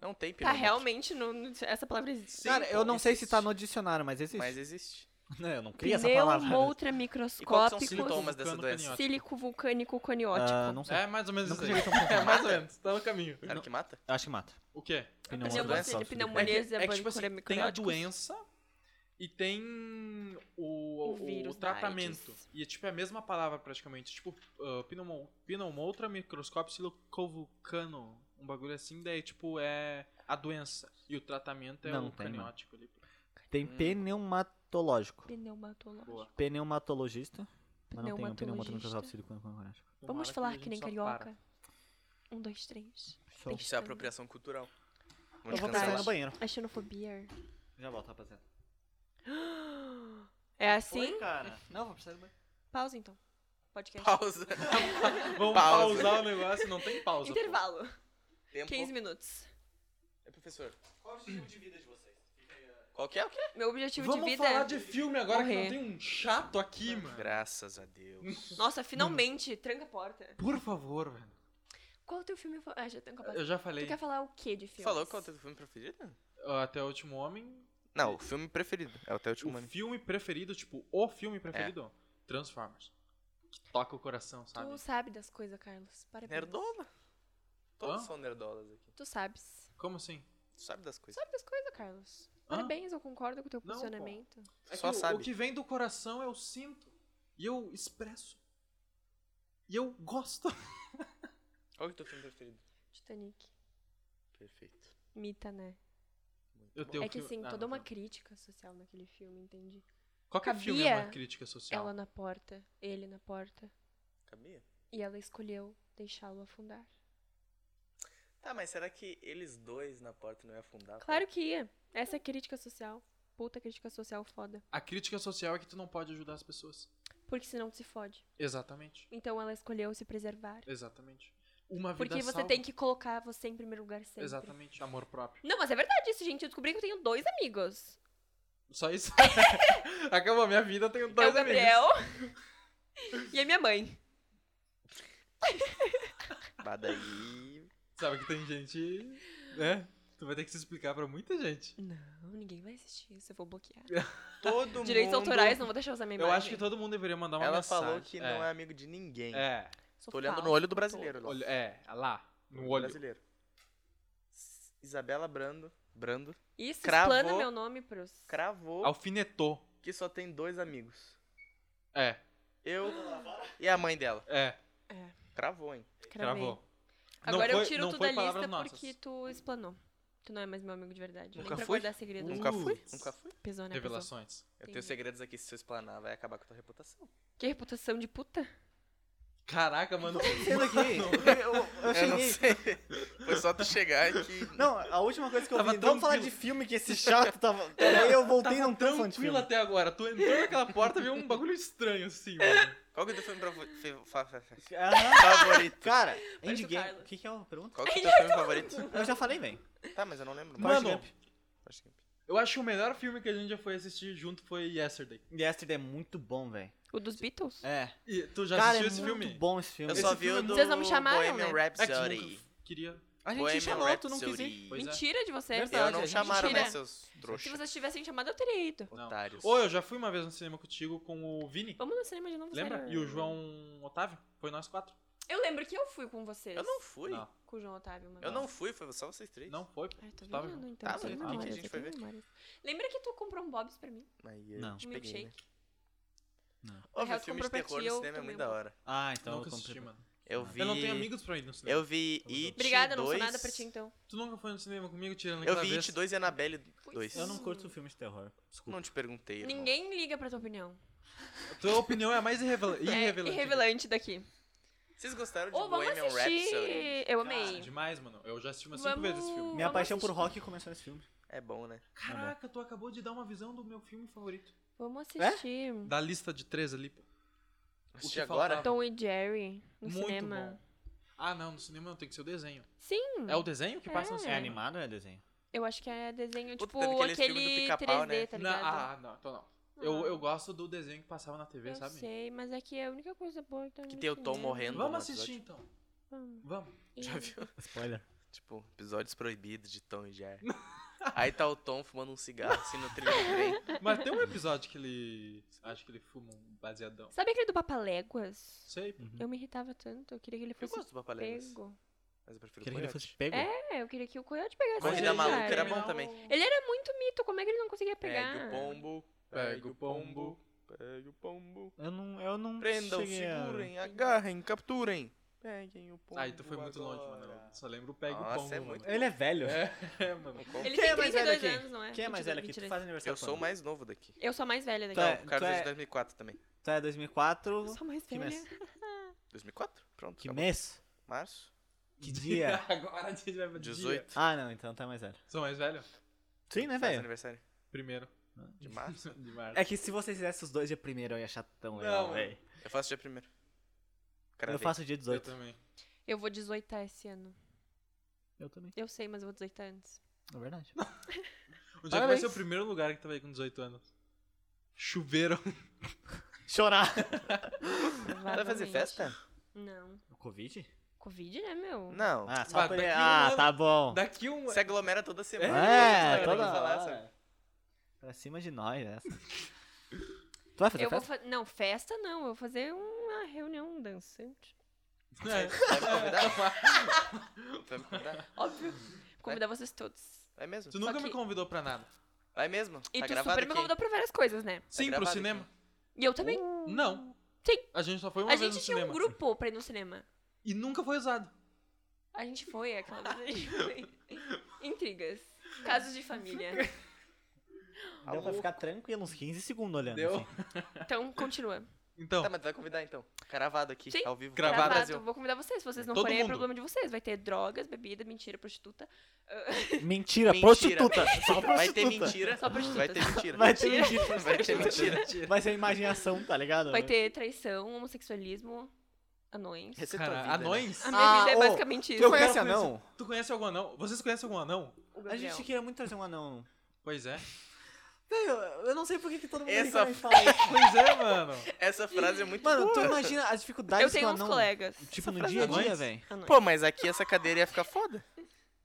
S1: Não tem
S2: Tá
S1: pirâmide.
S2: realmente no, no- essa palavra existe.
S4: Cara, eu não sei se
S1: existe.
S4: tá no dicionário, mas existe.
S1: Mas existe.
S4: Não, eu não criei essa
S2: é
S4: palavra.
S2: Pneumontra
S1: E quais são
S2: microscópico.
S1: os sintomas dessa
S3: Vulcano
S1: doença?
S3: caniótico.
S2: Sílico vulcânico
S4: Ah,
S2: coniótico.
S4: não sei.
S3: É mais ou menos
S4: Nunca
S3: isso aí.
S4: cheguei tão profundo.
S3: É mais ou menos, tá no caminho.
S1: Era o que mata?
S4: Eu acho que mata.
S3: O quê?
S1: Pneumonia,
S4: Pneumonia,
S1: doença,
S3: É que,
S2: pneumonia,
S3: é que, tipo
S2: zabanicura,
S3: assim, tem a
S2: microbióticos.
S3: doença e tem o,
S2: O vírus da
S3: tratamento.
S2: AIDS.
S3: E é tipo é a mesma palavra praticamente. Tipo, ah, pneumo, pneumotra, microscópio, silicovulcano. Um bagulho assim, daí tipo é a doença. E o tratamento é
S4: Não,
S3: o
S4: tem, mano.
S3: caniótico ali.
S4: Tem
S1: Hum.
S4: pneumatológico.
S2: Pneumatológico.
S3: Boa.
S4: Pneumatologista. Mas não tem um pneumotor
S2: Pneumatologista.
S4: microscópio silicone conático.
S2: Vamos
S3: Tomara
S2: falar
S3: a
S2: que nem
S3: gente só para.
S2: carioca. Um, dois, três.
S4: Show.
S2: Tem-
S1: Isso é apropriação cultural.
S4: Eu vou
S2: cancelar.
S4: precisar ir no banheiro.
S2: A xenofobia.
S4: Já volto, rapaziada.
S2: É assim?
S4: cara. Não, vou precisar ir no banheiro.
S2: Pausa então. Podcast.
S1: Pausa.
S3: Vamos
S1: Pausa.
S3: pausar o negócio, não tem pausa. pô.
S2: Intervalo.
S1: Tempo.
S2: 15 minutos.
S1: É, professor. Qual o objetivo de vida de vocês? Qual que é o quê?
S2: Meu objetivo
S3: Vamos
S2: de vida
S3: falar
S2: é...
S3: de filme agora
S2: Morrer.
S3: que não tem um chato aqui, mano.
S1: Graças a Deus.
S2: Nossa, finalmente.
S3: Hum.
S2: Tranca a porta.
S3: Por favor, velho.
S2: Qual o teu filme... fa- Ah, já tranca a porta.
S3: Eu já
S2: Tu
S3: falei.
S2: quer falar o que de
S1: Tu
S2: filme?
S1: falou qual é o teu filme preferido?
S3: Ah, Até o último homem.
S1: Não, o filme preferido. É até o último É.
S3: O
S1: ano.
S3: filme preferido, tipo, o filme preferido, Transformers. Que toca o coração, sabe?
S2: Tu sabe das coisas, Carlos. Parabéns.
S1: é Nerdola. Todos
S3: Hã?
S1: são nerdolas aqui.
S2: Tu sabes.
S3: Como assim?
S1: Tu sabe das coisas.
S2: Sabe das coisas, Carlos.
S3: Hã?
S2: Parabéns, eu concordo com o teu
S3: Não, pô.
S2: posicionamento.
S1: Tu só
S3: o,
S1: sabe.
S3: o É que vem do coração eu sinto. E eu expresso. E eu gosto.
S1: Qual que é o teu filme preferido?
S2: Titanic.
S1: Perfeito.
S2: Mita, né?
S1: Muito
S3: Eu
S1: bom.
S3: tenho
S2: é que
S3: filme-
S2: assim,
S3: Ah,
S2: toda
S3: não,
S2: uma
S3: tá.
S2: crítica social naquele filme, entendi.
S3: Qualquer
S2: Cabia
S3: filme é uma crítica social.
S2: Ela na porta, ele na porta.
S1: Cabia?
S2: E ela escolheu deixá-lo afundar.
S1: Tá, mas será que eles dois na porta não iam afundar?
S2: Claro que ia. Essa é crítica social. Puta crítica social foda.
S3: A crítica social é que tu não pode ajudar as pessoas.
S2: porque senão tu se fode.
S3: Exatamente.
S2: Então ela escolheu se preservar.
S3: Exatamente. Uma vida
S2: Porque você
S3: salva.
S2: tem que colocar você em primeiro lugar sempre.
S3: Exatamente. Amor próprio.
S2: Não, mas é verdade isso, gente. Eu descobri que eu tenho dois amigos.
S3: Só isso. Acabou a minha vida, eu tenho
S2: É
S3: dois
S2: o Gabriel e a minha mãe.
S1: Badaí.
S3: amigos. Sabe que tem gente, né? Tu vai ter que se explicar pra muita gente.
S2: Não, ninguém vai assistir isso. Eu vou bloquear.
S1: Todo
S2: Direitos
S1: mundo...
S2: autorais, não vou deixar usar minha
S3: Eu
S2: imagem.
S3: acho que todo mundo deveria mandar uma
S1: Ela
S3: mensagem.
S1: falou que não
S3: é.
S1: é amigo de ninguém.
S3: É.
S2: Sou
S1: Tô olhando no
S2: falsa
S1: olho do
S2: pra
S1: brasileiro.
S3: Olho,
S1: Olho,
S3: é, lá. No olho.
S1: Brasileiro. S- Isabela Brando, Brando
S2: todo. Isso,
S1: Cravou.
S2: explana meu nome pros...
S1: cravou
S3: Alfinetou.
S1: que só tem dois amigos.
S3: É,
S1: Eu e a mãe dela.
S3: é.
S1: Cravou, hein?
S2: Cravei.
S3: Travou. Não
S2: Agora
S3: foi-
S2: eu tiro
S3: não
S2: tu da
S3: foi
S2: lista
S3: palavras nossas.
S4: né,
S2: porque tu explanou. Tu não é mais meu amigo de verdade.
S1: Nunca
S2: Nem pra
S1: fui?
S2: guardar segredos.
S1: Nunca fui? Nunca fui.
S2: Pesou, né? Pesou.
S3: Revelações.
S1: Eu tenho
S2: Entendi.
S1: segredos aqui, se eu explanar, vai acabar com a tua reputação.
S2: Que reputação de puta.
S3: Caraca, mano.
S4: Sendo aqui, eu, eu
S1: Eu não
S4: cheguei.
S1: sei. Foi só tu chegar aqui.
S4: Não, a última coisa que eu
S3: Tava
S4: vi. Vamos falar de
S3: tranquilo.
S4: filme que esse chato tava. Aí eu voltei e
S3: Tava
S4: não tava falando um de
S3: tranquilo
S4: filme.
S3: até agora. Tu entrou naquela porta, viu um bagulho estranho assim, mano.
S1: Qual que é o teu filme pra... fe- fa- fa- fa-
S4: Aham.
S1: favorito?
S4: Cara,
S2: o
S4: Endgame.
S2: Carlos.
S4: O que, que é a pergunta?
S1: Qual que é o teu filme favorito?
S4: Eu já falei, velho.
S1: Tá, mas eu não lembro.
S3: Mano.
S1: Forrest Gump. Forrest Gump.
S3: Eu acho que o melhor filme que a gente já foi assistir junto foi Yesterday.
S4: Yesterday é muito bom, velho.
S2: O dos Beatles?
S4: É.
S3: E tu já
S4: Cara, é
S3: assistiu esse
S4: muito
S3: filme?
S4: bom esse filme.
S1: Eu só
S3: Esse
S1: vi o
S3: filme-
S1: do
S2: Vocês não me chamaram,
S1: Bohemian
S2: né?
S3: É que
S1: Rhapsody.
S3: tu nunca queria.
S4: A gente
S1: Bohemian
S4: te chamou, tu não quis ir.
S1: Rhapsody.
S3: Pois é.
S2: Mentira de vocês.
S4: Verdade.
S1: Eu
S4: a
S1: não
S4: gente
S1: chamaram,
S2: tira.
S1: né, seus
S2: Se
S1: trouxas.
S2: vocês tivessem chamado, eu teria ido.
S3: Não.
S1: Otários.
S3: Ô, eu já fui uma vez no cinema contigo com o Vini.
S2: Vamos no cinema de novo,
S3: Lembra?
S2: sério.
S3: E o João Otávio? Foi nós quatro?
S2: Eu lembro que eu fui com vocês.
S1: Eu não fui.
S3: Não.
S2: Com o João Otávio, uma
S1: Eu
S2: vez.
S1: não fui, foi só vocês três.
S3: Não foi.
S2: Ai, tô
S3: Tu tava
S2: viajando, então.
S1: Tá,
S2: eu tenho
S1: mas o que que a
S2: memórias,
S1: gente
S2: eu
S1: foi
S2: tenho
S1: ver?
S2: memórias. Lembra que tu comprou um Bob's pra mim?
S1: Aí eu
S4: Não.
S1: te
S2: Um
S1: peguei, né?
S2: milkshake?
S4: Não.
S1: Ô, ver
S2: Real, tu
S1: filme de
S2: comprou pra
S1: terror
S2: ti,
S1: no
S2: eu
S1: cinema é
S2: tomei
S1: muito
S2: um
S1: da
S2: pouco.
S1: hora.
S4: Ah, então
S3: nunca
S4: eu comprei.
S3: assisti, mano.
S1: Eu
S4: Eu
S1: vi...
S3: Eu não tenho amigos pra ir no cinema.
S1: Eu vi
S3: Tamo junto.
S1: It
S2: Obrigada, não sou
S1: 2.
S2: nada pra ti, então.
S3: Tu nunca foi no cinema comigo tirando
S1: Eu
S3: aquela
S1: vi
S3: vez?
S1: It 2 e Annabelle 2.
S4: Eu não curto filme de terror. Desculpa.
S1: Não te perguntei, irmão.
S2: Ninguém liga pra tua opinião.
S3: Tua opinião é a mais irrevela-
S2: É
S3: irrevelante.
S2: irrevelante daqui.
S1: Vocês gostaram de
S2: Ou vamos
S1: Bohemian Rhapsody?
S2: assistir. Eu
S3: Cara,
S2: amei.
S3: É demais, mano. Eu já assisti umas
S2: Vamos-
S3: cinco vezes esse filme.
S2: Não,
S4: Minha
S2: vamos
S4: paixão por
S2: assistir.
S4: rock começou nesse filme.
S1: É bom, né?
S3: Caraca, tu acabou de dar uma visão do meu filme favorito.
S2: Vamos
S3: É?
S2: assistir
S3: Da lista de três ali, pô.
S1: Assisti
S3: que
S1: agora?
S3: faltava?
S2: Tom e Jerry no
S3: Muito
S2: cinema.
S3: bom. Ah, não, no cinema não tem que ser o desenho.
S2: Sim,
S3: É o desenho que passa no
S2: É.
S3: cinema?
S4: animado ou é desenho?
S2: eu acho que é desenho
S1: Puta,
S2: tipo
S1: teve aquele filme do
S2: aquele
S1: pica-pau,
S2: 3D,
S1: né?
S2: tá
S3: Na-
S2: ligado?
S3: ah, não, então não. Eu, eu gosto do desenho que passava na TV,
S2: eu
S3: sabe?
S2: sei, mas é que é a única coisa boa que tá
S1: Que
S2: no
S1: tem o Tom
S2: cinema.
S1: morrendo.
S3: Vamos
S1: no
S3: assistir
S1: episódio.
S3: então.
S2: Vamos.
S3: Vamos.
S1: Já viu?
S4: Spoiler.
S1: Tipo, episódios proibidos de Tom e Jerry. Aí tá o Tom fumando um cigarro assim no trilho do trem.
S3: Mas tem um episódio que ele. Acho que ele fuma um baseadão.
S2: Sabe aquele do Papaléguas?
S3: Sei, pô.
S2: Eu me irritava tanto, eu queria que ele
S1: Eu
S2: fosse
S1: gosto do Papaléguas,
S2: pego.
S1: mas eu prefiro
S4: Queria que ele
S1: Coyote.
S4: fosse pego. É
S2: É, eu queria que o Coyote pegasse
S1: Corrida
S2: ele,
S1: Maluca
S2: cara.
S1: era é bom também.
S2: Ele era muito mito, como é que ele não conseguia pegar?
S1: Pega o pombo,
S3: Pega
S1: pega
S3: o
S1: o pombo, pega o pombo.
S4: Eu não, eu não
S1: Prendam,
S4: cheguei a-
S1: segurem, agarrem, capturem. Peguem o pombo
S3: Aí Ah, tu foi muito longe, mano.
S1: agora.
S3: Eu só lembro o pega
S1: Nossa,
S3: o pombo.
S1: é
S3: mano.
S1: muito-
S4: Ele é velho.
S3: É, mano.
S1: Como?
S2: Ele tem
S4: Quem é mais velho
S2: 32
S4: aqui?
S2: anos, não é?
S4: Quem é
S2: 22,
S4: mais velho aqui? Tu
S2: 23.
S4: faz aniversário
S1: Eu sou o
S4: quando?
S1: mais novo daqui.
S2: Eu sou a mais velha daqui.
S4: Tá.
S1: Não, o Carlos
S4: tu
S1: é
S4: é-
S1: de 2004 também.
S4: Tu é 2004.
S2: Eu sou a mais
S4: Que
S2: velha.
S4: mês?
S1: 2004? Pronto.
S4: Que
S1: acabou.
S4: mês?
S1: Março?
S4: Que dia?
S3: Agora a gente vai pro dia.
S1: 18.
S4: ah, não, então tá mais velho.
S3: Sou mais velho?
S4: Sim, né,
S1: Faz
S4: velho?
S1: aniversário
S3: Primeiro.
S1: de março.
S3: De março.
S4: É que se vocês fizessem os dois dia primeiro, eu ia achar tão legal,
S3: mano.
S4: velho.
S1: Eu faço dia primeiro.
S4: Eu
S1: Cravei.
S4: faço dia
S3: Eu
S4: 18.
S3: também.
S2: Eu vou 18 esse ano.
S4: Eu também.
S2: Eu sei, mas eu vou 18 antes.
S4: É verdade.
S3: Onde é que vai
S4: Parabéns.
S3: ser o primeiro lugar que tu vai ir com 18 anos? Chuveiro.
S4: Chorar.
S1: Vai fazer
S2: Provavelmente.
S1: festa?
S2: Não.
S4: O Covid?
S2: Covid, né, meu?
S1: Não.
S4: Ah, só
S3: Vai,
S4: pra
S3: daqui
S4: ele-
S3: um
S4: Ah,
S3: ano.
S4: tá bom.
S3: Daqui um.
S1: Se aglomera toda semana.
S4: É,
S1: Tem que
S4: toda
S1: falar,
S4: hora.
S1: sabe?
S4: Pra cima de nós, essa. tu vai fazer
S2: eu vou
S4: festa?
S2: fa... Não, festa não. Eu vou fazer uma reunião dançante.
S3: É.
S1: Vai me convidar? Vai me convidar?
S2: Óbvio. Vou convidar vocês todos.
S1: Vai mesmo?
S3: Tu nunca
S2: que-
S3: me convidou pra nada.
S1: Vai mesmo?
S2: E
S1: tá
S2: tu
S1: gravado
S2: super me
S1: aqui, hein?
S2: convidou pra várias coisas, né?
S3: Sim, pro
S1: gravado
S3: cinema.
S2: E eu também.
S3: Não.
S2: Sim.
S3: A gente só foi uma
S2: a
S3: vez
S2: gente
S3: Uh, no
S2: tinha
S3: cinema.
S2: um grupo pra ir no cinema.
S3: E nunca foi usado.
S2: A gente foi, é aquela vez. a gente foi. Intrigas. Casos de família.
S4: Deu pra ficar tranquilo uns 15 segundos olhando.
S3: Deu.
S4: assim.
S2: Então, continua.
S3: Então,
S1: Tá, mas tu vai convidar então. Cravado aqui,
S2: Sim,
S1: ao vivo.
S3: Gravado.
S2: Gravado,
S3: Brasil.
S2: Vou convidar vocês. Se vocês não
S3: Todo
S2: forem,
S3: mundo.
S2: é problema de vocês. Vai ter drogas, bebida, mentira, prostituta.
S4: Mentira,
S1: Mentira.
S4: prostituta. Só prostituta.
S1: Vai ter mentira.
S2: Só prostituta.
S1: Vai ter mentira.
S4: Vai ter mentira.
S1: Vai ter mentira.
S4: Vai ser imaginação, tá ligado?
S2: Vai ter traição, homossexualismo, anões.
S1: Receta tua
S3: cara,
S1: vida, né?
S3: anões?
S2: A minha
S4: Ah,
S2: vida é
S4: ô,
S2: basicamente isso.
S4: Tu conhece
S3: quero conhecer-
S4: anão?
S3: Tu conhece algum anão? Vocês conhecem algum anão?
S2: O
S4: A
S2: Gabriel.
S4: gente queria muito trazer um anão.
S3: Pois é.
S4: Velho, eu não sei por que que todo mundo
S1: Essa-
S4: reclama e fala isso.
S3: Pois é, mano.
S1: Essa frase é muito
S4: Mano, tu
S1: boa.
S4: imagina as dificuldades
S2: Eu tenho
S4: que o
S2: uns
S4: anão...
S2: colegas.
S4: Tipo, no
S2: é
S4: dia a
S3: Anões?
S4: dia, velho.
S2: Anões.
S1: Pô, mas aqui essa cadeira ia ficar foda.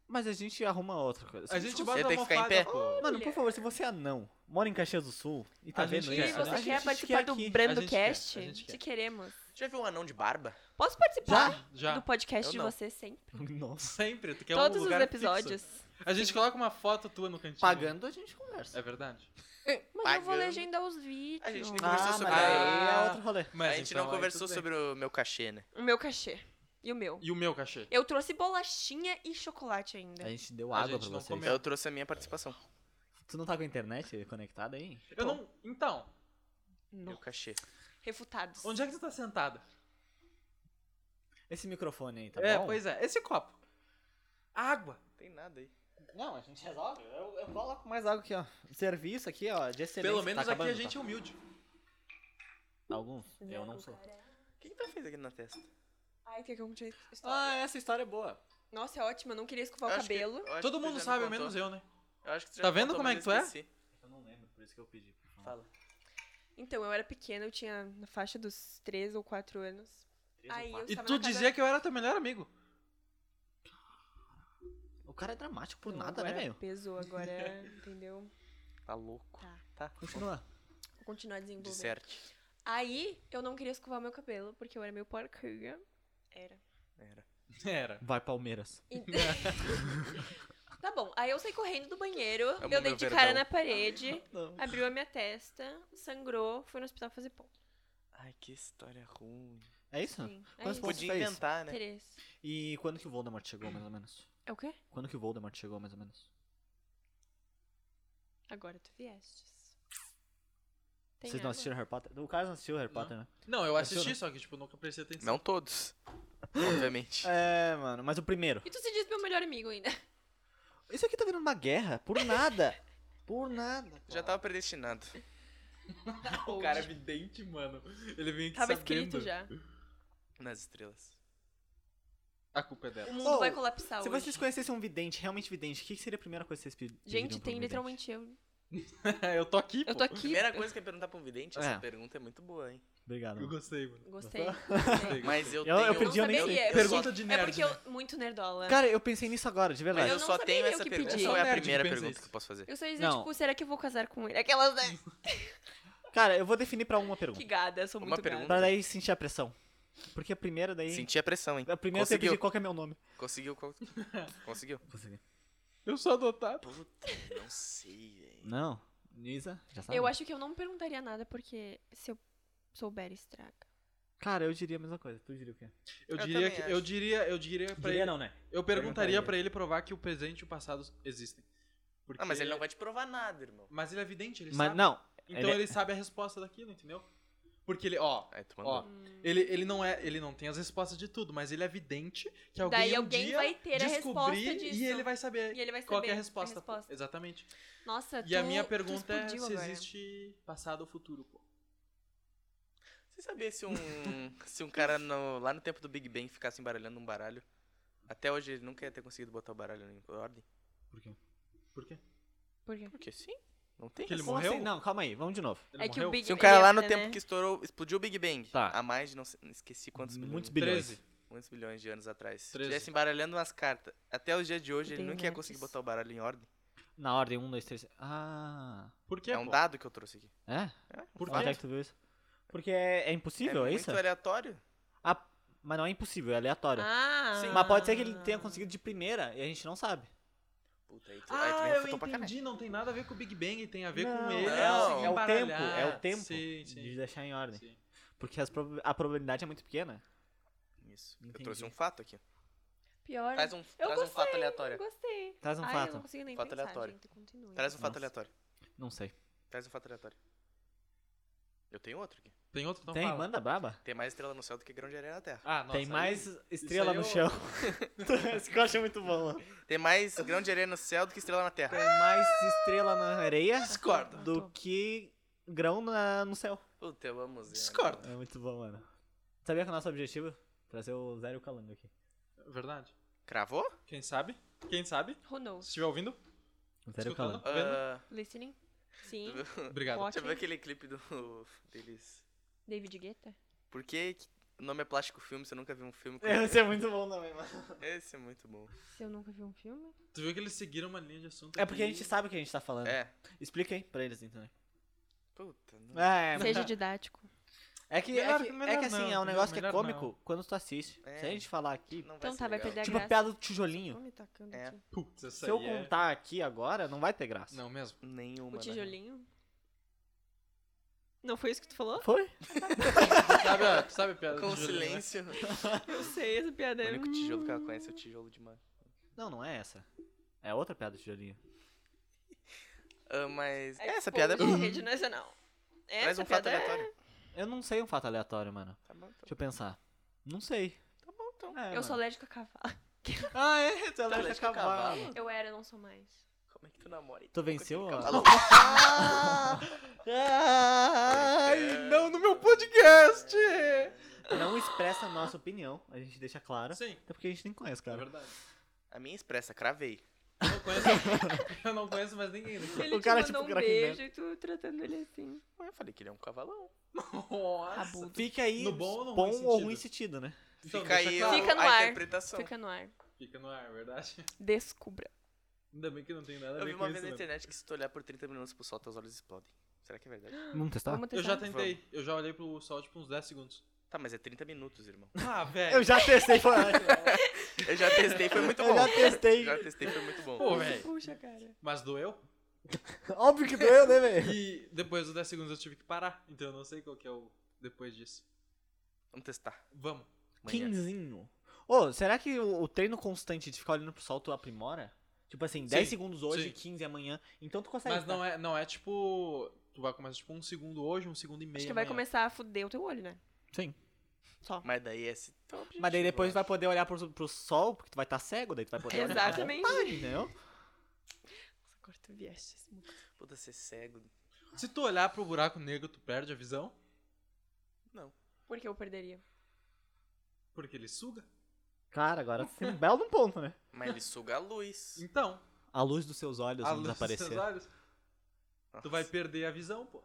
S4: Mas a gente arruma outra coisa. Tipo,
S3: A gente
S1: Você
S3: bota
S1: tem
S3: uma
S1: que ficar em
S3: almofada,
S1: pé?
S3: pô.
S4: Mano, por favor, se você é anão, mora em Caxias do Sul e tá
S3: A
S4: vendo
S3: gente
S2: E
S3: quer,
S4: isso...
S3: né?
S2: você
S4: a
S2: quer
S4: gente
S2: participar do
S4: aqui.
S2: Brandocast?
S3: A gente quer.
S2: Te queremos.
S1: Já viu um anão de barba?
S2: Posso participar
S3: Já.
S2: do podcast
S1: Eu
S2: de
S1: não.
S2: vocês sempre?
S4: Nossa.
S3: Sempre. Tu quer um
S2: Todos os
S3: lugar fixo.
S2: episódios.
S3: A gente coloca uma foto tua no cantinho.
S4: Pagando, a gente conversa.
S3: É verdade.
S2: Mas eu vou
S1: Pagando.
S2: legendar os vídeos.
S1: A gente tem que-
S4: Ah,
S1: Conversou
S4: mas
S1: sobre-
S4: aí
S3: Ah.
S4: é outro rolê.
S3: Mas
S1: a gente
S3: então,
S1: não
S3: aí
S1: conversou
S3: tudo bem.
S1: sobre o meu cachê, né?
S2: O meu cachê. E o meu.
S3: E o meu cachê?
S2: Eu trouxe bolachinha e chocolate ainda.
S4: A gente deu
S3: A
S4: água
S3: gente
S4: pra
S3: não
S4: vocês.
S3: comeu.
S1: Então Eu trouxe a minha participação.
S4: Tu não tá com a internet conectada aí?
S3: Eu não. Então,
S1: Meu
S2: Não.
S1: cachê.
S2: Refutados.
S3: onde é que tu tá sentada?
S4: Esse microfone aí, tá
S3: é,
S4: bom?
S3: pois é. Esse copo. Água.
S1: Tem nada aí.
S4: Não, a gente resolve. Eu, eu coloco mais água aqui, ó. Serviço aqui, ó, de excelência.
S3: Pelo
S4: Tá
S3: menos aqui
S4: acabando,
S3: a gente é
S4: tá?
S3: humilde.
S4: Alguns? Eu não sou.
S1: O que, que tu fez aqui na testa?
S2: Ai, quer que eu conte a história?
S4: Ah, essa história é boa.
S2: Nossa, é ótimo. Eu não queria escovar o
S1: Acho que-
S2: cabelo.
S1: eu acho
S3: Todo
S1: que tu
S3: mundo
S1: já me
S3: sabe,
S1: contou.
S3: menos eu, né?
S1: Eu acho que tu já
S3: Tá
S1: me
S3: vendo
S1: contou,
S3: como é
S1: mas
S3: que
S1: eu
S3: tu é?
S1: esqueci.
S4: Eu não lembro, por isso que eu pedi. um
S1: Fala.
S2: Então, eu era pequena, eu tinha na faixa dos 3 ou 4 anos. Aí eu
S3: E
S2: estava
S3: tu
S2: na casa-
S3: dizia que eu era teu melhor amigo.
S4: O cara é dramático por
S2: Não,
S4: nada, né,
S2: agora
S4: velho?
S2: Pesou agora, entendeu?
S1: Tá louco.
S2: Tá.
S1: Tá.
S4: Continua.
S2: Vou continuar
S1: De
S2: desenvolvendo.
S1: certo.
S2: Aí, eu não queria escovar meu cabelo, porque eu era meio porcaria. Era.
S1: Era.
S3: Era.
S4: Vai, Palmeiras.
S2: E- tá bom, aí eu saí correndo do banheiro,
S1: Amo
S2: eu dei
S1: meu
S2: de
S1: verdão.
S2: cara na parede,
S4: Não.
S2: abriu a minha testa, sangrou, fui no hospital fazer ponto.
S1: Ai, que história ruim.
S4: É isso?
S2: Sim, é
S4: Quantos
S2: isso.
S4: pontos?
S1: Podia
S4: fez?
S1: inventar, né?
S2: Três.
S4: E quando que o Voldemort chegou, mais ou menos?
S2: É o quê?
S4: Quando que o Voldemort chegou, mais ou menos?
S2: Agora tu viestes. Tem
S4: Vocês não
S2: água?
S4: assistiram Harry Potter? O cara não assistiu Harry
S3: Não.
S4: Potter, né?
S3: Não, eu
S4: Funciona.
S3: assisti, só que, tipo, nunca prestei atenção.
S1: Não todos. Obviamente.
S4: É, mano, mas o primeiro.
S2: E tu se diz meu melhor amigo ainda.
S4: Isso aqui tá virando uma guerra, por nada. Por nada.
S1: Já tava predestinado.
S3: O cara é vidente, mano. Ele vem aqui
S2: Tava
S3: sabendo.
S2: escrito já.
S1: Nas estrelas.
S3: A culpa é dela.
S2: O mundo
S4: Oh,
S2: vai colapsar
S4: Se
S2: hoje.
S4: vocês conhecem um vidente, realmente vidente, o que que seria a primeira coisa que vocês pe- pediriam
S2: Gente, tem
S4: pra um vidente?
S2: literalmente eu.
S3: eu tô aqui,
S2: Eu
S3: pô.
S2: tô aqui.
S1: Primeira coisa que eu ia perguntar pra um vidente, essa
S4: É.
S1: pergunta é muito boa, hein?
S4: Obrigado.
S3: Eu gostei, mano.
S2: Gostei.
S3: Gostei,
S1: Mas eu,
S4: Eu- eu
S1: tenho...
S4: perdi, eu nem
S2: saberia.
S4: sei.
S2: Eu
S3: Pergunta
S1: só-
S3: de
S2: É
S3: nerd.
S2: porque
S3: né?
S2: eu... Muito nerdola.
S4: Cara, eu pensei nisso agora, de
S1: Mas
S4: verdade.
S1: eu,
S2: Eu não
S1: só
S2: saberia
S1: tenho
S2: o
S1: essa
S2: que
S1: pergunta.
S2: pedir.
S1: Qual é
S3: Só
S1: a
S3: nerd
S1: primeira
S3: pensa
S1: pergunta
S3: isso.
S1: que eu posso fazer?
S2: Eu só dizia,
S4: Não.
S2: tipo, será que eu vou casar com ele? Aquelas, né?
S3: Então,
S4: Cara, eu vou definir pra uma
S2: Que
S4: pergunta.
S2: gada, eu sou
S1: Uma
S2: muito
S1: pergunta.
S4: Pra daí sentir a pressão. Porque a primeira daí...
S1: Senti a pressão, hein?
S4: A primeira você
S1: Conseguiu.
S4: pedir qual que é meu nome.
S1: Conseguiu. co- Conseguiu.
S3: Eu sou adotado.
S1: Puta, não sei, velho.
S4: Não. Nisa, já
S2: gada.
S4: sabe.
S2: Eu acho que eu não perguntaria nada, porque se eu souber, estraga.
S4: Cara, eu diria a mesma coisa. Tu diria o quê?
S3: Eu
S1: Eu
S3: diria
S1: também
S3: que.
S1: acho.
S3: Eu diria, eu diria pra ele.
S4: não, né?
S3: Eu perguntaria
S4: Perguntaria.
S3: pra ele provar que o presente e o passado existem. Porque...
S1: Ah, mas ele não vai te provar nada, irmão.
S3: Mas ele é vidente, ele
S4: Mas
S3: sabe.
S4: não. é-
S3: Então ele... sabe a resposta daquilo, entendeu? Porque ele, ó,
S1: Aí tu
S3: ó,
S1: mandou.
S3: ele, ele não é, ele não tem as respostas de tudo, mas ele é vidente que alguém
S2: Daí
S3: um
S2: alguém
S3: dia
S2: vai ter a
S3: descobrir
S2: resposta disso.
S3: e ele vai saber
S2: E ele vai saber
S3: qual que é a resposta. pô.
S2: resposta.
S3: Exatamente.
S2: Nossa,
S3: E a
S2: tu-
S3: minha
S2: tu
S3: pergunta é se
S2: explodiu agora.
S3: existe passado ou futuro, pô.
S1: Você sabia se um, se um cara no- lá no tempo do Big Bang ficasse embaralhando um baralho? Até hoje ele nunca ia ter conseguido botar o baralho em ordem.
S3: Por quê?
S2: Por quê?
S1: Porque sim, não tem
S3: Que ele
S1: essa.
S3: morreu?
S4: assim? Não, calma aí. Vamos de novo.
S3: Ele
S2: é que
S3: morreu?
S2: o Big
S1: Se um cara lá
S2: Yes,
S1: no
S2: né,
S1: tempo
S2: né?
S1: que estourou, explodiu o Big Bang.
S4: Tá.
S1: Há mais de não sei- esqueci quantos milhões.
S4: Muitos bilhões.
S3: 13.
S1: muitos bilhões de anos atrás. Se
S3: Treze.
S1: estivesse embaralhando umas cartas, até o dia de hoje ele
S2: Tem
S1: nunca ia conseguir
S2: nerds.
S1: botar o baralho em ordem.
S4: Na ordem, um, dois, três. Ah.
S3: Por quê?
S1: É um
S3: pô?
S1: dado que eu trouxe aqui.
S4: É?
S3: Por
S4: Onde é
S3: quê?
S4: que tu viu isso? Porque é, é impossível, é,
S1: é
S4: isso?
S1: muito aleatório.
S4: Ah, mas não é impossível, é aleatório.
S2: Ah!
S1: Sim.
S4: Mas pode ser que ele tenha conseguido de primeira e a gente não sabe.
S1: Puta, aí tu, aí tu
S3: Ah,
S1: me
S3: eu
S1: refutou pra caralho.
S3: entendi, não tem nada a ver com o Big Bang, tem a ver com
S4: Não,
S3: ele.
S1: não,
S3: conseguir
S1: é
S4: o tempo,
S3: embaralhar.
S4: é o tempo
S3: Sim, sim.
S4: de deixar em ordem.
S3: sim.
S4: Porque as proba- a probabilidade é muito pequena.
S1: Isso. Eu
S4: Entendi.
S1: trouxe um fato aqui.
S2: Pior.
S1: Traz um,
S2: Eu
S1: traz um fato
S2: gostei, Eu
S1: aleatório.
S2: gostei.
S4: Traz um
S2: Ai, eu
S4: fato.
S2: não
S4: Não...
S2: consigo nem
S1: Fato
S2: pensar,
S1: aleatório.
S2: gente. Continue.
S1: Traz um fato
S4: Nossa.
S1: aleatório.
S4: sei.
S1: Traz um fato aleatório. Eu tenho outro aqui.
S3: Tem outro? Então
S4: Tem,
S3: fala.
S4: manda braba.
S1: Tem mais estrela no céu do que grão de areia na terra.
S3: Ah, nossa,
S4: Tem
S3: aí-
S4: mais estrela
S3: aí
S4: no
S3: eu-
S4: chão. Esse que eu acho muito bom.
S1: Tem mais grão de areia no céu do que estrela na terra.
S4: Tem mais estrela na areia
S3: Discordo.
S4: do que grão na- no céu.
S1: Puta, eu amo o Zé.
S3: Discordo.
S4: É muito bom, mano. Sabia que é o nosso objetivo? Trazer o Zé e o Calango aqui.
S3: é Verdade.
S1: Cravou?
S3: Quem sabe? Quem sabe?
S2: Who knows?
S3: Se estiver ouvindo,
S4: O Zé e o
S3: Escutando.
S4: Calango.
S3: Tá vendo?
S1: Ah,
S2: Listening? Sim.
S3: obrigado.
S2: Ótimo.
S1: Você viu aquele clipe do deles?
S2: David Guetta?
S1: Por que que o nome é Plástico Filme se eu nunca vi um filme com...
S4: Esse é muito bom também, mano.
S1: Esse é muito bom.
S2: Se eu nunca vi um filme?
S3: Tu viu que eles seguiram uma linha de assunto
S4: É porque a
S3: aqui?
S4: gente sabe o que a gente tá falando.
S1: É.
S4: Explica aí pra eles, então.
S1: Puta, não.
S4: É,
S2: Seja didático.
S4: É que,
S3: Melhor-
S4: é que,
S3: melhor
S4: é que assim,
S3: não,
S4: é um negócio que é
S3: melhor
S4: cômico
S3: não.
S4: quando tu assiste.
S1: É.
S4: Se a gente falar aqui,
S1: não
S2: Então
S1: ser
S2: tá, vai
S1: legal.
S2: perder a
S4: tipo a
S2: graça.
S4: piada do
S2: Tô
S4: tijolinho.
S2: me tacando
S1: É.
S2: aqui.
S3: Putz, essa
S4: Se eu
S3: aí é-
S4: contar aqui agora, não vai ter graça.
S3: Não mesmo.
S1: Nenhuma.
S2: O
S1: né?
S2: tijolinho? Não foi isso que tu falou?
S4: Foi?
S3: Tu sabe a, tu sabe a piada
S1: Com
S3: do Julinho, né?
S1: silêncio.
S2: Eu sei, essa piada
S1: O
S2: é...
S1: único tijolo que ela conhece é o tijolo de mar.
S4: Não, não é essa. É outra piada do tijolinho.
S1: Ah, mas.
S2: É
S1: É, essa piada é
S2: exposto
S1: boa.
S2: na rede nacional.
S1: Traz
S2: Essa
S1: um fato
S2: piada é-
S1: aleatório.
S4: Eu não sei um fato aleatório, mano.
S1: Tá bom, então.
S4: Deixa eu pensar. Não sei.
S1: Tá bom, então.
S4: É,
S2: Eu sou
S4: mano.
S2: alérgica a cavalo.
S4: Ah, é? Tu é
S1: Tá
S4: alérgico a cavalo.
S2: Eu era, não sou mais.
S1: Como é que tu namora?
S4: Tu venceu? ó?
S1: Ai, não,
S4: no meu podcast!
S3: É.
S4: Não expressa a nossa opinião, a gente deixa claro.
S3: Sim,
S4: Até porque a gente nem conhece,
S3: é
S4: cara.
S3: verdade.
S1: A minha expressa, cravei.
S3: Eu não conheço, eu não conheço mais ninguém. né? daqui.
S2: Ele
S4: O cara é
S2: te
S4: tipo
S2: mandou
S4: o
S2: um
S4: Kraken
S2: beijo e tu tratando ele assim.
S1: Ué, Eu falei que ele é um cavalão.
S3: Nossa.
S2: Abuso.
S4: Fica aí,
S3: No bom ou no
S4: bom
S3: ruim
S4: ou
S3: sentido?
S4: ruim sentido, né?
S3: Então,
S1: Fica aí
S3: deixa claro.
S2: Fica no
S1: a
S2: ar.
S1: interpretação.
S2: Fica no ar.
S3: Fica no ar, é verdade.
S2: Descubra.
S3: Ainda bem que não tem nada a
S1: Eu vi
S3: ver
S1: uma
S3: com
S1: vez
S3: isso.
S1: na
S3: né?
S1: internet que se tu olhar por 30 minutos pro sol, teus olhos explodem. Será que é verdade?
S4: Vamos testar?
S2: Vamos
S3: Eu
S2: testar.
S3: já tentei, eu já olhei pro sol tipo uns 10 segundos.
S1: Tá, mas é 30 minutos, irmão.
S3: Ah, velho.
S4: Eu já testei, foi ótimo.
S1: Eu já testei, foi muito bom.
S4: Eu já testei.
S1: Já testei, foi muito bom.
S3: Pô, velho.
S2: Puxa, cara.
S3: Mas doeu?
S4: Óbvio que doeu, né, velho?
S3: E depois dos 10 segundos eu tive que parar. Então eu não sei qual que é o depois disso.
S1: Vamos testar.
S3: Vamos.
S1: Amanhã.
S4: Quinzinho. Ô, será que o, o treino constante de ficar olhando pro sol tu aprimora? Tipo assim, 10 segundos hoje,
S3: sim.
S4: 15 amanhã. Então tu consegue.
S3: Mas não
S2: tá.
S3: é, não é tipo. Tu vai começar tipo um segundo hoje, um segundo e meio.
S2: Acho que vai
S3: amanhã.
S2: começar a fuder o teu olho, né?
S4: Sim.
S1: Mas daí é esse teu
S4: Mas daí
S1: objetivo,
S4: depois
S1: eu
S4: tu vai poder olhar pro, pro sol, porque tu vai estar cego, daí tu vai poder olhar. à
S2: Exatamente.
S4: vontade, Entendeu?
S2: Nossa, agora tu vieste. assim.
S1: acho. Puta, ser cego.
S3: Se tu olhar pro buraco negro, tu perde a visão.
S2: Por que eu perderia?
S3: Porque ele suga.
S4: Cara, agora você tem um belo de um ponto, né?
S1: Mas ele suga a luz.
S3: Então,
S4: A luz dos seus olhos
S3: a
S4: vai
S3: luz dos
S4: desaparecer.
S3: seus olhos,
S1: Nossa.
S3: tu vai perder a visão, pô.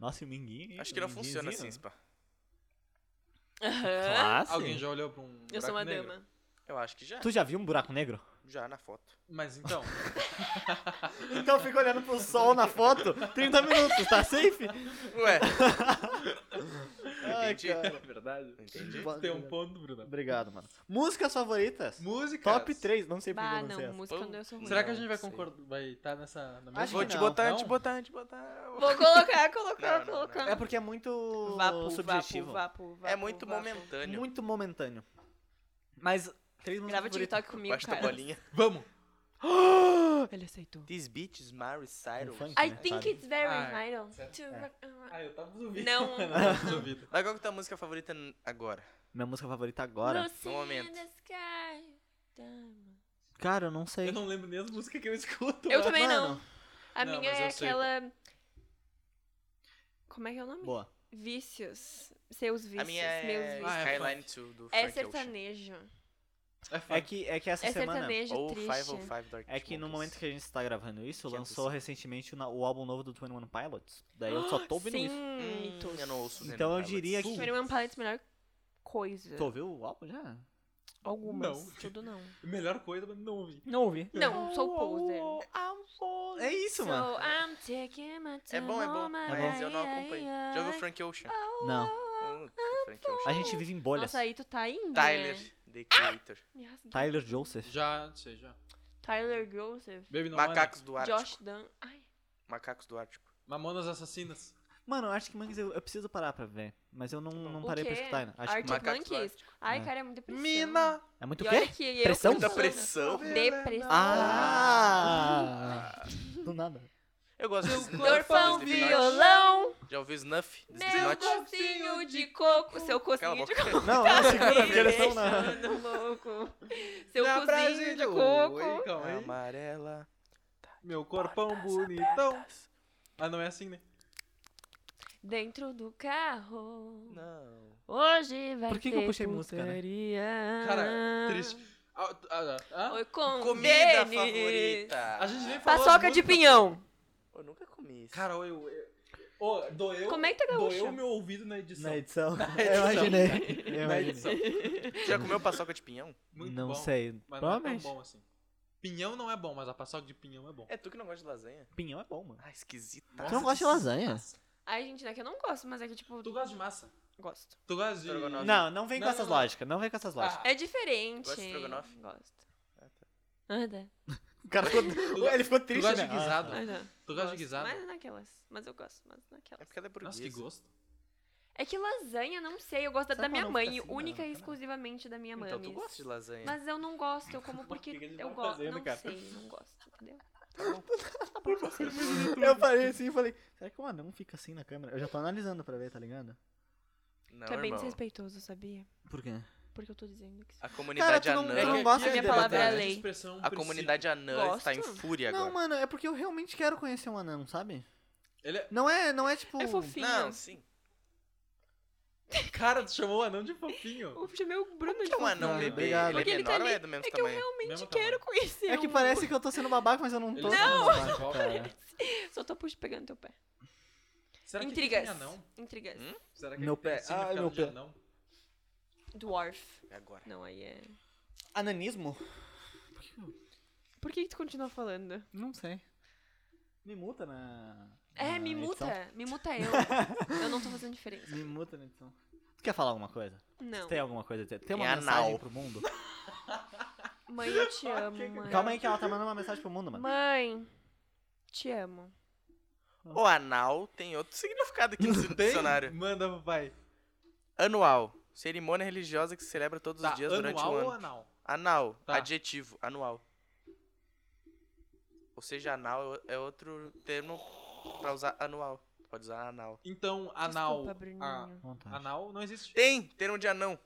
S4: Nossa, e o minguinho. é hein?
S1: Acho que não
S4: O
S1: funciona assim,
S4: minguinzinho.
S1: Spa.
S2: Aham.
S4: Claro.
S3: É? Alguém
S4: sim.
S3: já olhou pra um
S2: Eu
S3: buraco
S2: sou uma
S3: negro?
S2: dama.
S1: Eu acho que já.
S4: Tu já viu um buraco negro?
S1: Já na foto.
S3: Mas então,
S4: Então fica olhando pro sol na foto 30 minutos, tá safe?
S1: Ué.
S4: Ai,
S1: Entendi.
S4: cara.
S3: é verdade.
S1: Entendi.
S3: Tem um ponto, Bruno.
S4: Obrigado, mano. Músicas favoritas?
S3: Música.
S4: Top 3, não sei por que
S2: Bah,
S4: eu não sei
S2: não.
S4: essa.
S2: Música não, eu sou ruim.
S3: Será que a
S1: Não,
S3: gente vai
S1: sei.
S3: concordar? Vai estar nessa. Na
S4: Acho
S3: mesma
S1: Vou
S4: que
S1: te
S4: não.
S1: botar,
S3: Não?
S1: te botar, te botar.
S2: Vou colocar, colocar,
S1: Não, não,
S2: colocar.
S1: não.
S4: É porque é muito
S2: Vapo,
S4: subjetivo.
S2: vapo, vapo, vapo,
S1: É muito
S2: vapo.
S1: momentâneo.
S4: Muito momentâneo. Mas três músicas
S2: Grava
S4: favoritas.
S2: TikTok comigo,
S1: Basta a
S2: cara.
S1: bolinha.
S3: Vamos!
S2: Ele aceitou.
S1: These bitches, Mary Cyrus.
S4: funk.
S2: I
S4: né,
S2: think
S4: sabe?
S2: it's very
S3: Ah,
S2: vital
S3: certo.
S2: to...
S3: Ah, eu tava ouvindo.
S2: Não.
S3: tava ouvindo.
S1: Mas qual que é a tua música favorita n- agora?
S4: Minha música favorita agora.
S2: Lucy
S1: no momento.
S2: in the sky. Diamond.
S4: Cara, eu não sei.
S3: Eu não lembro nem as músicas que eu escuto.
S2: Eu
S3: mano.
S2: também
S4: Mano.
S2: não. A
S3: Não,
S2: minha
S3: mas
S2: é
S3: eu sei.
S2: aquela... Como é que é o nome?
S4: Boa.
S2: Vícios. Seus vícios.
S1: a minha é
S2: Meus vícios.
S3: Ah, é
S1: Skyline 2 do
S2: é
S1: Frank Ocean.
S2: sertanejo.
S3: É
S4: É
S3: funk.
S4: que, é que essa
S2: É
S4: semana.
S2: sertanejo
S1: Ou
S2: triste.
S1: 505 Dark
S4: É que no
S1: Monkeys.
S4: momento que a gente tá gravando isso,
S1: Que
S4: lançou
S1: absurdo.
S4: recentemente o, na- o álbum novo do 21 Pilots. Daí eu só tô ouvindo
S2: Sim,
S4: isso.
S1: Hum,
S2: mitos.
S1: eu não ouço né,
S4: Então
S1: no
S4: eu
S1: Pilots.
S4: diria que.
S2: Twenty One Pilots, melhor coisa.
S4: Tu ouviu o álbum já?
S2: Algumas.
S3: Não.
S2: Tudo não.
S3: Melhor coisa, mas não ouvi.
S4: Não ouvi.
S2: Não, sou poser.
S4: É isso, mano.
S2: So I'm taking my
S1: É bom, é bom,
S2: time, oh, my
S1: mas eu não
S2: ai,
S1: acompanho.
S2: ai,
S1: Já ouviu Frank Ocean?
S4: Não.
S1: Puta, Frank Ocean.
S4: A gente vive em bolhas.
S2: Nossa, aí tu tá indo,
S1: Tyler,
S2: né?
S1: The Creator.
S2: Me rasguei.
S4: Tyler Joseph.
S3: Já, sei, já.
S2: Tyler Joseph.
S3: Baby No
S1: Macacos
S3: Money.
S1: do Ártico.
S2: Josh Dunn. Ai,
S1: Macacos do Ártico.
S3: Mamonas Assassinas.
S4: Mano, eu acho que Mangues eu, eu preciso parar pra ver. Mas eu não, não
S2: Tá O
S4: parei pra
S2: quê?
S4: escutar ainda. Acho que
S2: Arctic
S1: Macacos do
S2: Monkeys. Ai,
S4: É.
S2: cara, é muito depressão.
S1: Mina!
S4: é muito
S2: E
S4: o quê?
S2: olha que eu... né?
S4: Pressão?
S1: Tá né?
S2: Muita Ah,
S1: Muita pressão.
S2: Depressão.
S4: Ah! Do nada.
S1: Eu gosto de Snuff.
S2: Dorfão,
S1: do Slipknot.
S2: é um violão,
S1: Já ouviu Snuff? do
S2: meu
S1: Slipknot?
S2: docinho de coco. Seu
S1: Cala a
S2: cocinho de
S1: boca.
S2: coco.
S4: Não, é não, segura, porque eles estão na.
S2: Deixando louco. Seu
S3: Na
S2: cozinho de
S3: Brasília. Oi, É
S2: coco.
S3: calma aí.
S1: Amarela.
S3: Então, Meu corpão
S1: portas
S3: bonitão.
S1: abertas.
S3: Ah, não é assim, né?
S2: Dentro do carro.
S1: Não.
S2: Hoje vai
S4: Por que que
S2: ter
S4: eu puxei música, né?
S2: putaria.
S3: Cara, triste. Ah, ah, ah,
S2: Oi, com
S1: Comida
S2: Denis.
S1: favorita.
S3: A gente nem falou. as
S2: Paçoca de
S3: músicas.
S2: pinhão.
S1: Eu nunca comi isso.
S3: Cara, eu. eu... Ô, doeu.
S2: Como é que tá
S3: Doeu
S2: gaúcha?
S3: meu ouvido na edição.
S4: Na edição. Eu
S3: edição.
S4: imaginei. Eu
S3: Na
S4: imaginei.
S3: edição.
S1: Já comeu paçoca de pinhão?
S3: Muito
S4: não
S3: bom, Mas
S4: sei.
S3: não é tão
S4: Provavelmente.
S3: bom assim. Pinhão não é bom, mas a paçoca de pinhão é bom.
S1: É tu que não gosta de lasanha.
S4: Pinhão é bom, mano.
S1: Ah, esquisita.
S4: tu não gosta de lasanha?
S2: Ai, gente, não é que eu não gosto, mas é que, tipo,
S3: Tu gosta de massa?
S2: gosto.
S3: Tu gosta de.
S1: Estrogonofe.
S4: Não, não vem
S3: Não,
S4: com essas
S3: não, não.
S4: lógicas. Não vem com essas lógicas.
S3: Ah,
S2: É diferente.
S1: Gosta de estrogonofe?
S2: Gosto.
S1: Ah, tá.
S2: Anda.
S4: O cara ficou. Ele ficou triste,
S3: gosta
S4: né?
S3: de guisado?
S4: Ah,
S2: Anda.
S3: tu
S2: Gosto.
S3: gosta de guisado?
S2: Mas naquelas. Mas eu gosto, mas
S1: É
S2: naquelas.
S1: porque ela é
S3: Nossa,
S1: burguesa.
S3: que gosto.
S2: É que lasanha, não sei, eu gosto da-
S4: Sabe
S2: da
S4: qual
S2: minha
S4: não
S2: mãe,
S4: fica assim,
S2: única
S4: não,
S2: e
S4: cara?
S2: exclusivamente da minha mãe.
S1: Então tu gosta de lasanha.
S2: Mas eu não gosto, eu como porque
S4: que que eles
S2: eu
S4: vão
S2: gosto.
S4: fazendo,
S2: Não
S4: cara?
S2: sei, não gosto, entendeu?
S4: tá. Eu parei assim e falei: será que o anão fica assim na câmera? Eu já tô analisando pra ver, tá ligado?
S1: Não,
S2: Tu é bem
S1: irmão.
S2: desrespeitoso, sabia?
S4: Por quê?
S2: Porque eu tô dizendo que sim.
S1: A comunidade
S4: tu não-
S1: anã.
S4: tu não
S3: aqui
S4: gosta
S3: é
S4: de
S2: Minha palavra é
S3: liberdade de
S2: lei.
S3: expressão, um
S1: A
S3: princípio.
S1: comunidade anã
S2: Gosto.
S1: está em fúria
S4: Não,
S1: agora.
S4: mano, é porque eu realmente quero conhecer um anão, sabe?
S3: Ele é-
S4: Não é, não é tipo.
S2: É fofinho.
S1: Não, sim.
S3: Cara, tu chamou o anão de fofinho.
S2: Eu chamei o Bruno de
S1: Que é um anão
S4: Não,
S1: bebê.
S4: obrigado.
S1: Ele
S2: Porque
S1: é
S2: ele tá
S1: menor ou
S2: ali-
S1: é do mesmo
S2: é que eu
S1: tamanho?
S2: realmente
S3: Mesmo
S2: quero
S3: tamanho.
S2: conhecer
S4: É que
S2: um-
S4: parece que eu tô sendo babaca, mas eu não
S3: Ele
S4: tô.
S3: não
S4: sendo
S3: gosta de
S4: babaca,
S3: cobra.
S4: cara.
S2: Só tô pux- pegando teu pé.
S3: Será que
S2: Intrigas.
S3: tem anão?
S2: Intrigas.
S1: Hum?
S3: Será que
S4: Meu
S3: tem
S4: pé.
S3: significado
S4: Ai, meu
S3: de
S4: pé.
S3: anão?
S2: Dwarf.
S1: É agora.
S2: Não, aí é...
S4: Ananismo?
S2: Por que que tu continua falando?
S4: Não sei. Me muta na.
S2: É,
S4: na
S2: me
S4: edição.
S2: muta. Me muta eu. Eu não tô fazendo diferença.
S4: Me muta na edição. Tu quer falar alguma coisa?
S2: Não.
S4: Tem alguma coisa? a dizer? Tem uma
S1: É
S4: mensagem
S1: anal.
S4: pro mundo?
S2: Mãe, eu te amo, mãe.
S4: Calma aí que ela tá mandando uma mensagem pro mundo, mano.
S2: Mãe, te amo.
S1: O anal tem outro significado aqui no
S3: Tem?
S1: dicionário.
S3: Manda, papai.
S1: Anual. Cerimônia religiosa que se celebra todos
S3: Tá,
S1: os dias durante
S3: anual
S1: o
S3: ou
S1: ano.
S3: anal?
S1: Anal.
S3: Tá.
S1: Adjetivo. Anual. Ou seja, anal é é outro termo pra usar anual. Pode usar anal.
S3: Então, anal.
S2: Desculpa,
S3: a-
S2: Bruninho.
S4: Vontade.
S3: anal não existe.
S1: Tem! Termo de anão.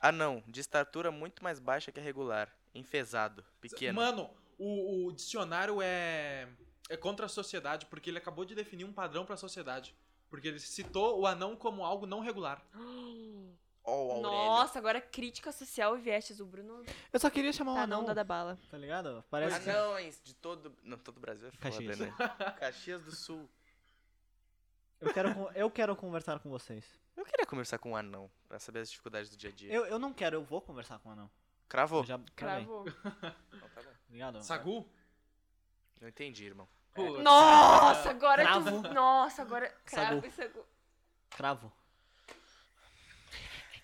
S1: Anão. De estatura muito mais baixa que a regular. Enfesado. Pequeno.
S3: Mano, o, o dicionário é, é contra a sociedade, porque ele acabou de definir um padrão pra sociedade. Porque ele citou o anão como algo não regular.
S1: Ó, o Aurélio.
S2: Nossa, agora crítica social e viestes. O Bruno
S4: Eu só queria chamar um
S2: tá
S4: anão,
S2: não da bala.
S4: tá ligado? Parece que...
S1: Anões de todo. Não, todo o Brasil é foda,
S4: Caxias.
S1: né? Caxias do Sul.
S4: Eu quero, con- eu quero conversar com vocês.
S1: Eu queria conversar com um anão pra saber as dificuldades do dia a dia.
S4: Eu, eu não quero, eu vou conversar com um anão.
S1: Cravou.
S4: Eu já cravei,
S2: Cravo.
S1: Não, tá bom.
S4: ligado?
S3: Sagu? é,
S1: Não entendi, irmão.
S3: Pô,
S2: Nossa, agora
S4: Cravo.
S2: tu... Nossa, agora... Cravo
S4: Sagu.
S2: e sagu.
S4: Cravo.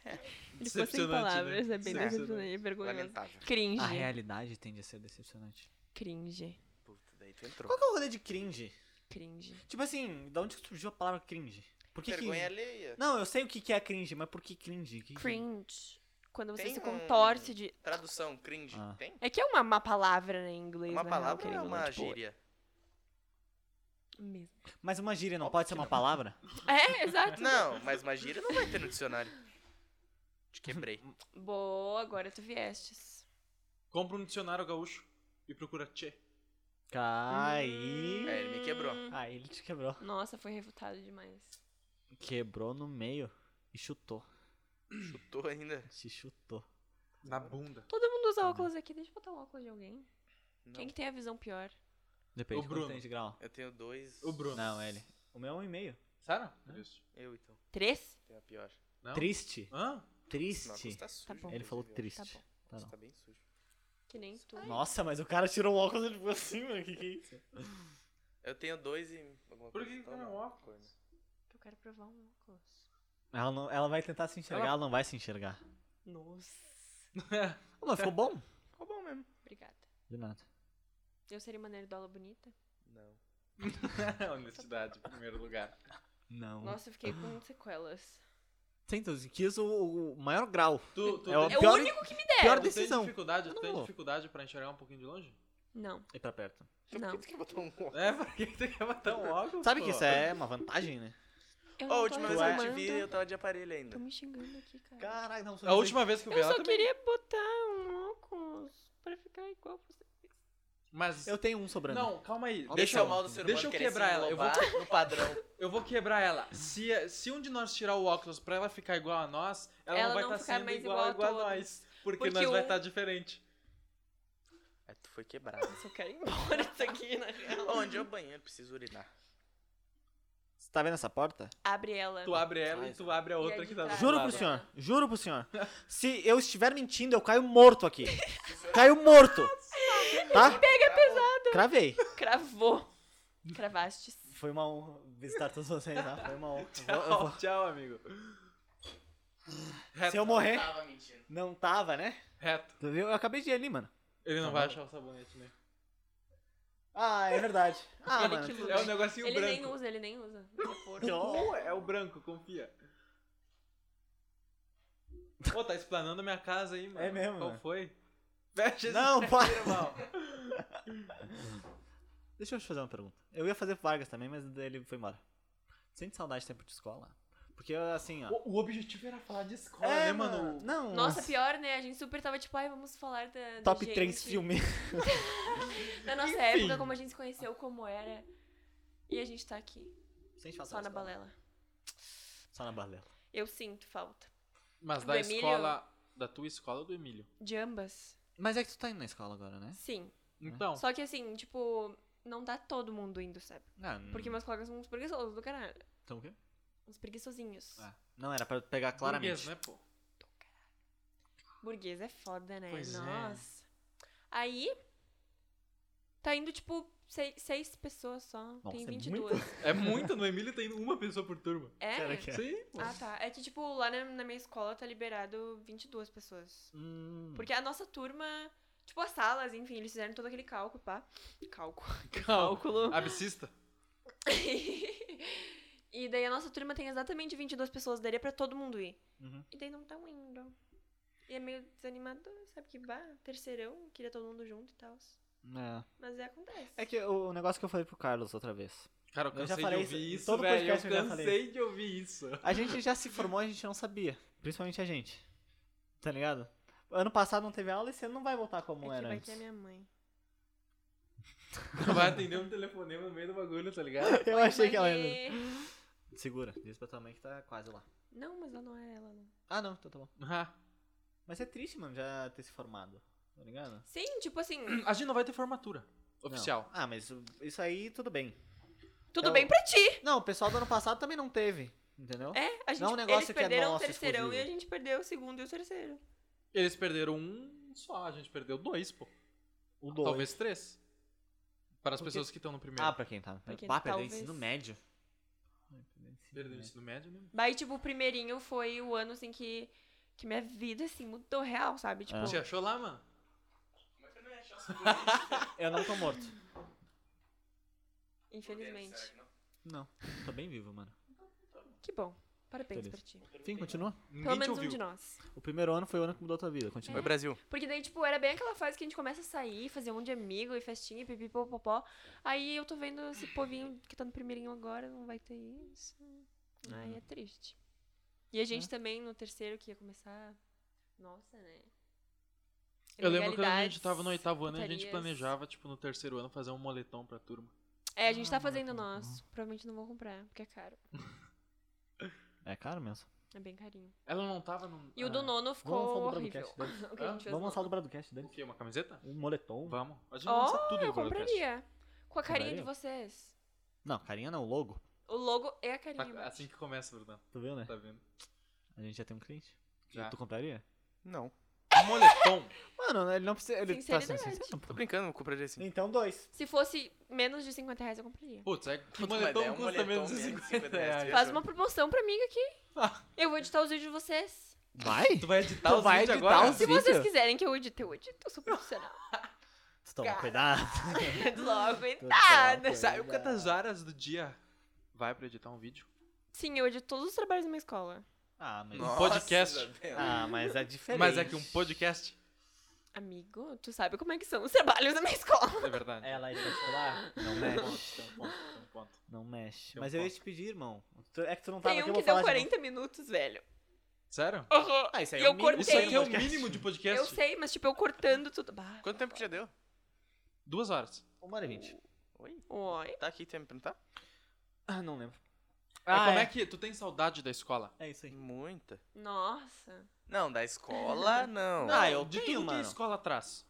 S2: Ele ficou sem
S3: Decepcionante,
S2: palavras,
S3: né?
S2: é bem
S1: Decepcionante.
S2: decepcionante, é vergonhoso.
S1: Lamentável.
S2: Cringe.
S4: A realidade tende a ser decepcionante.
S2: Cringe.
S1: Puta, daí tu entrou.
S4: Qual que é o rolê de cringe?
S2: Cringe.
S4: Tipo assim, da onde surgiu a palavra cringe? Por que
S1: Vergonha
S4: que...
S1: alheia.
S4: Não, eu sei o que que é cringe, mas por que cringe? Que é que-
S2: Cringe. Quando você
S1: Tem
S2: se
S1: um-
S2: contorce de...
S1: Tradução, cringe.
S4: Ah.
S1: Tem?
S2: É que é uma má palavra né, em inglês,
S1: Uma
S2: na real,
S1: palavra
S2: querendo
S1: é
S2: ou não,
S1: uma
S2: tipo,
S1: gíria.
S2: Mesmo.
S4: Mas uma gíria não
S1: Óbvio
S4: pode
S1: que
S4: ser uma
S1: não.
S4: palavra?
S2: É, exato.
S1: Não, mas uma gíria não vai ter no dicionário. Te quebrei.
S2: Boa, agora tu viestes.
S3: Compra um dicionário gaúcho e procura tchê.
S4: Aí...
S1: É, ele me quebrou.
S4: Aí Hum. Ah, ele te quebrou.
S2: Nossa, foi refutado demais.
S4: Quebrou no meio e chutou.
S1: Chutou ainda.
S4: Se chutou.
S3: Na bunda.
S2: Todo mundo usa óculos aqui, deixa eu botar o óculos de alguém.
S1: Tá Não.
S2: Quem que tem a visão pior?
S4: Depende
S3: O
S4: de quanto
S3: Bruno.
S4: tem de grau.
S1: Eu tenho dois.
S3: O Bruno.
S4: Não, ele. O meu é um e meio.
S3: Sério? Isso.
S1: Eu então.
S2: Três?
S1: Tenho a pior.
S3: Não?
S4: Triste.
S3: Hã?
S1: Esse óculos
S4: Triste.
S1: tá sujo.
S2: bom.
S4: Ele falou
S1: inclusive,
S2: Tá
S4: triste.
S2: bom.
S1: ó.
S4: Tá,
S1: Isso
S4: não.
S1: Tá bem sujo.
S2: Que nem tu.
S4: Nossa, mas o cara tirou o óculos e ele ficou assim, mano. Que que é isso?
S1: Eu tenho dois e. Alguma
S3: Por
S1: coisa
S3: que que
S1: então,
S3: não é
S1: né?
S3: óculos?
S2: Eu quero provar um óculos.
S4: Ela, não, ela vai tentar se enxergar,
S3: Ela-
S4: ela, não vai se enxergar.
S2: Nossa.
S4: Ô, mas ficou bom?
S1: Ficou bom mesmo.
S2: Obrigada.
S4: De nada.
S2: Eu seria uma nerdola bonita?
S1: Não.
S3: Honestidade, em primeiro lugar.
S4: Não.
S2: Nossa, eu fiquei com sequelas.
S4: 115 quilos, o, o maior grau.
S3: Tu, tu
S4: É o
S3: tem,
S2: É o
S4: Pior-
S2: único que me
S4: Pior
S2: deram.
S3: tu tem
S4: decisão.
S3: dificuldade, tu
S4: Eu não
S3: tem
S4: vou.
S3: dificuldade pra enxergar um pouquinho de longe?
S2: Não,
S4: E pra perto.
S2: não.
S1: que botou um óculos?
S3: É, por que tu quer botar um óculos?
S4: Sabe
S3: pô?
S4: que isso é uma vantagem, né?
S2: Eu
S1: Ó, a
S2: não
S1: última
S2: tô
S1: vez que eu te
S2: reclamando.
S1: vi, eu tava de aparelho ainda.
S2: Tô me xingando aqui, cara.
S4: Caralho, não sou
S3: A última vez que eu vi
S2: Eu
S3: ela
S2: só
S3: também.
S2: queria botar um óculos pra ficar igual você.
S3: Mas.
S4: Eu tenho um sobrando.
S3: Não, calma aí.
S4: Olha
S1: Deixa
S4: só.
S1: o mal do ser humano
S3: Deixa eu
S1: querer
S3: quebrar
S1: se
S3: ela, eu vou-
S1: englobar no padrão.
S3: Eu vou quebrar ela. Se, se um de nós tirar o óculos pra ela ficar igual a nós, ela,
S2: Ela
S3: não vai
S2: não
S3: estar
S2: ficar
S3: sendo
S2: mais
S3: igual,
S2: igual a
S3: igual a
S2: todos.
S3: nós. Porque,
S2: Porque
S3: nós vai
S2: um-
S3: estar diferente.
S1: Aí tu foi quebrado.
S2: Nossa, eu quero ir embora disso aqui, né? na real.
S1: Onde é o banheiro? Preciso urinar.
S4: Você tá vendo essa porta?
S2: Abre ela.
S3: Tu abre ela e tu abre a outra
S2: aí
S3: que
S2: de
S3: tá do
S2: trás?
S4: Juro
S3: lado.
S4: pro
S2: Nada.
S4: senhor, juro pro senhor. Se eu estiver mentindo, eu caio morto aqui. Caio morto. Tá?
S1: Pega pesado.
S4: Cravei.
S2: Cravou. Cravaste.
S4: Foi uma honra visitar todos vocês, tá? Foi uma honra. Eu vou- eu
S3: Tchau,
S4: vou-
S3: tchau, amigo.
S4: Se eu morrer,
S1: Tava mentindo.
S4: não tava, né?
S3: Reto.
S4: Tu viu? Eu acabei de ir ali, mano.
S3: Ele não
S4: Tá
S3: vai
S4: bom.
S3: achar o sabonete, né?
S4: Ah, é verdade. Ah,
S2: Olha
S4: mano.
S2: que luz.
S3: É o negocinho
S2: ele nem
S3: branco.
S2: usa, ele nem usa.
S4: Que horror.
S3: É o branco, confia. Pô, tá explanando a minha casa aí, mano.
S4: É mesmo,
S3: Qual
S4: né?
S3: foi? Fecha esse
S4: Não, pá.
S3: mal.
S4: Deixa eu te fazer uma pergunta. Eu ia fazer Vargas também, mas ele foi embora. Sente saudade do tempo de escola? Porque, assim, ó. É,
S3: O, o objetivo era falar de escola, né, mano?
S4: Não.
S2: Nossa, pior, né? A gente super tava tipo, ai, vamos falar da. da
S4: Top
S2: gente,
S4: 3 filme.
S2: Da nossa
S3: Enfim.
S2: época, como a gente se conheceu, como era. E a gente tá aqui,
S4: Sente falta
S2: só
S4: da
S2: na
S4: escola.
S2: balela.
S4: Só na balela.
S2: Eu sinto falta.
S3: Mas
S2: Do
S3: da
S2: Emílio?
S3: escola. Da tua escola ou do Emílio?
S2: De ambas?
S4: Mas é que tu tá indo na escola agora, né?
S2: Sim.
S3: Então.
S2: Só que assim, tipo, não tá todo mundo indo, sabe?
S4: Ah,
S3: Hum.
S2: Porque meus colegas são uns preguiçosos do caralho.
S4: Então o quê?
S2: Uns preguiçosinhos.
S4: Ah, não, era pra pegar claramente.
S3: Burguês, né, pô?
S2: Burguês é foda, né?
S3: Pois é.
S2: Nossa. Aí, tá indo, tipo, sei- seis, pessoas só.
S4: Nossa,
S2: Tem
S4: é
S2: 22.
S3: É muito, no Emílio tem uma pessoa por turma.
S2: É?
S4: Será que é?
S3: Sim, pô.
S2: Ah, tá. É que, tipo, lá na, na minha escola tá liberado 22 pessoas.
S4: Hum,
S2: Porque a nossa turma... Tipo, as salas, enfim, eles fizeram todo aquele cálculo, pá. Cálculo.
S3: Calma.
S2: Cálculo.
S3: Abscista.
S2: e daí a nossa turma tem exatamente 22 pessoas. Daria pra todo mundo ir.
S4: Uhum.
S2: E daí não tão indo. E é meio desanimador, sabe? Que bah, terceirão, queria todo mundo junto e tal.
S4: é.
S2: Mas é, acontece.
S4: É que o o negócio que eu falei pro Carlos outra vez.
S3: Cara, eu
S4: Eu
S3: cansei
S4: já
S3: de
S4: falei
S3: ouvir
S4: isso em
S3: isso,
S4: todo
S3: velho.
S4: podcast
S3: Eu
S4: eu já falei
S3: cansei de ouvir isso.
S4: A gente já se formou, a gente não sabia. Principalmente a gente. Tá ligado? Ano passado não teve aula e você não vai voltar como
S2: é que
S4: era
S2: vai
S4: antes.
S2: ter a minha mãe.
S3: Tu vai atender um telefonema no meio do bagulho, tá ligado?
S4: Eu achei que ela ainda.
S2: Mãe.
S4: Segura, diz pra tua mãe que tá quase lá.
S2: Não, mas ela não é ela, não.
S4: Ah, não, então tá bom.
S3: Ah,
S4: Mas é triste, mano, já ter se formado. Tá ligado?
S2: Sim, tipo assim,
S3: a gente não vai ter formatura oficial.
S4: Não. Ah, mas isso- isso aí tudo bem.
S2: tudo
S4: Eu-
S2: bem pra ti.
S4: Não, É o pessoal do ano passado também não teve. Entendeu?
S2: É, a gente,
S4: Não é um negócio
S2: eles
S4: que é
S2: perderam
S4: nosso,
S2: o terceirão
S4: exclusivo.
S2: e a gente perdeu o segundo e o terceiro.
S3: Eles perderam um só, a gente perdeu dois, pô.
S4: O dois.
S3: Talvez três. Para as
S4: Por quê?
S3: pessoas que estão no primeiro.
S4: Ah, pra quem tá.
S2: Pra quem
S4: Pá, perdeu o
S2: talvez-
S4: ensino médio. Ai, perdeu o ensino
S3: Perdeu o
S4: médio.
S3: ensino médio né? mesmo.
S2: Daí, tipo, o primeirinho foi o ano, assim, que, que minha vida, assim, mudou real, sabe? Tipo,
S4: Ah.
S3: Te achou lá, mano?
S4: Eu não tô morto.
S2: infelizmente.
S4: Não, tô bem vivo, mano.
S2: Que bom. Parabéns pra
S4: Beleza.
S2: ti.
S4: Sim, continua.
S3: Ninguém
S2: Pelo
S3: te
S2: menos um
S3: ouviu.
S2: de nós.
S4: O primeiro ano foi o ano que mudou a tua vida.
S1: Oi,
S4: Continua.
S1: Brasil.
S2: Porque daí, tipo, era bem aquela fase que a gente começa a sair, fazer um de amigo e festinha, e pipipopopó. Aí eu tô vendo esse povinho que tá no primeirinho agora, não vai ter isso. Aí
S3: Uhum.
S2: é triste. E a
S3: É.
S2: gente também, no terceiro, que ia começar... Nossa, né?
S3: Eu lembro quando a
S2: Ilegalidades,
S3: gente tava no oitavo ano, a gente
S2: putarias.
S3: planejava, tipo, no terceiro ano, fazer um moletom pra turma.
S2: É, a gente
S3: Ah,
S2: tá fazendo o nosso. Provavelmente não vou comprar, porque é caro.
S4: É caro mesmo.
S2: É bem carinho.
S3: Ela não tava no.
S2: E o do
S3: Ah,
S2: nono
S4: Vamos
S2: ficou
S4: lançar o do
S2: horrível.
S4: Bradcast dele.
S2: O que a gente fez
S4: Vamos
S2: no
S4: lançar
S2: nono.
S4: o do Broadcast dele.
S3: O quê? Uma camiseta?
S4: Um moletom.
S3: Vamos. A gente
S2: Oh,
S3: lança tudo
S2: Eu
S3: no Gorocast.
S2: compraria. Com a carinha de
S4: Compraria?
S2: vocês.
S4: Não, carinha não, logo.
S2: O logo é a
S3: Tá-
S2: carinha. embaixo.
S3: assim que começa, Bruno.
S4: Tu viu, né?
S3: Tá vendo?
S4: A gente já tem um cliente.
S3: Já.
S4: Tu compraria?
S1: Não.
S3: Moletom.
S4: Mano, ele não precisa. Ele tá sendo
S2: Sinceridade.
S4: sincero,
S1: Tô
S4: pô.
S1: brincando, eu compraria assim.
S4: Então, dois.
S2: Se fosse menos de 50 reais, eu compraria.
S3: Putz, é que
S1: Puta,
S3: moletom
S1: mas é um
S3: custa
S1: moletom
S3: menos de
S1: menos de
S3: 50 reais.
S2: Faz uma promoção pra mim aqui. Eu vou editar os vídeos de vocês.
S4: Vai?
S3: Tu vai editar
S4: Tu
S3: os
S4: vai
S3: vídeos
S4: editar
S3: agora?
S4: os-
S2: Se vocês
S4: Vídeo?
S2: quiserem que eu edite, eu edito. Eu sou profissional.
S4: Tu Toma, cuidado.
S2: Logo, então.
S4: Tô
S2: editado.
S4: de
S3: Sabe quantas horas do dia vai pra editar um vídeo?
S2: Sim, eu edito todos os trabalhos da minha escola.
S4: Ah, mas.
S3: podcast.
S1: Isabela.
S4: Ah, mas é diferente.
S3: Mas é que um podcast
S2: Amigo, tu sabe como é que são os trabalhos da minha escola.
S3: É verdade.
S4: Ela ainda vai Não mexe.
S3: Tem um ponto, tem um ponto.
S4: Não mexe.
S3: Tem um
S4: Mas eu ia
S3: ponto.
S4: te pedir, irmão. Tu- É que tu não tava
S2: Tem
S4: aqui,
S2: um
S4: eu
S2: que
S4: vou
S2: deu
S4: falar de novo.
S2: 40 minutos, velho.
S3: Sério?
S2: Aham.
S4: Ah, isso aí
S2: E
S4: é o
S2: eu
S4: mínimo.
S2: cortei.
S3: Isso aqui é o
S4: podcast.
S3: mínimo de podcast?
S2: Eu sei, mas tipo, eu cortando tudo. Bah,
S1: Quanto tempo que já deu?
S3: Duas horas.
S4: Uma hora e vinte.
S1: Oi?
S2: Oi.
S1: Tá aqui, tu ia me perguntar?
S4: Ah, não lembro.
S3: Mas
S2: Ah,
S3: como é.
S4: é.
S3: que tu tem saudade da escola?
S4: É isso aí.
S1: Muita.
S2: Nossa.
S1: Não, da escola, não.
S4: Não. Ah, eu
S3: de
S4: tenho,
S3: tudo
S4: mano.
S3: que a escola traz.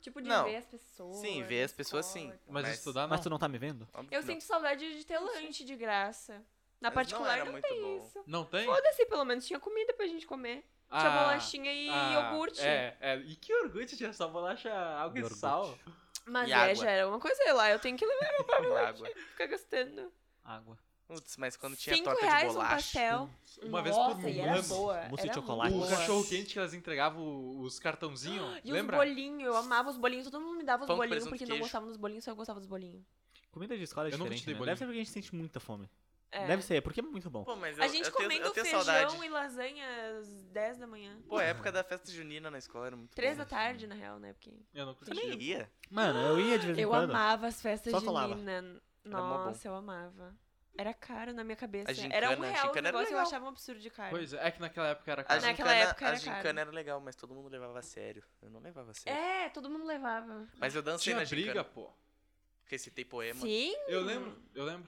S2: Tipo, de
S1: Não.
S2: ver as pessoas.
S1: Sim, ver
S2: na
S1: as pessoas sim.
S2: escola.
S3: Mas,
S1: Mas-
S3: estudar não.
S4: Mas tu não tá me vendo?
S1: Óbvio
S2: Eu
S1: que não.
S2: sinto saudade de ter lanche de graça.
S1: Mas
S2: Na
S1: não
S2: particular
S1: era
S2: não,
S1: muito
S2: tem
S1: bom.
S2: isso.
S3: Não tem?
S2: Foda-se, pelo menos tinha comida pra gente comer. Tinha bolachinha e
S3: ah,
S2: iogurte.
S3: É, é. E que iogurte tinha só bolacha, água
S4: E
S3: e,
S4: iogurte.
S3: sal.
S2: Mas
S1: E
S2: é,
S1: água.
S2: já era uma coisa lá. Eu tenho que levar
S1: E água.
S2: ficar gastando.
S4: Água.
S1: Putz, mas quando tinha
S2: Cinco
S1: torta de
S2: reais um
S1: bolacha.
S2: pastel.
S3: Uma vez
S2: Nossa,
S3: por
S2: e era
S3: mês.
S2: boa.
S4: Mousse de
S2: era
S4: chocolate.
S2: muito
S3: O
S4: Nossa.
S3: cachorro
S2: boa.
S3: quente que elas entregavam os cartãozinhos,
S2: E
S3: lembra?
S2: os bolinhos, eu amava os bolinhos, todo mundo me dava os
S1: Pão com
S2: bolinhos
S1: presunto e
S2: porque não
S1: queijo.
S2: gostava dos bolinhos, só eu gostava dos bolinhos.
S4: Comida de escola é
S3: Eu nunca te
S4: diferente,
S3: dei
S4: né?
S3: bolinho.
S4: Deve ser porque a gente sente muita fome.
S2: É.
S4: Deve ser, porque é muito bom.
S1: Pô, mas eu,
S2: A gente
S1: eu tenho,
S2: comendo
S1: eu tenho
S2: feijão
S1: saudade.
S2: e lasanha às 10 da manhã.
S1: Pô, a época da festa junina na escola era muito
S2: 3
S1: bom.
S2: da tarde, na real, né? Porque
S3: Eu não
S1: Tu
S3: curti.
S1: nem ia?
S4: Mano, eu ia de vez em
S2: eu
S4: quando.
S2: amava as festas
S4: Só
S2: de
S4: colava.
S2: Nina.
S1: Era mó bom.
S2: Nossa, eu amava. Era caro na minha cabeça.
S1: A
S2: era um
S1: gincana- a
S2: real
S1: gincana
S2: o
S1: era
S2: negócio, eu
S1: legal.
S2: achava um absurdo de caro.
S3: Pois é, é que naquela época era
S1: A
S3: caro.
S2: Naquela
S1: gincana,
S2: época
S1: a
S2: era
S1: gincana
S2: caro.
S1: era legal, mas todo mundo levava a sério. Eu não levava a sério.
S2: É, todo mundo levava.
S1: Mas eu dancei
S3: Tinha
S1: na gincana,
S3: briga, pô.
S1: porque citei poema,
S2: Sim?
S3: Eu lembro, eu lembro.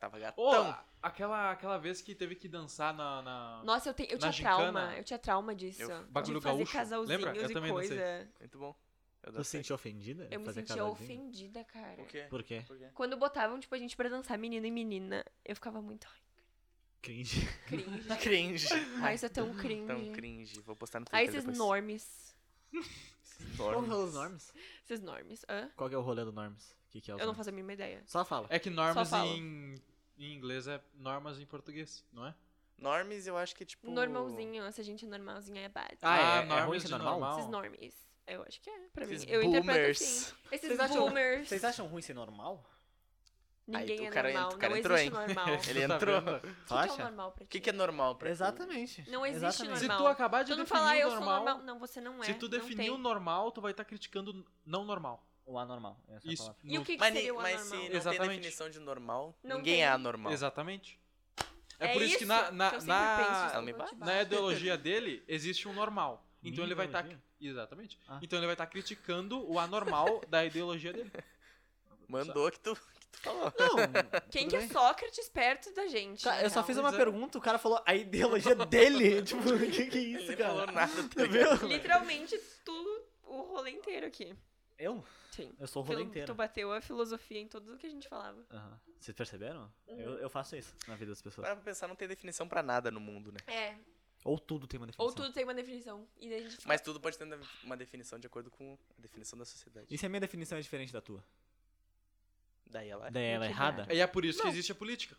S1: tava
S3: Ô,
S2: Então.
S1: gatão.
S3: a- aquela, aquela vez que teve que dançar na... na-
S2: Nossa, eu, te- eu
S3: Na
S2: tinha trauma.
S3: gincana-
S2: Eu tinha trauma disso.
S1: Eu-
S3: Bagulho
S2: de fazer
S3: gaúcho.
S2: casalzinhos
S3: Lembra? Eu
S2: e
S3: também não sei.
S2: coisa.
S1: Muito bom. Eu
S4: Tu se
S1: dancei.
S4: sentia ofendida?
S2: Eu me
S4: Fazer
S2: sentia
S4: casalzinho?
S2: ofendida, cara.
S1: Por quê?
S4: Por quê?
S1: Por quê?
S2: Quando botavam, tipo, a gente pra dançar menino e menina, eu ficava muito ai,
S4: Cringe.
S2: cringe.
S1: Cringe.
S2: Ai, isso é tão cringe.
S1: Tão cringe. Vou postar no Twitter
S2: Ai, esses Uhum.
S1: depois.
S2: normes.
S1: Norm.
S4: Qual é o Norms?
S2: Esses normes. Hã?
S4: Qual que é o rolê do Norms? O que, que é o
S2: Eu não
S4: Norms?
S2: faço a mínima ideia.
S4: Só fala.
S3: É que normas
S2: fala.
S3: em, em inglês é normas em português, não é?
S1: Normes eu acho que é tipo...
S2: Normalzinho, se a gente é normalzinha é básico.
S4: Ah, é- é
S3: normas
S4: ruim de
S3: de
S4: normal?
S2: Esses normes. Eu acho que é, pra mim.
S1: Esses
S2: Eu interpreto
S1: boomers.
S2: assim. Esses
S4: Vocês acham-
S2: boomers.
S4: Vocês acham ruim ser normal?
S2: Ninguém
S1: Aí,
S2: é
S1: o cara
S2: normal.
S1: entra- o cara
S2: não
S1: entrou,
S2: existe normal.
S1: Ele
S3: Tu tá
S1: entrou.
S3: vendo?
S2: O que que, é o normal pra ti?
S1: O que, que é normal pra ti?
S4: Exatamente.
S2: Não existe
S4: Exatamente.
S3: Se tu
S2: Normal.
S3: acabar de
S2: Tu não
S3: definir
S2: falar
S3: o
S2: eu
S3: normal,
S2: sou normal. Não, você não é.
S3: se tu
S2: não
S3: definir
S2: tem.
S3: o normal, tu vai estar criticando o não normal.
S4: O anormal. Essa é a
S3: Isso.
S4: palavra.
S2: E
S3: no-
S2: o que, que
S1: Mas, ni-
S2: seria o
S1: mas
S2: anormal?
S1: se não tem
S3: Exatamente.
S1: definição de normal,
S2: Não
S1: ninguém
S2: tem.
S1: é anormal.
S3: Exatamente. É,
S2: É
S3: por isso, que na,
S2: isso
S3: na,
S2: que eu sempre penso, assim, tipo,
S3: na,
S1: Ela me
S2: desculpa, eu te
S1: bate.
S2: bato.
S3: na ideologia dele existe um normal. Então ele vai estar.
S4: Ideologia?
S3: Exatamente.
S4: Ah.
S3: Então ele vai estar criticando o anormal da ideologia dele.
S1: Mandou que tu, que tu falou.
S4: Não.
S2: Quem
S4: tudo
S2: que é
S4: bem.
S2: Sócrates perto da gente?
S4: Tá,
S2: na
S4: eu só
S2: real?
S4: fiz uma
S3: Exato.
S4: pergunta, o cara falou a ideologia dele. tipo, o que, que é
S1: Ele
S4: isso,
S1: nem falou
S4: cara?
S1: nada, tá
S4: Tu
S1: ligado?
S4: viu?
S2: Literalmente, tu, o rolê inteiro aqui.
S4: Eu?
S2: Sim.
S4: Eu sou o rolê
S2: Filo- Tu
S4: inteiro.
S2: bateu a filosofia em tudo que a gente falava.
S4: Aham. Vocês perceberam? Eu, eu faço isso na vida das pessoas.
S1: Para pra pensar, não tem definição pra nada no mundo, né?
S2: É.
S4: Ou tudo tem uma definição.
S2: Ou tudo tem uma definição. E daí a gente fica-
S1: Mas tudo pode ter uma definição de acordo com a definição da sociedade.
S4: E se a minha definição é diferente da tua?
S1: Daí ela
S4: Daí ela é
S2: que
S4: errada?
S2: dá.
S3: E é por isso que existe a política.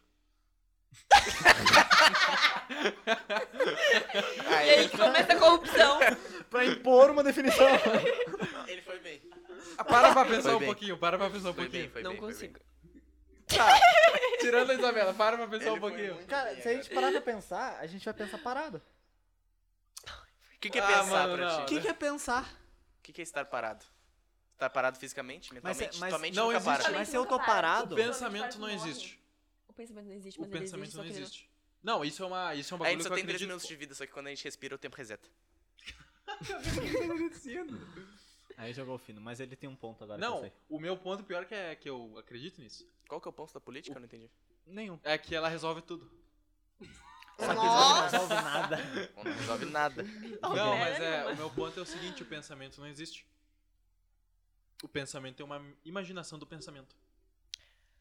S1: Ah,
S2: E aí que começa a corrupção.
S4: pra impor uma definição.
S1: Ele foi bem. Foi
S3: Ah, Para pra pensar
S1: Foi
S3: um
S1: bem.
S3: pouquinho, para pra pensar um
S1: bem,
S3: pouquinho.
S1: foi
S2: não
S1: bem, foi bem.
S2: consigo.
S3: Tirando a Isabela, para pra pensar
S1: Ele
S3: um
S1: foi
S3: pouquinho.
S1: muito
S4: cara,
S1: bem
S4: se a gente parar pra pensar, a gente vai pensar parado.
S1: O que, que é
S3: Ah,
S1: pensar
S3: mano,
S1: pra
S3: não,
S4: O
S1: ti?
S4: que, que é pensar?
S1: O que, que é estar parado? Estar parado fisicamente,
S4: Mas é-
S1: mentalmente?
S4: mas
S1: Tua mente
S3: não
S1: nunca
S3: existe-
S1: para.
S4: Mas
S2: Somente
S4: se eu
S2: nunca
S4: tô
S2: para.
S4: parado-
S3: O
S2: Somente
S3: pensamento
S2: para,
S3: não
S2: tu morre.
S3: existe.
S2: O pensamento não existe, Tipo,
S3: O
S2: mas ele existe.
S3: pensamento
S2: só
S3: não
S2: que ele
S3: existe. Não, isso é, uma, isso é um
S1: A
S3: bagulho
S1: gente só
S3: que eu
S1: tem 3
S3: acredito.
S1: minutos de vida, só que quando a gente respira, o tempo reseta.
S4: Aí jogou fino, mas ele tem um ponto agora. que
S3: Não,
S4: eu sei.
S3: o meu ponto pior que é que eu acredito nisso.
S1: Qual que é o ponto da política? Eu não entendi.
S4: Nenhum.
S3: É que ela resolve tudo.
S4: Só que ele não resolve nada.
S1: Bom, Não resolve nada.
S3: Não,
S2: Não, né?
S3: mas é,
S2: não.
S3: o meu ponto é o seguinte, o pensamento não existe. O pensamento é uma imaginação do pensamento.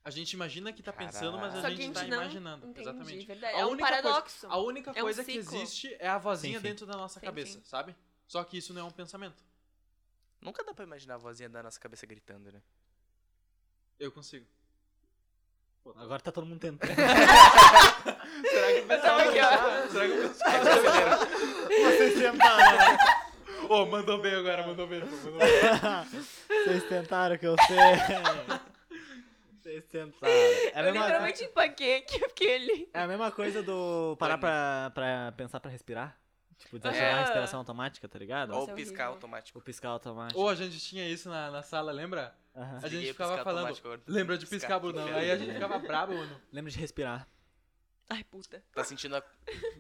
S3: A gente imagina que tá pensando, mas a,
S1: Caralho.
S2: Só que
S3: gente, tá
S2: não
S3: imaginando.
S2: entende,
S3: Exatamente.
S2: verdade.
S3: A
S2: é um
S3: única coisa-
S2: paradoxo.
S3: A única
S2: É um
S3: coisa que
S2: ciclo.
S3: existe é a vozinha
S4: Sem fim.
S3: dentro da nossa
S2: Sem
S3: cabeça,
S2: fim.
S3: sabe? Só que isso não é um pensamento.
S1: Nunca dá pra imaginar a vozinha da nossa cabeça gritando, né?
S3: Eu consigo.
S4: Agora tá todo mundo tentando.
S3: Será que o pessoal
S1: é
S2: tava Tá aqui,
S3: não- Será que o pessoal
S4: Vocês tentaram.
S3: Ô, mandou bem agora, mandou bem. Mandou bem.
S4: Vocês tentaram que eu sei. Vocês tentaram. É a
S2: eu
S4: mesma,
S2: literalmente empaquei aqui porque ele.
S4: é a mesma coisa do parar pra, pra pensar pra respirar. Tipo, desafiar a
S2: Ah.
S4: respiração automática, tá ligado?
S2: Nossa,
S1: Ou
S2: é
S1: piscar
S2: horrível.
S1: automático.
S4: O piscar automático.
S3: Ou a gente tinha isso na, na sala, lembra?
S4: Aham.
S3: A gente
S1: Desliguei o
S3: ficava
S1: piscar
S3: falando.
S1: automático agora.
S3: Lembra de piscar,
S1: Piscar,
S3: Brunão?
S1: piscar.
S3: Aí a gente ficava brabo, mano.
S4: Lembra de respirar.
S2: Ai, puta.
S1: Tá sentindo a-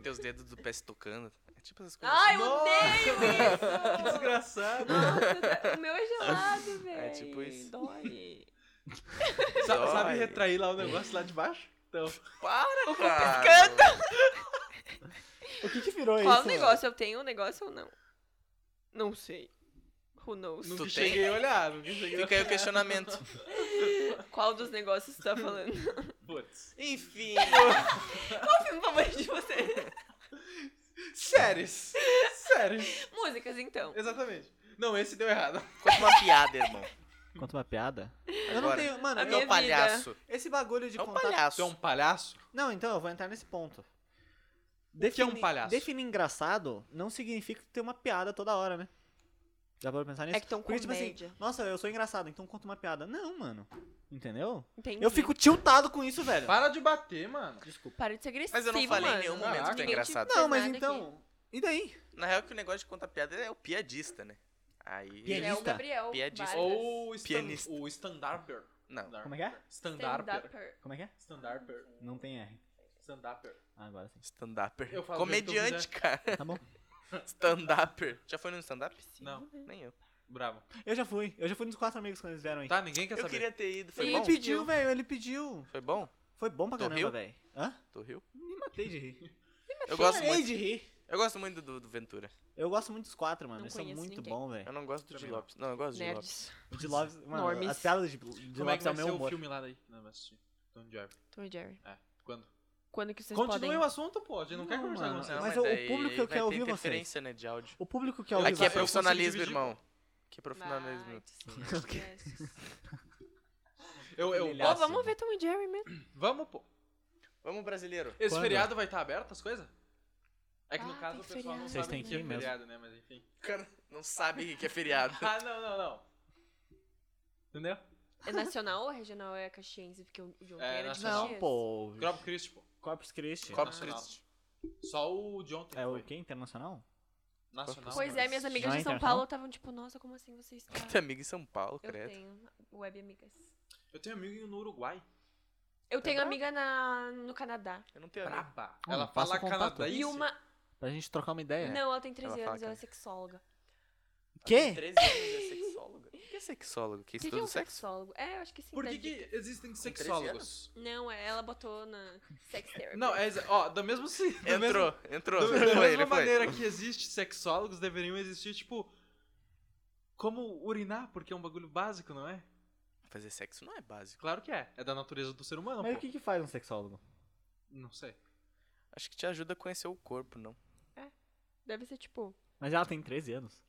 S1: teus dedos do pé se tocando. É tipo essas coisas.
S2: Ai, eu
S3: Nossa!
S2: odeio isso!
S3: Que desgraçado.
S2: Nossa, o meu é gelado, velho.
S1: tipo isso.
S2: Dói.
S3: Sa-
S1: Dói.
S3: sabe retrair lá o negócio lá de baixo? Então,
S1: Para,
S2: piscando.
S4: O que que virou
S2: Qual
S4: isso?
S2: negócio? Eu tenho um negócio ou não? Não sei. Who knows?
S3: nunca
S1: tem?
S3: cheguei a olhar, nunca
S1: Fica
S3: cheguei
S1: aí o
S3: a olhar.
S1: questionamento.
S2: Qual dos negócios você tá falando?
S3: Putz.
S1: Enfim.
S2: Qual o filme favorito um de você?
S3: Séries. Séries.
S2: Músicas, então.
S3: Exatamente. Não, esse deu errado.
S1: Conta uma piada, irmão.
S4: Conta uma piada. Eu não
S1: Agora.
S4: tenho. Mano,
S2: A
S1: Tu
S4: eu-
S1: é
S2: minha
S1: um
S2: vida.
S1: palhaço.
S4: esse bagulho de
S1: É um
S4: contar.
S1: palhaço.
S3: Tu é um palhaço?
S4: Não, então eu vou entrar nesse ponto.
S3: O que é um
S4: Defini-
S3: palhaço?
S4: Definir engraçado não significa ter uma piada toda hora, né? Já parou pra pensar nisso?
S2: É que tão
S4: Porque, tipo assim,
S2: comédia.
S4: nossa, eu sou engraçado, então conta uma piada. Não, mano. Entendeu?
S2: Entendi.
S4: Eu fico tiltado com isso, velho.
S3: Para de bater, mano.
S4: Desculpa.
S2: Para de ser agressivo,
S1: Mas eu não falei em
S2: mano.
S1: nenhum momento que tu
S4: ah,
S1: é
S2: Ninguém te
S1: engraçado.
S2: fez
S4: Não, mas
S2: nada aqui.
S4: então. E daí?
S1: um, Na real, que o negócio de contar piada é o piadista, né? Aí.
S2: Ele é o
S4: Pianista.
S2: Gabriel.
S1: Piadista.
S2: Vargas.
S3: Ou o stand-
S1: Pianista.
S3: o stand-upper.
S1: Não.
S4: Como é que é?
S3: Stand-upper.
S2: Stand-upper.
S4: Como é que é?
S3: Stand-upper.
S4: Não tem R.
S3: Stand-upper.
S4: Ah, agora sim.
S1: Stand-upper.
S3: Eu falo o jeito que eu
S1: Comediante, cara.
S4: Tá bom.
S1: Stand-upper. Já foi no stand-up?
S3: Não,
S2: Uhum.
S1: Nem eu.
S3: bravo.
S4: Eu já fui. Eu já fui nos quatro amigos quando eles vieram aí.
S3: Tá, ninguém quer
S1: Eu
S3: saber.
S1: queria ter ido. Foi
S2: Sim.
S1: bom?
S4: Ele
S2: Bom.
S4: pediu, velho. Ele pediu.
S1: Foi bom?
S4: Foi bom pra
S1: Tu
S4: caramba,
S1: riu?
S4: velho. Hã?
S1: Tu riu?
S4: Me matei de rir.
S1: Eu gosto
S4: Chorei
S1: muito.
S4: de rir.
S1: Eu gosto muito do, do Ventura.
S4: Eu gosto muito dos quatro, mano.
S2: Não
S4: Eles são
S2: conheço
S4: muito
S2: ninguém.
S4: bons, velho.
S1: Eu não gosto do
S3: Também
S1: G.
S3: não.
S1: Lopes. Não, eu gosto do G. Lopes.
S2: Nerds.
S4: O de Lopes, mano,
S2: Normies.
S4: as piadas de, de
S3: Como é que
S4: Lopes é
S3: vai
S4: o meu
S3: ser o
S4: humor.
S3: filme lá daí? Não, vai assistir. Tom e Jerry.
S2: Tom e Jerry.
S3: É. Quando?
S2: Quando que vocês
S3: Continue
S2: podem...
S3: o assunto, pô. A gente não, quer
S4: Não,
S3: conversar
S4: mano.
S3: com você.
S4: Mas
S1: mas
S4: o- o
S1: daí
S4: público que
S1: vai
S4: eu quero
S1: ter
S4: ouvir vocês.
S1: interferência, né, de áudio.
S4: O público que
S3: Eu
S4: ouve
S1: Aqui é
S3: consigo
S4: vai-
S1: profissionalismo,
S3: dividir,
S1: irmão. Aqui é
S2: Vai,
S1: profissionalismo.
S2: sim, yes.
S3: Eu, eu
S4: Ele
S2: Pô,
S3: gosto.
S4: acha-
S2: vamos ver Tom e Jerry mesmo.
S3: Vamos, pô.
S1: Vamos, brasileiro.
S3: Esse
S4: Quando?
S3: feriado vai estar aberto as coisas? É que no
S2: Ah,
S3: caso o
S2: tem
S3: pessoal
S2: feriado.
S3: não
S2: Vocês
S3: sabe
S4: têm
S3: que é
S4: que ir mesmo.
S3: feriado, né? Mas enfim.
S1: Cara, não sabe que é feriado.
S3: Ah, não, não, não. Entendeu?
S2: É nacional ou regional é caxiense? Porque o John
S3: É,
S2: era de
S3: nacional.
S4: Não,
S2: Caxias.
S4: pô.
S3: Corpus Christi, pô.
S4: Corpus Christi.
S1: Corpus
S3: Nacional.
S1: Christi.
S3: Só o de ontem.
S4: É
S3: foi.
S4: o quê? Internacional?
S3: Nacional.
S2: Pois é, minhas amigas
S4: Já
S2: de São
S4: internacional?
S2: Paulo estavam tipo, nossa, como assim você está?
S1: Tem amigo em São Paulo,
S2: Eu
S1: credo.
S2: tenho web amigas.
S3: Eu tenho amigo no Uruguai.
S2: Eu tenho amiga na, no Canadá.
S1: Eu não tenho amigo.
S3: Braba.
S4: Hum,
S3: Ela
S4: passa
S3: fala
S4: o contato.
S3: canadense.
S2: E uma...
S4: Pra gente trocar uma ideia.
S2: Não, ela tem 13
S1: Ela fala
S2: anos, ela é
S1: canadense.
S2: sexóloga.
S1: Tem
S4: Quê?
S1: 13 anos é sexóloga. O que é sexóloga? Que
S2: O que, que é
S1: estuda
S2: um
S1: o sexo?
S2: sexólogo? É, eu acho que sim.
S3: Por
S2: deve
S3: que, que
S2: ter.
S3: existem
S1: treze
S3: sexólogos?
S2: Não, é- ela botou na sex therapy.
S3: Não, é, exa- ó, da mesma... se- da mesma-
S1: Entrou, entrou.
S3: Da
S1: Ele foi,
S3: mesma
S1: ele foi.
S3: maneira que existe sexólogos, deveriam existir, tipo. Como urinar, porque é um bagulho básico, não é?
S1: Fazer sexo não é básico.
S3: Claro que é. É da natureza do ser humano,
S4: Mas
S3: pô.
S4: o que, que faz um sexólogo?
S3: Não sei.
S1: Acho que te ajuda a conhecer o corpo, não.
S2: Deve ser tipo...
S4: Mas ela tem 13 anos.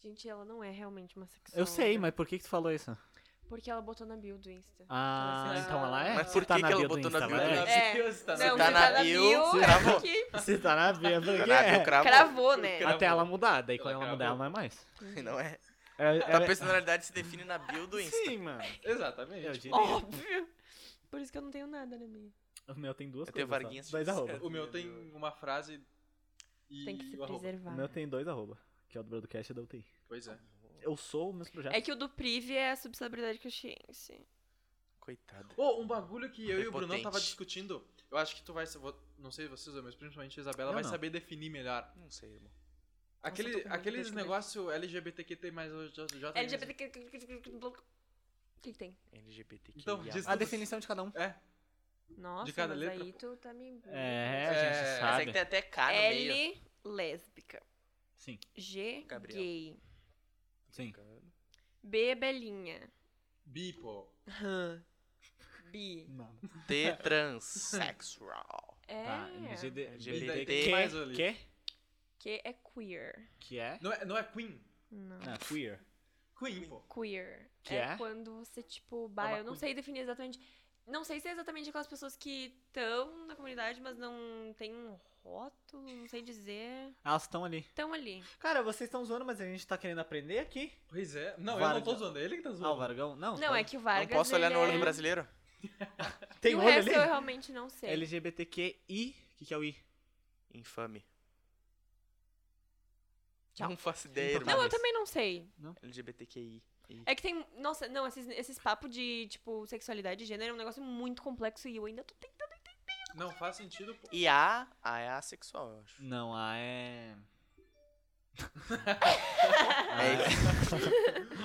S2: Gente, ela não é realmente uma sexóloga.
S4: Eu sei, mas por que, que tu falou isso?
S2: Porque ela botou na bio do Insta.
S4: Ah,
S2: Ah,
S4: então ela é?
S1: Mas por
S4: Você tá
S1: que
S4: na
S1: que ela
S4: bio do
S1: botou na
S4: Insta,
S1: bio
S4: ela
S1: do
S4: é?
S1: Insta?
S2: É.
S3: Deus, tá
S2: não,
S1: tá
S2: se
S1: na bio,
S2: bio,
S1: você travou.
S2: que
S4: Você tá na bio, por quê?
S1: Caralho, eu cravo.
S2: cravou, né?
S3: Cravou.
S4: Até ela mudar, daí quando
S3: Ela
S4: ela mudar, ela
S3: gravou.
S4: não é mais.
S1: Não é.
S4: É,
S1: A
S4: é-
S1: personalidade se define na bio do Insta.
S4: Sim, mano.
S3: Exatamente.
S4: Eu
S3: Tipo,
S4: diria.
S2: Óbvio. Por isso que eu não tenho nada na minha.
S4: O meu tem duas
S1: Eu tenho
S4: coisas só.
S1: varguinhas
S4: Dois
S1: suficientes.
S4: arroba.
S3: O meu tem uma frase e.
S2: Tem que se
S3: o arroba.
S4: O
S2: preservar.
S4: meu tem dois arroba, que é o do Broadcast e da UTI.
S3: Pois é.
S4: Eu sou os meus projetos.
S2: É que o do Prive é a subsalubridade caxiense.
S1: Coitado.
S3: Ô, um bagulho que eu e o
S1: Prepotente.
S3: Brunão tava discutindo. Eu acho que tu vai. sa- vou- Não sei vocês, mas principalmente a Isabela
S4: Eu
S3: vai
S4: não.
S3: saber definir melhor.
S1: Não sei, irmão.
S2: eu tô
S3: Aquele,
S2: com medo
S3: aqueles
S2: de
S3: negócio LGBTQ tem mais. LGBT.
S2: LGBT. É, O que que tem?
S1: LGBTQIA.
S3: Então, diz-
S4: A definição de cada um.
S3: É,
S2: Nossa,
S3: De cada
S2: mas
S3: letra,
S2: aí tu tá me...
S4: É, a
S3: É,
S4: gente
S1: Essa é que
S4: sabe.
S1: tem até K no meio.
S2: L, lésbica.
S4: Sim,
S2: G,
S1: Gabriel.
S2: gay.
S4: sim.
S2: B, belinha.
S3: bipo.
S2: Bi.
S4: Não.
S1: T transsexual.
S2: É.
S4: Tá, LGD,
S1: LGBT.
S4: LGBT.
S1: Tem
S3: mais ali.
S4: Que?
S2: Que é queer.
S4: Que é?
S3: Não é, não é Queen?
S2: Não.
S4: Não, queer.
S3: Queen, pô.
S2: Queer.
S4: Que é?
S2: quando você, tipo, bah,
S3: uma
S2: eu não
S3: coisa.
S2: sei definir exatamente. Não sei se é exatamente aquelas pessoas que estão na comunidade, mas não tem um rótulo, não sei dizer.
S4: Elas estão ali.
S2: Estão ali.
S4: Cara, vocês estão zoando, mas a gente tá querendo aprender aqui.
S3: Pois é. Não, eu não
S4: Vargas.
S3: tô zoando, é ele que tá
S4: Ah, o
S3: zoando.
S4: Vargão? Não.
S2: Não, é que o Vargas.
S1: Não posso olhar
S2: ele
S1: no olho
S2: é...
S1: do brasileiro?
S4: Tem um
S2: e o
S4: olho
S2: resto
S4: ali?
S2: eu realmente não sei.
S4: LGBTQI. O que, que é o I?
S1: Infame.
S2: Tchau.
S1: Não faço ideia,
S4: Não,
S1: irmão.
S2: Não, eu também não sei.
S1: LGBTQI.
S2: É que tem. Nossa, não, esses, esses papos de, tipo, sexualidade e gênero é um negócio muito complexo e eu ainda tô tentando.
S3: Não faz sentido, pô.
S1: E A, A é assexual, eu acho.
S4: Não, a é.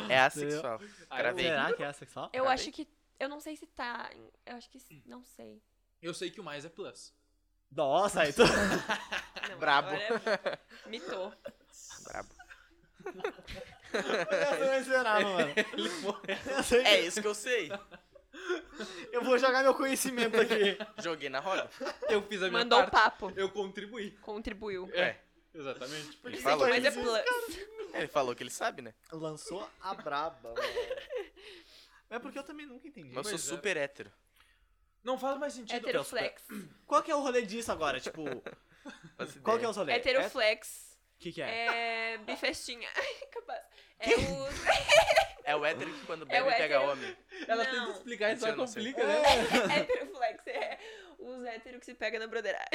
S1: É, é assexual. Gravei.
S4: Será que é sexual?
S2: Eu
S1: Cara,
S2: acho que. Eu não sei se tá. em- Eu acho que. s- Não sei.
S3: Eu sei que o mais é plus.
S4: Nossa, aí tu.
S2: Não,
S1: Brabo.
S2: agora é Mitou.
S1: Brabo.
S4: Eu não esperava, mano.
S1: É isso que eu sei.
S4: Eu vou jogar meu conhecimento aqui.
S1: Joguei na roda.
S3: Eu fiz a minha
S2: Mandou o
S3: parte.
S2: papo.
S3: Eu contribuí.
S2: Contribuiu.
S1: É.
S3: Exatamente.
S1: Ele
S4: que
S1: falou,
S4: você
S1: que
S2: Mas é
S1: ele,
S2: plus.
S1: É. ele falou que ele sabe, né?
S4: Lançou a braba, mano. É porque eu também nunca entendi.
S1: Mas eu
S3: Pois é.
S1: sou super hétero.
S3: Não faz mais
S4: Tipo,
S3: sentido.
S2: É Heteroflex.
S4: Qual que é o rolê disso agora? Tipo,
S1: Faço
S4: qual que
S1: ideia.
S4: é os rolês?
S2: Heteroflex.
S4: O que, que é?
S2: É. Bifestinha. Capaz. É o.
S1: É o hétero que quando bebe
S2: o
S1: pega
S2: hétero-
S1: homem.
S3: Ela
S2: Não.
S3: tenta explicar e
S1: Isso
S3: só
S1: eu não sei.
S3: complica, né?
S2: é Heteroflex. É os héteros que se pega na broderagem.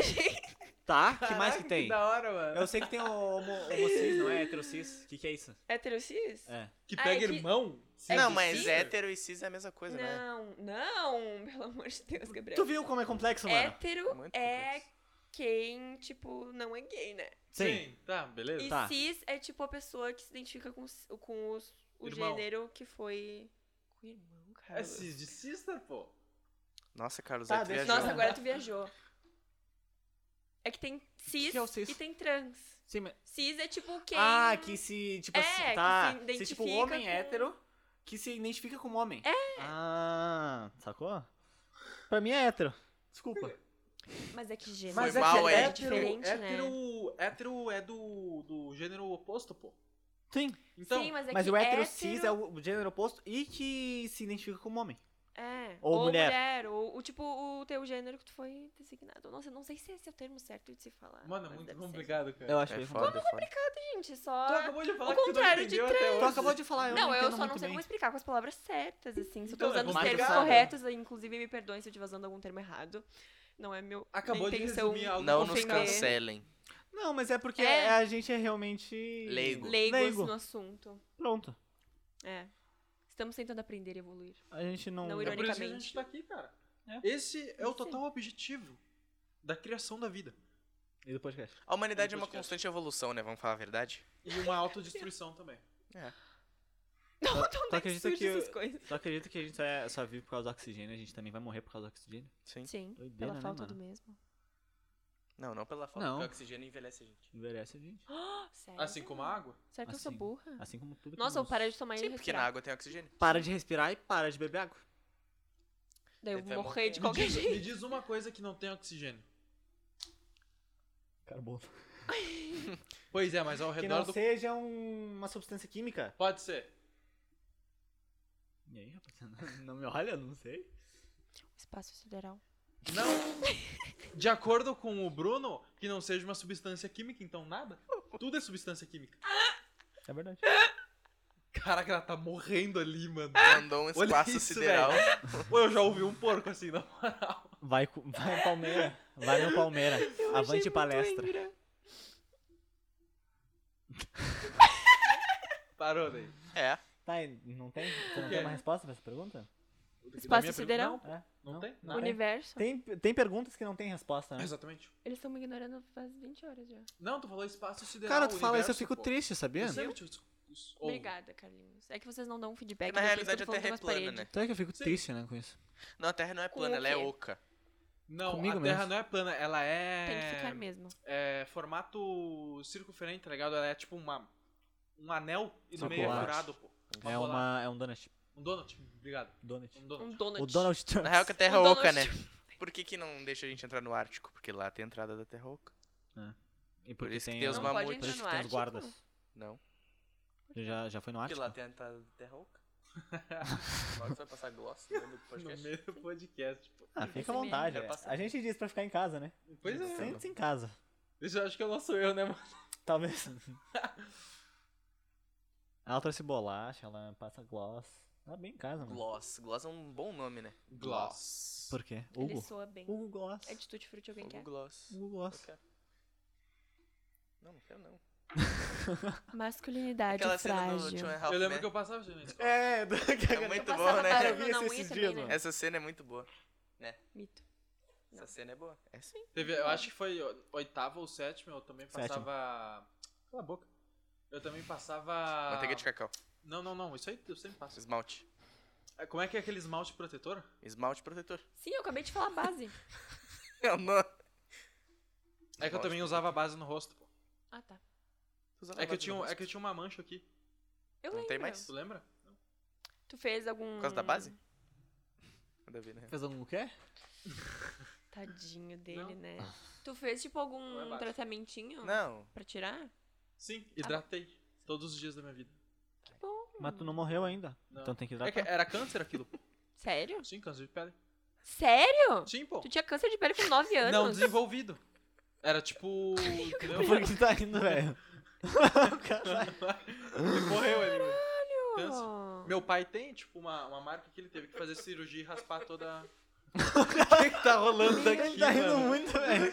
S4: Tá, que mais que tem?
S3: Que da hora, mano.
S4: Eu sei que tem o homo, homocis, não é? Heterocis. O que, que é isso?
S2: Heterocis?
S4: É.
S3: Que
S2: Ah,
S3: pega
S2: é que-
S3: irmão. sim,
S1: não,
S3: sim.
S1: mas hétero e cis é a mesma coisa, né?
S2: Não, não, pelo amor de Deus, Gabriel.
S4: Tu viu como é complexo, mano?
S2: Hétero
S1: Muito
S2: é
S1: complexo.
S2: quem, tipo, não é gay, né?
S4: Sim.
S3: Sim, tá, beleza.
S2: E
S4: Tá.
S2: cis é tipo a pessoa que se identifica com, s- com os- o
S3: Irmão.
S2: gênero que foi. Com irmão, cara.
S3: É cis de sister, pô.
S1: Nossa, Carlos, é
S4: Tá,
S1: aí tu
S4: deixa-
S1: viajou.
S2: Nossa, agora tu viajou. É que tem cis,
S4: que é o cis?
S2: e tem trans.
S4: Sim, mas...
S2: Cis é tipo quem.
S4: Ah, que se, tipo
S2: É,
S4: assim,
S2: que
S4: tá.
S2: se
S4: se, tipo,
S2: identifica
S4: homem
S2: com-
S4: hétero que se identifica como homem. É. Ah, sacou? Pra mim é hétero. Desculpa.
S2: Mas é que gênero
S3: Mas
S1: Foi
S3: é
S1: mal,
S3: que
S1: é.
S3: hétero,
S2: diferente, né?
S3: hétero, hétero é do, do gênero oposto, pô.
S4: Sim.
S3: Então,
S2: Sim, mas é
S4: Mas
S2: que
S4: o hétero cis é o gênero oposto e que se identifica como homem.
S2: É.
S4: Ou mulher.
S2: ou, o tipo o teu gênero que tu foi designado. Nossa, eu não sei se esse é o termo certo de se falar.
S3: mano, é
S2: mas
S3: muito
S2: deve ser.
S3: complicado, cara.
S4: Eu acho
S1: É
S4: bem
S1: foda, é foda.
S2: Gente, só.
S3: Tu acabou de falar
S2: o
S3: que tu não
S2: contrário de
S3: entendeu até hoje.
S4: Tu acabou de falar, eu
S2: Não,
S4: não,
S2: eu
S4: entendo
S2: só não
S4: muito
S2: sei
S4: bem.
S2: como explicar com as palavras certas, assim. Se eu tô
S3: Então, é
S2: usando os
S4: complicado.
S2: termos corretos, inclusive me perdoem se eu estiver usando algum termo errado. Não é meu.
S3: Acabou de
S2: minha intenção
S3: resumir algo
S1: Não nos
S2: ofender
S1: cancelem.
S4: Não, mas é porque
S2: É.
S4: a gente é realmente...
S1: Leigo.
S2: Leigos
S4: Leigo.
S2: no assim, assunto.
S4: Pronto.
S2: É. Estamos tentando aprender e evoluir.
S4: A gente não...
S2: Não,
S3: É por isso que a
S2: ironicamente.
S3: gente tá aqui, cara.
S4: É.
S3: Esse é
S2: Isso
S3: o
S2: aí.
S3: total objetivo da criação da vida.
S4: E do podcast.
S1: A humanidade é uma
S3: Podcast.
S1: constante evolução, né? Vamos falar a verdade?
S3: E uma autodestruição também.
S2: Não, não
S4: tu acredita que eu-
S2: essas coisas.
S4: Tu acredita que a gente só, é- só vive por causa do oxigênio, a gente também vai morrer por causa do oxigênio?
S1: Sim.
S2: Sim,
S4: Doideira,
S2: pela
S4: né,
S2: falta
S4: mano?
S2: do mesmo.
S1: Não, não pela falta,
S4: Não.
S1: porque o oxigênio envelhece a gente.
S4: Envelhece a gente.
S2: Sério?
S3: Assim como a água.
S2: Será que eu sou
S4: Assim.
S2: burra?
S4: Assim como tudo que
S2: Nossa, eu
S4: nos-
S2: parei de tomar e
S1: Sim, porque na
S2: respirar.
S1: água tem oxigênio.
S4: Para de respirar e para de beber água.
S2: Daí eu
S1: Ele tá vai
S2: vou morrer de
S3: Me
S2: qualquer
S3: diz,
S2: jeito.
S3: me diz uma coisa que não tem oxigênio.
S4: Carbono.
S3: Pois é, mas ao
S4: Que
S3: redor
S4: não
S3: do.
S4: seja um- uma substância química.
S3: Pode ser.
S4: E aí, rapaziada? Não me olha, não sei.
S2: Espaço sideral.
S3: Não! De acordo com o Bruno, que não seja uma substância química, então nada. Tudo é substância química.
S4: É verdade.
S3: Caraca, ela tá morrendo ali, mano.
S1: Mandou um
S3: Olha
S1: espaço
S3: isso,
S1: sideral.
S3: Pô, eu já ouvi um porco assim, não.
S4: Vai, cu- vai Palmeira. Vai no Palmeira.
S1: é
S4: Avante palestra.
S3: Parou daí.
S1: É.
S4: Tá, e não tem? Você não
S3: quê?
S4: tem uma resposta pra essa pergunta?
S3: Da
S2: Espaço
S3: minha
S2: sideral?
S3: pergunta-
S4: É,
S3: Não tem?
S4: Não tem.
S2: Universo.
S4: Tem, tem perguntas que não tem resposta,
S3: Não.
S4: né?
S3: Exatamente.
S2: Eles estão me ignorando faz 20 horas já.
S3: Não, tu falou espaço sideral.
S4: Cara, tu fala isso, eu
S3: universo,
S4: fico
S3: pô. é
S4: triste, sabia?
S3: Eu sempre te- isso- ou-
S2: Obrigada, Carlinhos. É que vocês não dão um feedback.
S1: Na
S2: depois eu
S1: realidade, a
S2: tô falando
S1: Terra é
S2: com as
S1: plana,
S2: paredes.
S1: né?
S4: Então é que eu fico
S3: Sim.
S4: triste, né, com isso.
S1: Não, a Terra não é
S2: Com
S1: plana,
S2: o
S1: ela é
S2: quê?
S1: oca.
S3: Não,
S4: Comigo
S3: a Terra
S4: mesmo.
S3: não é plana, ela
S1: né?
S3: é.
S2: Tem que ficar mesmo.
S3: é formato circunferente, tá ligado? Ela é tipo uma, um anel e no
S4: Uma
S3: meio é
S4: bolacha.
S3: furado, pô.
S4: É,
S3: bolacha.
S4: uma, é um donut.
S3: Um donut, obrigado.
S4: Donut.
S3: Um
S2: Um
S3: donut.
S2: donut.
S4: O Donald Trump.
S1: Na real que a Terra é
S2: Um
S1: oca, né?
S2: donut.
S1: Por que que não deixa a gente entrar no Ártico? Porque lá tem a entrada da Terra oca.
S4: E
S1: Por
S4: porque
S1: isso que
S4: tem
S1: tem
S4: o-
S1: os
S2: Não pode
S1: mamutes.
S2: entrar no
S4: tem os
S2: Ártico.
S4: guardas.
S1: Não.
S4: Já, já foi no tipo,
S1: Porque
S4: Ártico?
S1: lá tem a entrada da Terra oca. Agora vai passar gloss, lembra do
S3: No
S1: podcast?
S3: meio do podcast, pô.
S4: Ah,
S2: Esse
S4: fica à vontade.
S1: mesmo.
S4: é. A gente diz pra ficar em casa, né?
S3: Pois é.
S1: Sim.
S4: Sente-se em casa.
S3: Isso eu acho que é o nosso eu, né, mano?
S4: Talvez. ela trouxe bolacha, ela passa gloss. Ela é bem em casa, mano.
S1: Gloss. Gloss é um bom nome, né?
S3: Gloss.
S4: Por quê?
S2: Ele
S4: Hugo?
S2: soa bem.
S4: Hugo Gloss.
S2: É de tutti frutti, alguém
S1: Fogo
S2: quer?
S1: gloss.
S4: Hugo
S1: Eu
S4: Gloss.
S1: quero. Não, não quero não.
S2: Masculinidade
S1: Aquela cena do
S2: frágil.
S1: Two and a Half
S3: Eu lembro
S1: Men.
S3: que eu passava assim, né? de na escola.
S4: É, do...
S1: É muito
S2: Eu
S1: bom,
S2: passava
S1: né?
S2: para
S4: Eu vi
S2: Não,
S4: esse
S2: não,
S4: esses
S2: isso
S4: dias, né?
S2: também, né?
S4: mano.
S1: Essa cena é muito boa.
S2: Mito.
S1: Essa cena é boa. É sim.
S3: Teve, eu acho que foi o- oitava ou sétima, eu também
S4: Sétima.
S3: passava. Cala a boca. Eu também passava.
S1: Manteiga de cacau.
S3: Não, não, não. Isso aí eu sempre passo.
S1: Esmalte.
S3: É, Como é que é aquele esmalte protetor?
S1: Esmalte protetor.
S2: Sim, eu acabei de falar a base.
S1: É o nome.
S3: É que eu também usava base no rosto, pô.
S2: Ah, tá.
S3: É que eu tinha, um- é que eu tinha uma mancha aqui.
S2: Eu
S1: Não
S2: lembro.
S1: tem mais?
S3: Tu lembra?
S2: Tu fez algum...
S1: Por causa da base?
S2: Hum.
S1: Nada a ver, né?
S4: Fez algum quê?
S2: Tadinho dele,
S3: Não.
S2: né?
S1: Ah.
S2: Tu fez, tipo, algum
S3: Não é base.
S2: tratamentinho
S1: Não.
S2: pra tirar?
S3: Sim, hidratei. Todos os dias da minha vida.
S2: Que bom.
S4: Mas tu não morreu ainda.
S3: Não.
S4: Então tem
S3: É
S4: que hidratar.
S3: que era câncer aquilo. pô.
S2: Sério?
S3: Sim, câncer de pele.
S2: Sério?
S3: Sim, pô.
S2: Tu tinha câncer de pele com 9 anos?
S3: Não, desenvolvido. Era tipo. entendeu?
S4: Por que tu tá rindo, velho? Caralho.
S3: Morreu ele. Câncer.
S2: Sério?
S3: Meu pai tem, tipo, uma, uma marca que ele teve que fazer cirurgia e raspar toda.
S4: O que que tá rolando
S2: Meu
S4: aqui, Tá rindo
S3: mano?
S4: muito, velho.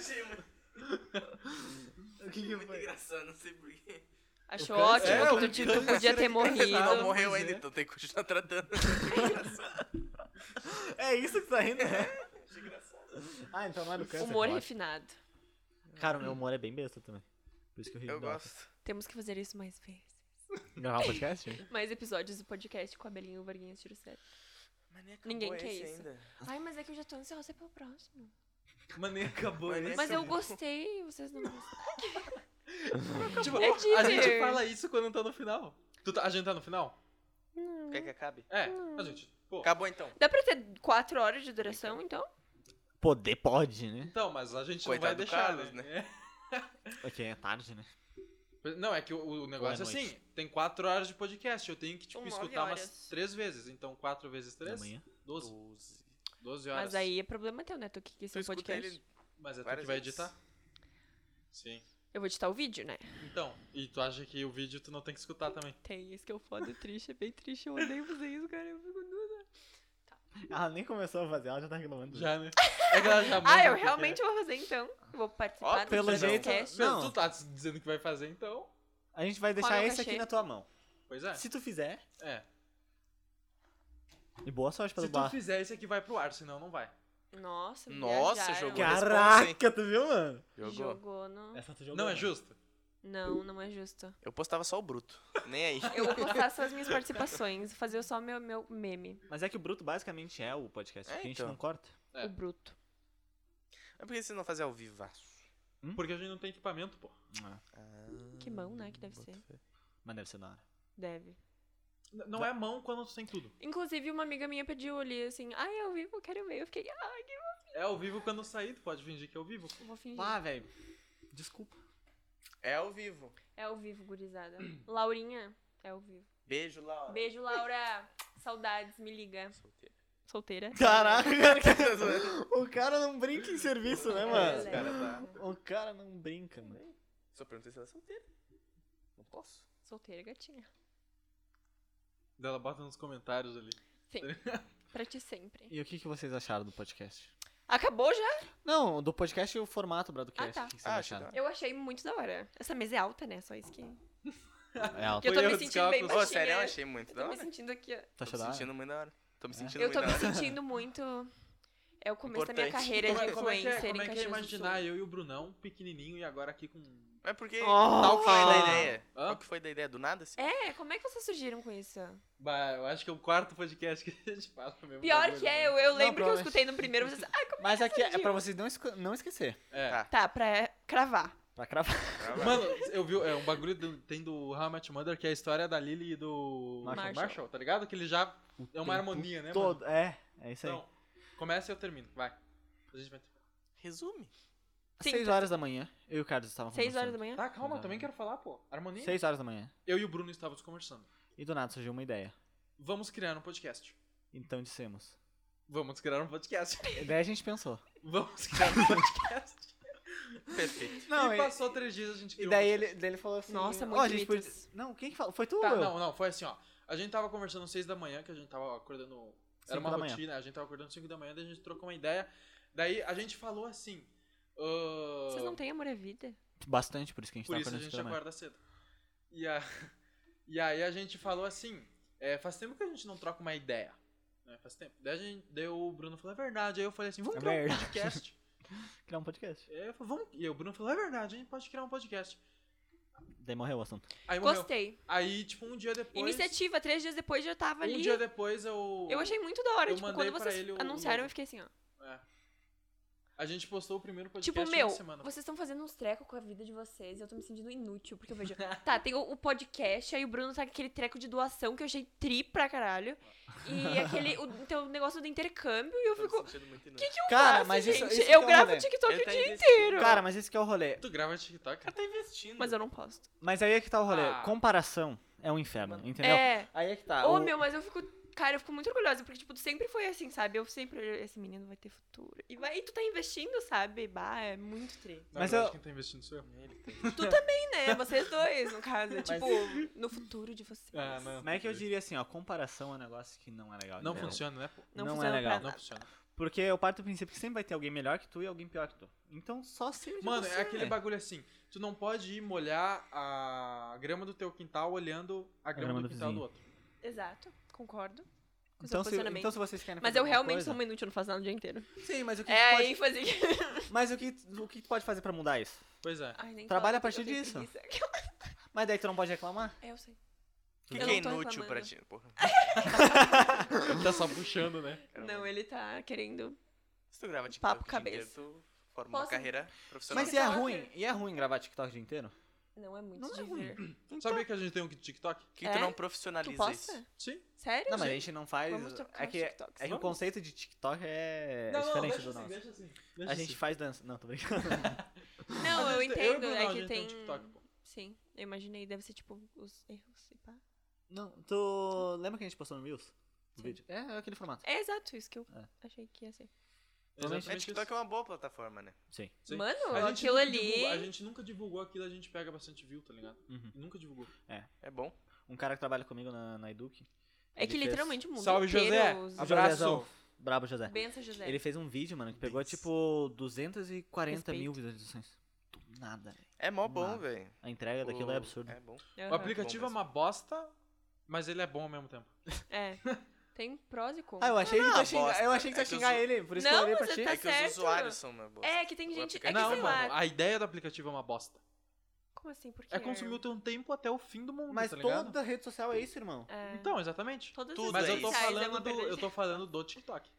S1: O que que foi? É Muito engraçado, não sei porquê.
S2: Achou
S3: O câncer-
S2: ótimo
S3: é,
S2: que
S3: o
S2: tu, te- tu
S3: câncer
S2: podia ter morrido.
S3: Não,
S1: Não
S3: pois
S1: morreu
S3: é.
S1: ainda, então tem que continuar tratando.
S4: É isso que tá rindo, né? Ah, então não é do câncer.
S2: Um Humor
S4: claro.
S2: refinado.
S4: Cara, o meu humor é bem besta também. Por isso que eu ri.
S1: Eu
S4: da hora.
S1: gosto.
S2: Temos que fazer isso mais vezes.
S4: Gravar podcast?
S2: Mais episódios do podcast com a Belinha e o Varguinhas Tiro Sério.
S1: Mas nem acabou
S2: Ninguém quer
S1: esse
S2: isso.
S1: ainda.
S2: Ai, mas é que eu já tô ansiosa pelo próximo.
S3: Mano, nem acabou.
S1: Mas
S3: né?
S1: nem
S2: Mas
S1: Isso
S2: eu
S1: mesmo.
S2: gostei, vocês não gostaram.
S3: Tipo,
S2: É
S3: a gente
S2: teaser.
S3: fala isso quando tá no final. Tu tá- a gente tá no final?
S2: Uhum.
S1: Quer que acabe?
S3: É, a gente. Pô.
S1: Acabou então.
S2: Dá pra ter 4 horas de duração, então?
S4: Poder pode, né?
S3: Então, mas a gente
S1: Coitado
S3: não vai
S1: do
S3: deixar.
S1: Carlos,
S3: né?
S4: Ok, é tarde, né?
S3: É. Não, é que o, o negócio é
S4: Boa noite.
S3: assim: tem quatro horas de podcast. Eu tenho que, tipo,
S2: São nove
S3: escutar
S2: horas.
S3: umas três vezes. Então, quatro vezes
S4: Da
S3: três?
S4: manhã.
S3: Doze.
S1: Doze.
S3: Doze horas.
S2: Mas aí é problema teu, né? Tu que quis
S1: Tu
S2: um
S1: Então escuta
S2: podcast.
S1: ele
S3: Mas é tu
S1: várias
S3: que vai
S1: vezes.
S3: editar? Sim.
S2: Eu vou editar o vídeo, né?
S3: Então, e tu acha que o vídeo tu não tem que escutar também?
S2: Tem, isso que é o foda, triste, é bem triste. Eu odeio fazer isso, cara. Eu
S3: Tá
S2: fico duas horas.
S4: Ela nem começou a fazer, ela já tá reclamando.
S3: Já, né? É que ela já manda
S2: Ah, eu
S3: porque-
S2: realmente vou fazer então. Vou participar do
S4: pelo jeito-
S2: podcast.
S3: Não.
S4: Não.
S3: Tu tá dizendo que vai fazer, então.
S4: A gente vai
S2: Qual
S4: deixar
S2: é o
S4: esse
S2: cachê?
S4: aqui na tua mão.
S3: Pois é.
S4: Se tu fizer.
S3: É.
S4: E boa sorte pra
S3: Se
S4: tu
S3: tu
S4: bar.
S3: fizer, esse aqui vai pro ar, senão não vai.
S2: Nossa,
S1: Nossa,
S2: viajaram.
S1: jogou.
S4: Caraca, tu viu, mano?
S1: Jogou.
S2: Jogou no...
S4: Essa tu
S3: Não é justo.
S2: Não, não é justo.
S1: Eu postava só o bruto. Nem aí.
S2: Eu vou postar só as minhas participações, fazer só meu, meu meme,
S4: Mas é que o Bruto basicamente é o podcast,
S1: É,
S4: porque a gente
S1: então.
S4: não corta.
S3: É.
S2: o bruto.
S1: Mas por que vocês É não fazem ao vivaço? Ah,
S3: Porque a gente não tem equipamento, pô.
S2: Que mão, né, que deve
S1: Hum,
S2: ser.
S4: Ah, Mas deve ser da hora.
S2: Deve.
S3: N- Não é mão quando tu tem tudo.
S2: Inclusive, uma amiga minha pediu ali, assim, ai, eu vivo, quero ver. Eu fiquei, ai, que
S3: É ao vivo quando sair, tu pode fingir que é ao vivo.
S2: eu vou fingir.
S4: Ah, velho. Desculpa.
S1: É ao vivo.
S2: É ao vivo, gurizada. Laurinha, é ao vivo.
S1: Beijo, Laura.
S2: Beijo, Laura. Saudades, me liga.
S1: Solteiro.
S2: Solteira.
S4: Caraca, cara, o cara não brinca em serviço, né,
S1: Mas,
S2: É,
S4: mano?
S1: cara, tá.
S4: O cara não brinca, mano.
S1: Só perguntei se ela é solteira. Não posso.
S2: Solteira, gatinha.
S3: Daí Ela bota nos comentários ali.
S2: Sim. pra ti sempre.
S4: E o que, que vocês acharam do podcast?
S2: Acabou já?
S4: Não, do podcast e o formato, Bradocast.
S2: Ah, tá.
S4: O que, que
S1: Ah,
S4: vocês
S1: achei
S4: acharam?
S2: Eu achei muito da hora. Essa mesa é alta, né? Só isso que... Eu
S4: É alto.
S3: Foi
S2: tô me
S3: eu,
S2: sentindo bem
S3: desculpa.
S1: Ô,
S2: baixinha.
S1: sério, eu achei muito da
S2: Tô me
S1: hora.
S2: sentindo aqui, ó.
S4: Tá
S1: Tô me
S4: achando?
S1: sentindo muito da hora. Tô me sentindo
S2: Eu
S1: muito
S2: tô
S1: da
S2: me
S1: hora.
S2: sentindo muito... É o começo da minha
S1: Importante.
S2: carreira
S3: Como
S2: de
S3: é, como é que é,
S2: influencer
S3: como
S2: em
S3: é que é
S2: Caxias do
S3: imaginar
S2: Sul.
S3: eu e o Brunão pequenininho e agora aqui com...
S1: Mas porque.
S2: Oh!
S1: Qual que foi da ideia?
S3: Hã?
S1: Qual que foi da ideia? Do nada, assim?
S2: É, como é que vocês surgiram com isso?
S3: Bah, eu acho que é o quarto podcast que a gente fala mesmo. né?
S2: Pior que é, eu, eu lembro que eu
S4: provavelmente.
S2: escutei no primeiro, vocês... Ai, como
S4: Mas aqui é
S2: surgiu?
S4: pra vocês não, esque- não esquecer.
S3: É.
S1: Tá.
S2: Tá, pra cravar.
S4: Pra cravar.
S1: Ah, vai.
S3: Mano, eu vi é, um bagulho do- tem do How I Met Your Mother, que é a história da Lily e do
S4: Marshall.
S3: Marshall, tá ligado? Que ele já é uma harmonia, né, mano?
S4: Todo. É, é isso aí.
S3: Então, começa e eu termino, vai. A gente vai...
S1: Resume.
S2: Sim,
S4: Seis
S2: tá.
S4: horas da manhã, eu e o Carlos estavam
S2: Seis horas da manhã?
S4: conversando.
S3: Tá, calma, eu também quero falar, pô. Harmonia.
S4: Seis horas da manhã.
S3: Eu e o Bruno estávamos conversando.
S4: E do nada surgiu uma ideia.
S3: Vamos criar um podcast.
S4: Então dissemos.
S3: Vamos criar um podcast.
S4: E daí a gente pensou.
S3: Vamos criar um podcast.
S1: Perfeito.
S3: e
S4: e,
S3: passou três dias, a gente criou
S4: e daí
S3: um
S4: ele, daí ele falou assim...
S2: Nossa,
S4: "Ó,
S2: muito
S4: a gente podia-
S2: mitos.
S4: Não, quem que falou? Foi tu
S3: Tá,
S4: ou eu?
S3: não, não, foi assim, ó. A gente tava conversando às 6 da manhã, que a gente tava acordando. Era
S4: Cinco
S3: uma
S4: da manhã.
S3: rotina, a gente tava acordando às 5 da manhã, daí a gente trocou uma ideia. Daí a gente falou assim: Ah,
S2: Vocês não têm amor à vida?
S4: Bastante, por isso que a gente
S3: Por
S4: tá
S3: isso a
S4: acordando
S3: gente
S4: cedo da manhã.
S3: acorda cedo. E, a, e aí a gente falou assim, é, faz tempo que a gente não troca uma ideia. né? Faz tempo. Daí, a gente- daí o Bruno falou, é verdade. Aí eu falei assim, vamos
S4: É
S3: criar um
S4: verdade.
S3: podcast.
S4: Criar um podcast.
S3: É, eu falei, vamos. E o Bruno falou, é verdade, a gente pode criar um podcast.
S4: Daí morreu o assunto.
S3: Aí morreu.
S2: Gostei.
S3: Aí, tipo, um dia depois...
S2: Iniciativa, três dias depois já tava
S3: Um
S2: ali.
S3: dia depois eu...
S2: Eu achei muito da hora,
S3: eu
S2: tipo,
S3: mandei
S2: quando
S3: pra
S2: vocês
S3: ele um- o
S2: anunciaram,
S3: logo.
S2: eu fiquei assim, ó.
S3: É. A gente postou o primeiro podcast
S2: Tipo,
S3: na
S2: meu,
S3: semana.
S2: vocês estão fazendo uns trecos com a vida de vocês e eu tô me sentindo inútil, porque eu vejo. Tá, tem o, o podcast, aí o Bruno tá com aquele treco de doação que eu achei tri pra caralho. E aquele. O, tem o negócio do intercâmbio e eu
S1: Tô me
S2: fico.
S1: sentindo muito
S2: Que
S1: inútil.
S2: que eu
S4: Cara,
S2: faço,
S4: mas isso-
S2: gente?
S4: isso que é
S2: eu
S4: o
S2: gravo
S4: rolê.
S2: TikTok
S1: Ele
S2: o
S1: tá
S2: dia
S1: investindo.
S2: inteiro.
S4: Cara, mas esse que é o rolê.
S3: Tu grava TikTok?
S1: tá investindo.
S2: Mas eu não posto.
S4: Mas aí é que tá o rolê.
S3: Ah.
S4: Comparação é um inferno, entendeu?
S2: É.
S4: Aí é que tá.
S2: Ô,
S4: o-
S2: meu, mas eu fico. Cara, eu fico muito orgulhosa, porque, tipo, tu sempre foi assim, sabe? Eu sempre. olhei, Esse menino vai ter futuro. E, vai, e tu tá investindo, sabe? Bah, é muito tri.
S3: Na
S4: Mas
S3: verdade,
S4: eu-
S3: quem tá investindo sou eu.
S2: E, né? Vocês dois, no caso. é Tipo, no futuro de vocês.
S3: Ah, não.
S4: Mas é que eu diria assim, ó, comparação é um negócio que não é legal.
S3: Não
S4: entendeu?
S3: funciona, né? pô?
S2: Não,
S4: Não é
S2: funciona
S4: legal.
S2: pra
S3: Não
S2: nada.
S3: funciona.
S4: Porque eu parto do princípio que sempre vai ter alguém melhor que tu e alguém pior que tu. Então só seja
S3: Mano,
S4: você.
S3: é aquele bagulho assim. Tu não pode ir molhar a grama do teu quintal olhando a grama,
S4: grama
S3: do
S4: do
S3: quintal do
S4: vizinho.
S3: outro.
S2: Exato, concordo. Com seu
S4: então, se,
S2: posicionamento.
S4: então se vocês querem
S2: Mas
S4: fazer
S2: eu
S4: alguma
S2: realmente
S4: coisa-
S2: sou uma inútil, eu não faço nada o dia inteiro.
S4: Sim, mas o que,
S2: É
S4: tu
S2: a
S4: pode...
S2: ênfase que.
S4: mas o que, o que tu pode fazer pra mudar isso?
S3: Pois é.
S2: Ai, nem
S4: Trabalha a
S2: fala,
S4: partir
S2: eu tenho
S4: disso.
S2: preguiça.
S4: Mas daí tu não pode reclamar?
S2: É, eu sei.
S1: O que,
S2: Eu
S1: que é
S2: não tô
S1: inútil pra
S2: reclamando. É
S1: ti? Porra.
S3: Tá só puxando, né?
S2: Não, ele tá querendo.
S1: Se tu grava TikTok
S2: Papo
S1: o dia inteiro,
S2: cabeça.
S1: tu forma uma
S2: Posso-
S1: carreira profissional.
S4: Mas
S2: Mas
S4: e é
S2: fala,
S4: ruim? E é ruim gravar TikTok o dia inteiro?
S2: Não é muito
S4: Não é
S2: de
S4: ruim.
S2: ver.
S3: Sabia que a gente tem um TikTok?
S1: que
S2: É?
S1: tu não
S2: Tu
S1: profissionaliza isso.
S2: posta?
S3: Sim.
S2: Sério?
S4: Não, mas a
S2: gente?
S4: gente não faz.
S2: Vamos trocar
S4: É
S2: os
S4: que, é
S2: TikToks,
S4: que o
S2: vamos?
S4: conceito de TikTok é diferente do nosso.
S3: assim.
S4: a gente faz dança. Não, tô brincando.
S2: Não, eu entendo.
S3: Eu e o Bruno, a
S2: é
S3: gente
S2: que
S3: tem
S2: tem.
S3: um TikTok, pô.
S2: Sim, eu imaginei. Deve ser tipo os erros e pá.
S4: Não, tu. Lembra que a gente postou no Reels? O
S2: Sim.
S4: vídeo? É, é aquele formato.
S2: É exato isso que eu
S4: É.
S2: achei que ia ser.
S3: Exatamente
S1: Mas TikTok é uma boa plataforma, né?
S4: Sim.
S3: Sim.
S2: Mano,
S3: A gente
S2: aquilo
S3: nunca
S2: ali.
S3: divulgou- a gente nunca divulgou aquilo, a gente pega bastante view, tá ligado?
S4: Uhum.
S3: E Nunca divulgou.
S1: É bom.
S4: Um cara que trabalha comigo na, na Eduque.
S2: É que
S4: ele fez-
S2: literalmente o mundo
S3: Salve,
S2: inteiro.
S3: José!
S2: os-
S4: O
S3: Abraço!
S4: Josézão. Brabo José.
S2: Benção, José.
S4: Ele fez um vídeo, mano, que pegou tipo 240 mil
S2: Respeito.
S4: visualizações. Do nada, velho.
S1: É mó bom,
S4: Nada.
S1: velho.
S4: A entrega daquilo é absurda.
S1: É bom.
S2: Aham.
S3: O aplicativo é
S1: Bom mesmo.
S3: uma bosta, mas ele é bom ao mesmo tempo.
S2: É. Tem prós e
S4: Ah,
S2: contras.
S4: eu achei que tu ia
S1: bosta.
S4: xingar, eu achei que tu
S1: É que
S4: ia
S1: os-
S4: xingar ele, assim, por isso
S2: Não,
S4: que eu olhei pra
S2: mas
S4: ti.
S2: Tá
S1: é que
S2: certo.
S1: os usuários são uma bosta.
S2: É, que tem
S1: O
S2: gente. É que,
S1: aplicativo.
S3: não,
S2: sei
S3: mano,
S2: lá.
S3: a ideia do aplicativo é uma bosta.
S2: Como assim? Por quê?
S3: É consumir o teu tempo até o fim do mundo,
S4: Mas
S3: tá ligado?
S4: toda rede social é isso, irmão.
S2: É.
S3: Então, exatamente.
S2: Todas
S1: Tudo
S3: Mas
S1: é
S3: eu tô
S1: isso.
S3: falando do,
S2: do.
S3: eu tô falando do TikTok.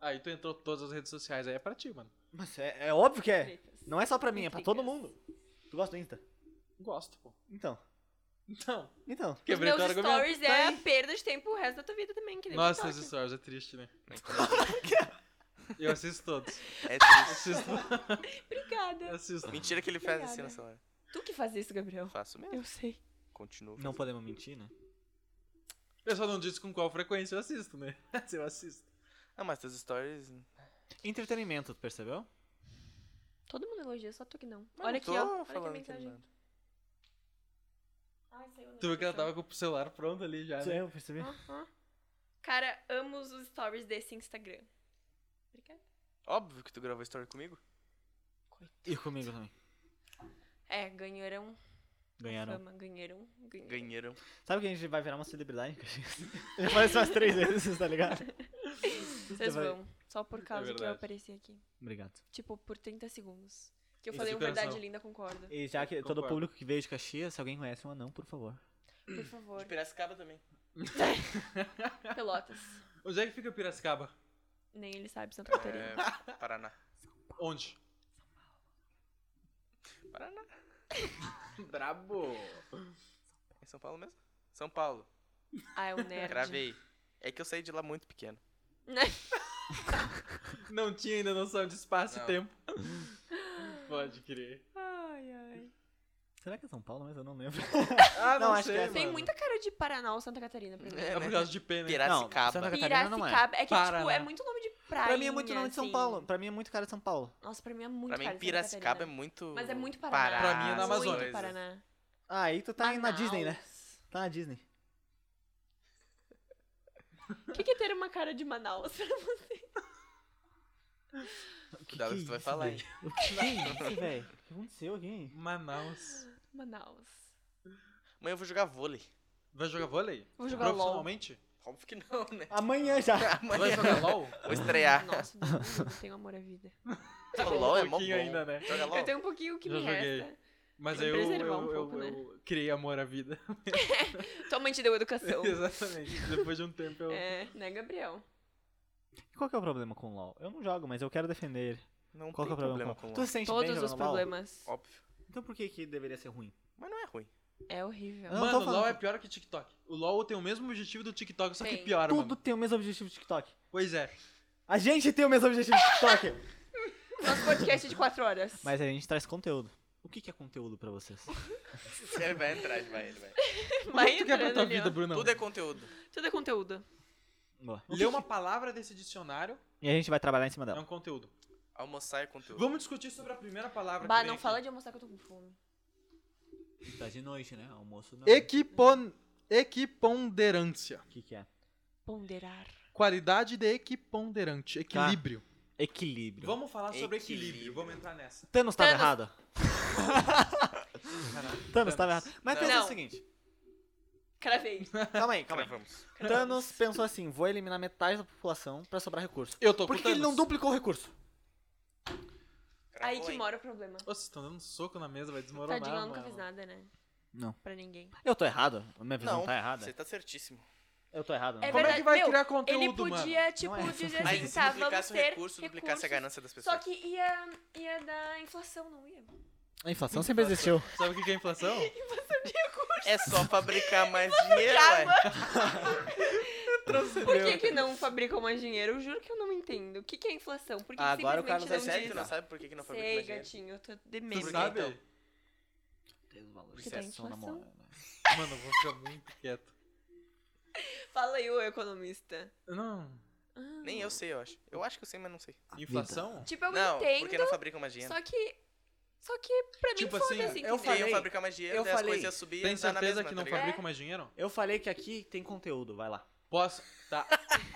S3: Aí tu entrou todas as redes sociais, aí é pra ti, mano.
S4: Mas é, é óbvio que é. Não é só pra mim, é pra todo
S2: Intrigas.
S4: mundo. Tu gosta do Insta?
S3: Gosto, pô.
S4: Então.
S3: Então,
S4: Então.
S2: Os
S3: quebrei
S2: meus
S3: teu argumento.
S2: stories
S3: Tá
S2: é
S3: aí.
S2: a perda de tempo o resto da tua vida também, que nem
S3: Nossa,
S2: TikTok.
S3: os stories é triste, né?
S1: É
S3: Eu assisto todos.
S1: triste.
S3: Assisto, é-
S2: Obrigada.
S3: assisto.
S1: Mentira que ele faz
S2: Obrigada.
S1: assim nessa hora.
S2: Tu que faz isso, Gabriel.
S1: Faço mesmo.
S2: Eu sei.
S1: Continuo.
S4: Não podemos mentir, né?
S3: Eu só não disse com qual frequência eu assisto, né? Se eu assisto.
S1: Ah, mas teus stories.
S4: Entretenimento, tu percebeu?
S2: Todo mundo elogia, só tu que não.
S1: Mas
S2: Olha
S1: não
S2: aqui,
S1: tô
S2: ó. Olha
S1: falando
S2: que
S1: que
S2: mensagem.
S1: nada.
S2: Ai, saiu
S3: Tu viu que ela tava com o celular pronto ali já, né?
S4: eu percebi.
S2: Cara, amo os stories desse Instagram. Obrigada.
S1: Óbvio que tu gravou story comigo.
S4: E comigo também.
S2: É, ganharam
S4: Ganharam.
S2: fama. Ganharam. Ganharam.
S1: Ganharam.
S4: Sabe que a gente vai virar uma celebridade? Já falei isso umas três vezes, tá ligado?
S2: Vocês
S4: Vai.
S2: vão. Só por causa que eu
S3: É verdade.
S2: apareci aqui.
S4: Obrigado.
S2: Tipo, por 30 segundos. Que eu
S3: Isso
S2: falei
S3: de
S2: um verdade
S3: coração.
S2: linda, concordo.
S4: E já que todo
S3: Concordo.
S4: público que veio de Caxias, se alguém conhece um anão, por favor.
S2: Por favor.
S1: De
S4: Tipo,
S1: Piracicaba também.
S2: Pelotas.
S3: Onde é que fica Piracicaba?
S2: Nem ele sabe, Santa Catarina.
S1: É, Paraná.
S3: Onde?
S1: Paraná.
S3: Brabo.
S1: É São Paulo mesmo? São Paulo.
S2: Ah, é um nerd.
S1: Gravei. É que eu saí de lá muito pequeno.
S3: Não tinha ainda noção de espaço
S1: Não.
S3: e tempo. Pode crer.
S2: Ai, ai.
S4: Será que é São Paulo? Mas eu não lembro.
S3: Ah,
S4: Não,
S3: não,
S4: acho
S3: sei,
S4: que é-
S3: mano.
S2: Tem muita cara de Paraná ou Santa Catarina pra mim.
S1: É,
S3: É por
S1: né?
S3: causa de P, né?
S1: Piracicaba.
S4: Santa Catarina não é.
S2: Piracicaba. É, que, tipo,
S3: Paraná.
S2: é muito nome de praia.
S4: Pra mim é muito nome de São
S2: assim.
S4: Paulo. Pra mim é muito cara de São Paulo.
S2: Nossa, pra mim é muito
S1: Pra
S2: cara
S1: mim,
S2: de Santa
S1: Piracicaba é
S2: Catarina.
S1: muito.
S2: Mas é muito Paraná.
S1: Pará,
S3: Pra mim é na
S1: essas
S3: Amazônia.
S2: Muito
S1: coisas.
S2: Paraná.
S4: Ah, aí tu tá aí na
S2: Manaus.
S4: Disney, né? Tá na Disney.
S2: O que, que é ter uma cara de Manaus pra você?
S1: Cuidado que tu vai falar, hein?
S4: O que é isso, velho? O que aconteceu aqui?
S3: Manaus.
S2: Manaus.
S1: Mãe, eu vou jogar vôlei.
S3: Vai jogar vôlei?
S2: Vou jogar LOL.
S3: Profissionalmente?
S1: Óbvio que não, né?
S4: Amanhã já.
S3: Tu Vai jogar LOL?
S1: Vou estrear.
S2: Nossa, não, eu não tenho amor à vida.
S1: LOL é
S3: Um
S1: mó bom.
S3: pouquinho ainda, né?
S1: Joga LOL.
S2: Eu tenho um pouquinho que
S3: Já
S2: me
S3: joguei.
S2: resta.
S3: Mas
S2: Tem
S3: aí
S2: que
S3: eu, eu,
S2: preservar um
S3: eu-
S2: pouco,
S3: eu criei amor à vida.
S2: Tua mãe te deu educação.
S3: Exatamente. Depois de um tempo eu.
S2: um é, né, Gabriel?
S4: Qual que é o problema com o LoL? Eu não jogo, mas eu quero defender ele.
S1: Não
S4: Qual que é
S1: tem
S4: o
S1: problema
S4: problema,
S1: com
S4: Tu
S1: LOL.
S4: se sente bem
S2: Todos
S4: jogando
S2: os
S4: LOL?
S2: problemas.
S1: Óbvio.
S4: Então por que que deveria ser ruim?
S1: Mas não é ruim.
S2: É horrível.
S4: Não,
S3: Mano,
S4: tô
S3: o LOL
S4: falando-
S3: é pior que TikTok. O LOL tem o mesmo objetivo do TikTok, só que
S2: Tem.
S3: pior,
S4: Tudo
S3: mano.
S4: tem o mesmo objetivo do TikTok.
S3: Pois é.
S4: A gente tem o mesmo objetivo do TikTok.
S2: Nosso podcast é de quatro horas.
S4: mas a gente traz conteúdo. O que que é conteúdo pra vocês?
S1: Ele vai entrar, ele vai, ele vai.
S3: Como
S2: Vai
S3: é que tu quer pra
S2: entrando
S3: tua
S2: ali, ó.
S3: vida, Brunão?
S1: Tudo é conteúdo.
S2: Tudo é conteúdo.
S4: Boa.
S3: Lê uma palavra desse dicionário
S4: E a gente vai trabalhar em cima
S3: é
S4: dela.
S3: um conteúdo.
S1: Almoçar é conteúdo.
S3: Vamos discutir sobre a primeira palavra.
S2: Bah,
S3: que vem
S2: não
S3: aqui.
S2: fala de almoçar que eu tô com fome.
S4: Tá de noite, né? Almoço não.
S3: Equipon... Equiponderância.
S4: O que que é?
S2: Ponderar.
S3: Qualidade de equiponderante. Equilíbrio.
S4: Equilíbrio.
S3: Vamos falar sobre
S1: Equilíbrio.
S3: equilíbrio. Vamos entrar nessa.
S4: Thanos tava
S2: Thanos.
S4: errado. Thanos tá tava errado. Mas
S1: Não.
S4: pensa
S2: Não.
S4: o seguinte.
S2: Cravei.
S4: Calma aí, calma aí.
S1: Vamos.
S4: Thanos pensou assim, vou eliminar metade da população pra sobrar recurso.
S3: Eu tô
S4: Por
S3: com
S4: que ele não duplicou o recurso?
S2: Aí que mora o problema.
S3: Nossa, vocês estão dando um soco na mesa, vai desmoronar.
S2: Tadinho, ela nunca
S3: mano.
S2: fez nada, né?
S4: Não.
S2: Pra ninguém.
S4: Eu tô errado? A minha visão
S1: Não,
S4: tá errada?
S1: você tá certíssimo.
S4: Eu tô errado, não.
S2: É
S3: Como é
S2: verdade.
S3: que vai
S2: Meu,
S3: criar conteúdo,
S2: Ele podia, tipo,
S4: Não é.
S2: dizer
S1: Aí
S2: assim,
S1: se
S2: tá, vamos
S1: duplicasse o
S2: ter
S1: recurso, duplicasse a
S2: recursos.
S1: ganância das pessoas.
S2: Só que ia, ia dar inflação, não ia?
S4: A inflação sempre existiu.
S3: Sabe o que que é inflação?
S1: É só fabricar mais dinheiro, ué.
S2: Por que, que não fabricam mais dinheiro? Eu juro que eu não entendo. O que, que é inflação? Por que
S4: Agora o
S2: simplesmente
S4: Carlos
S1: Você
S4: Não
S1: é sério
S2: diz?
S1: que tu não sabe por que, que não fabrica
S2: Sei,
S1: mais dinheiro?
S2: gatinho, eu tô demente.
S3: Tu
S1: Por que
S3: sabe?
S1: então?
S2: Que tem inflação.
S4: né?
S3: Mano, eu vou ficar muito quieto.
S2: Fala aí, ô economista.
S3: Não.
S2: Ah.
S1: Nem eu sei, eu acho. Eu acho que eu sei, mas não sei.
S3: Inflação?
S2: Tipo, eu
S1: não, porque
S2: entendo,
S1: não fabricam mais dinheiro.
S2: só que... Só que pra mim
S3: Tipo assim,
S2: foda-se,
S3: eu
S2: entendeu?
S1: Se iam
S4: falei-
S1: fabricar mais dinheiro,
S4: eu
S1: daí as
S4: falei,
S1: coisas iam subir e
S3: Tem
S1: ia dar na
S3: certeza
S1: mesma,
S3: que
S1: tá
S3: não
S1: ligado?
S3: fabricam mais dinheiro?
S4: Eu falei que aqui tem conteúdo, vai lá.
S3: Posso? Tá.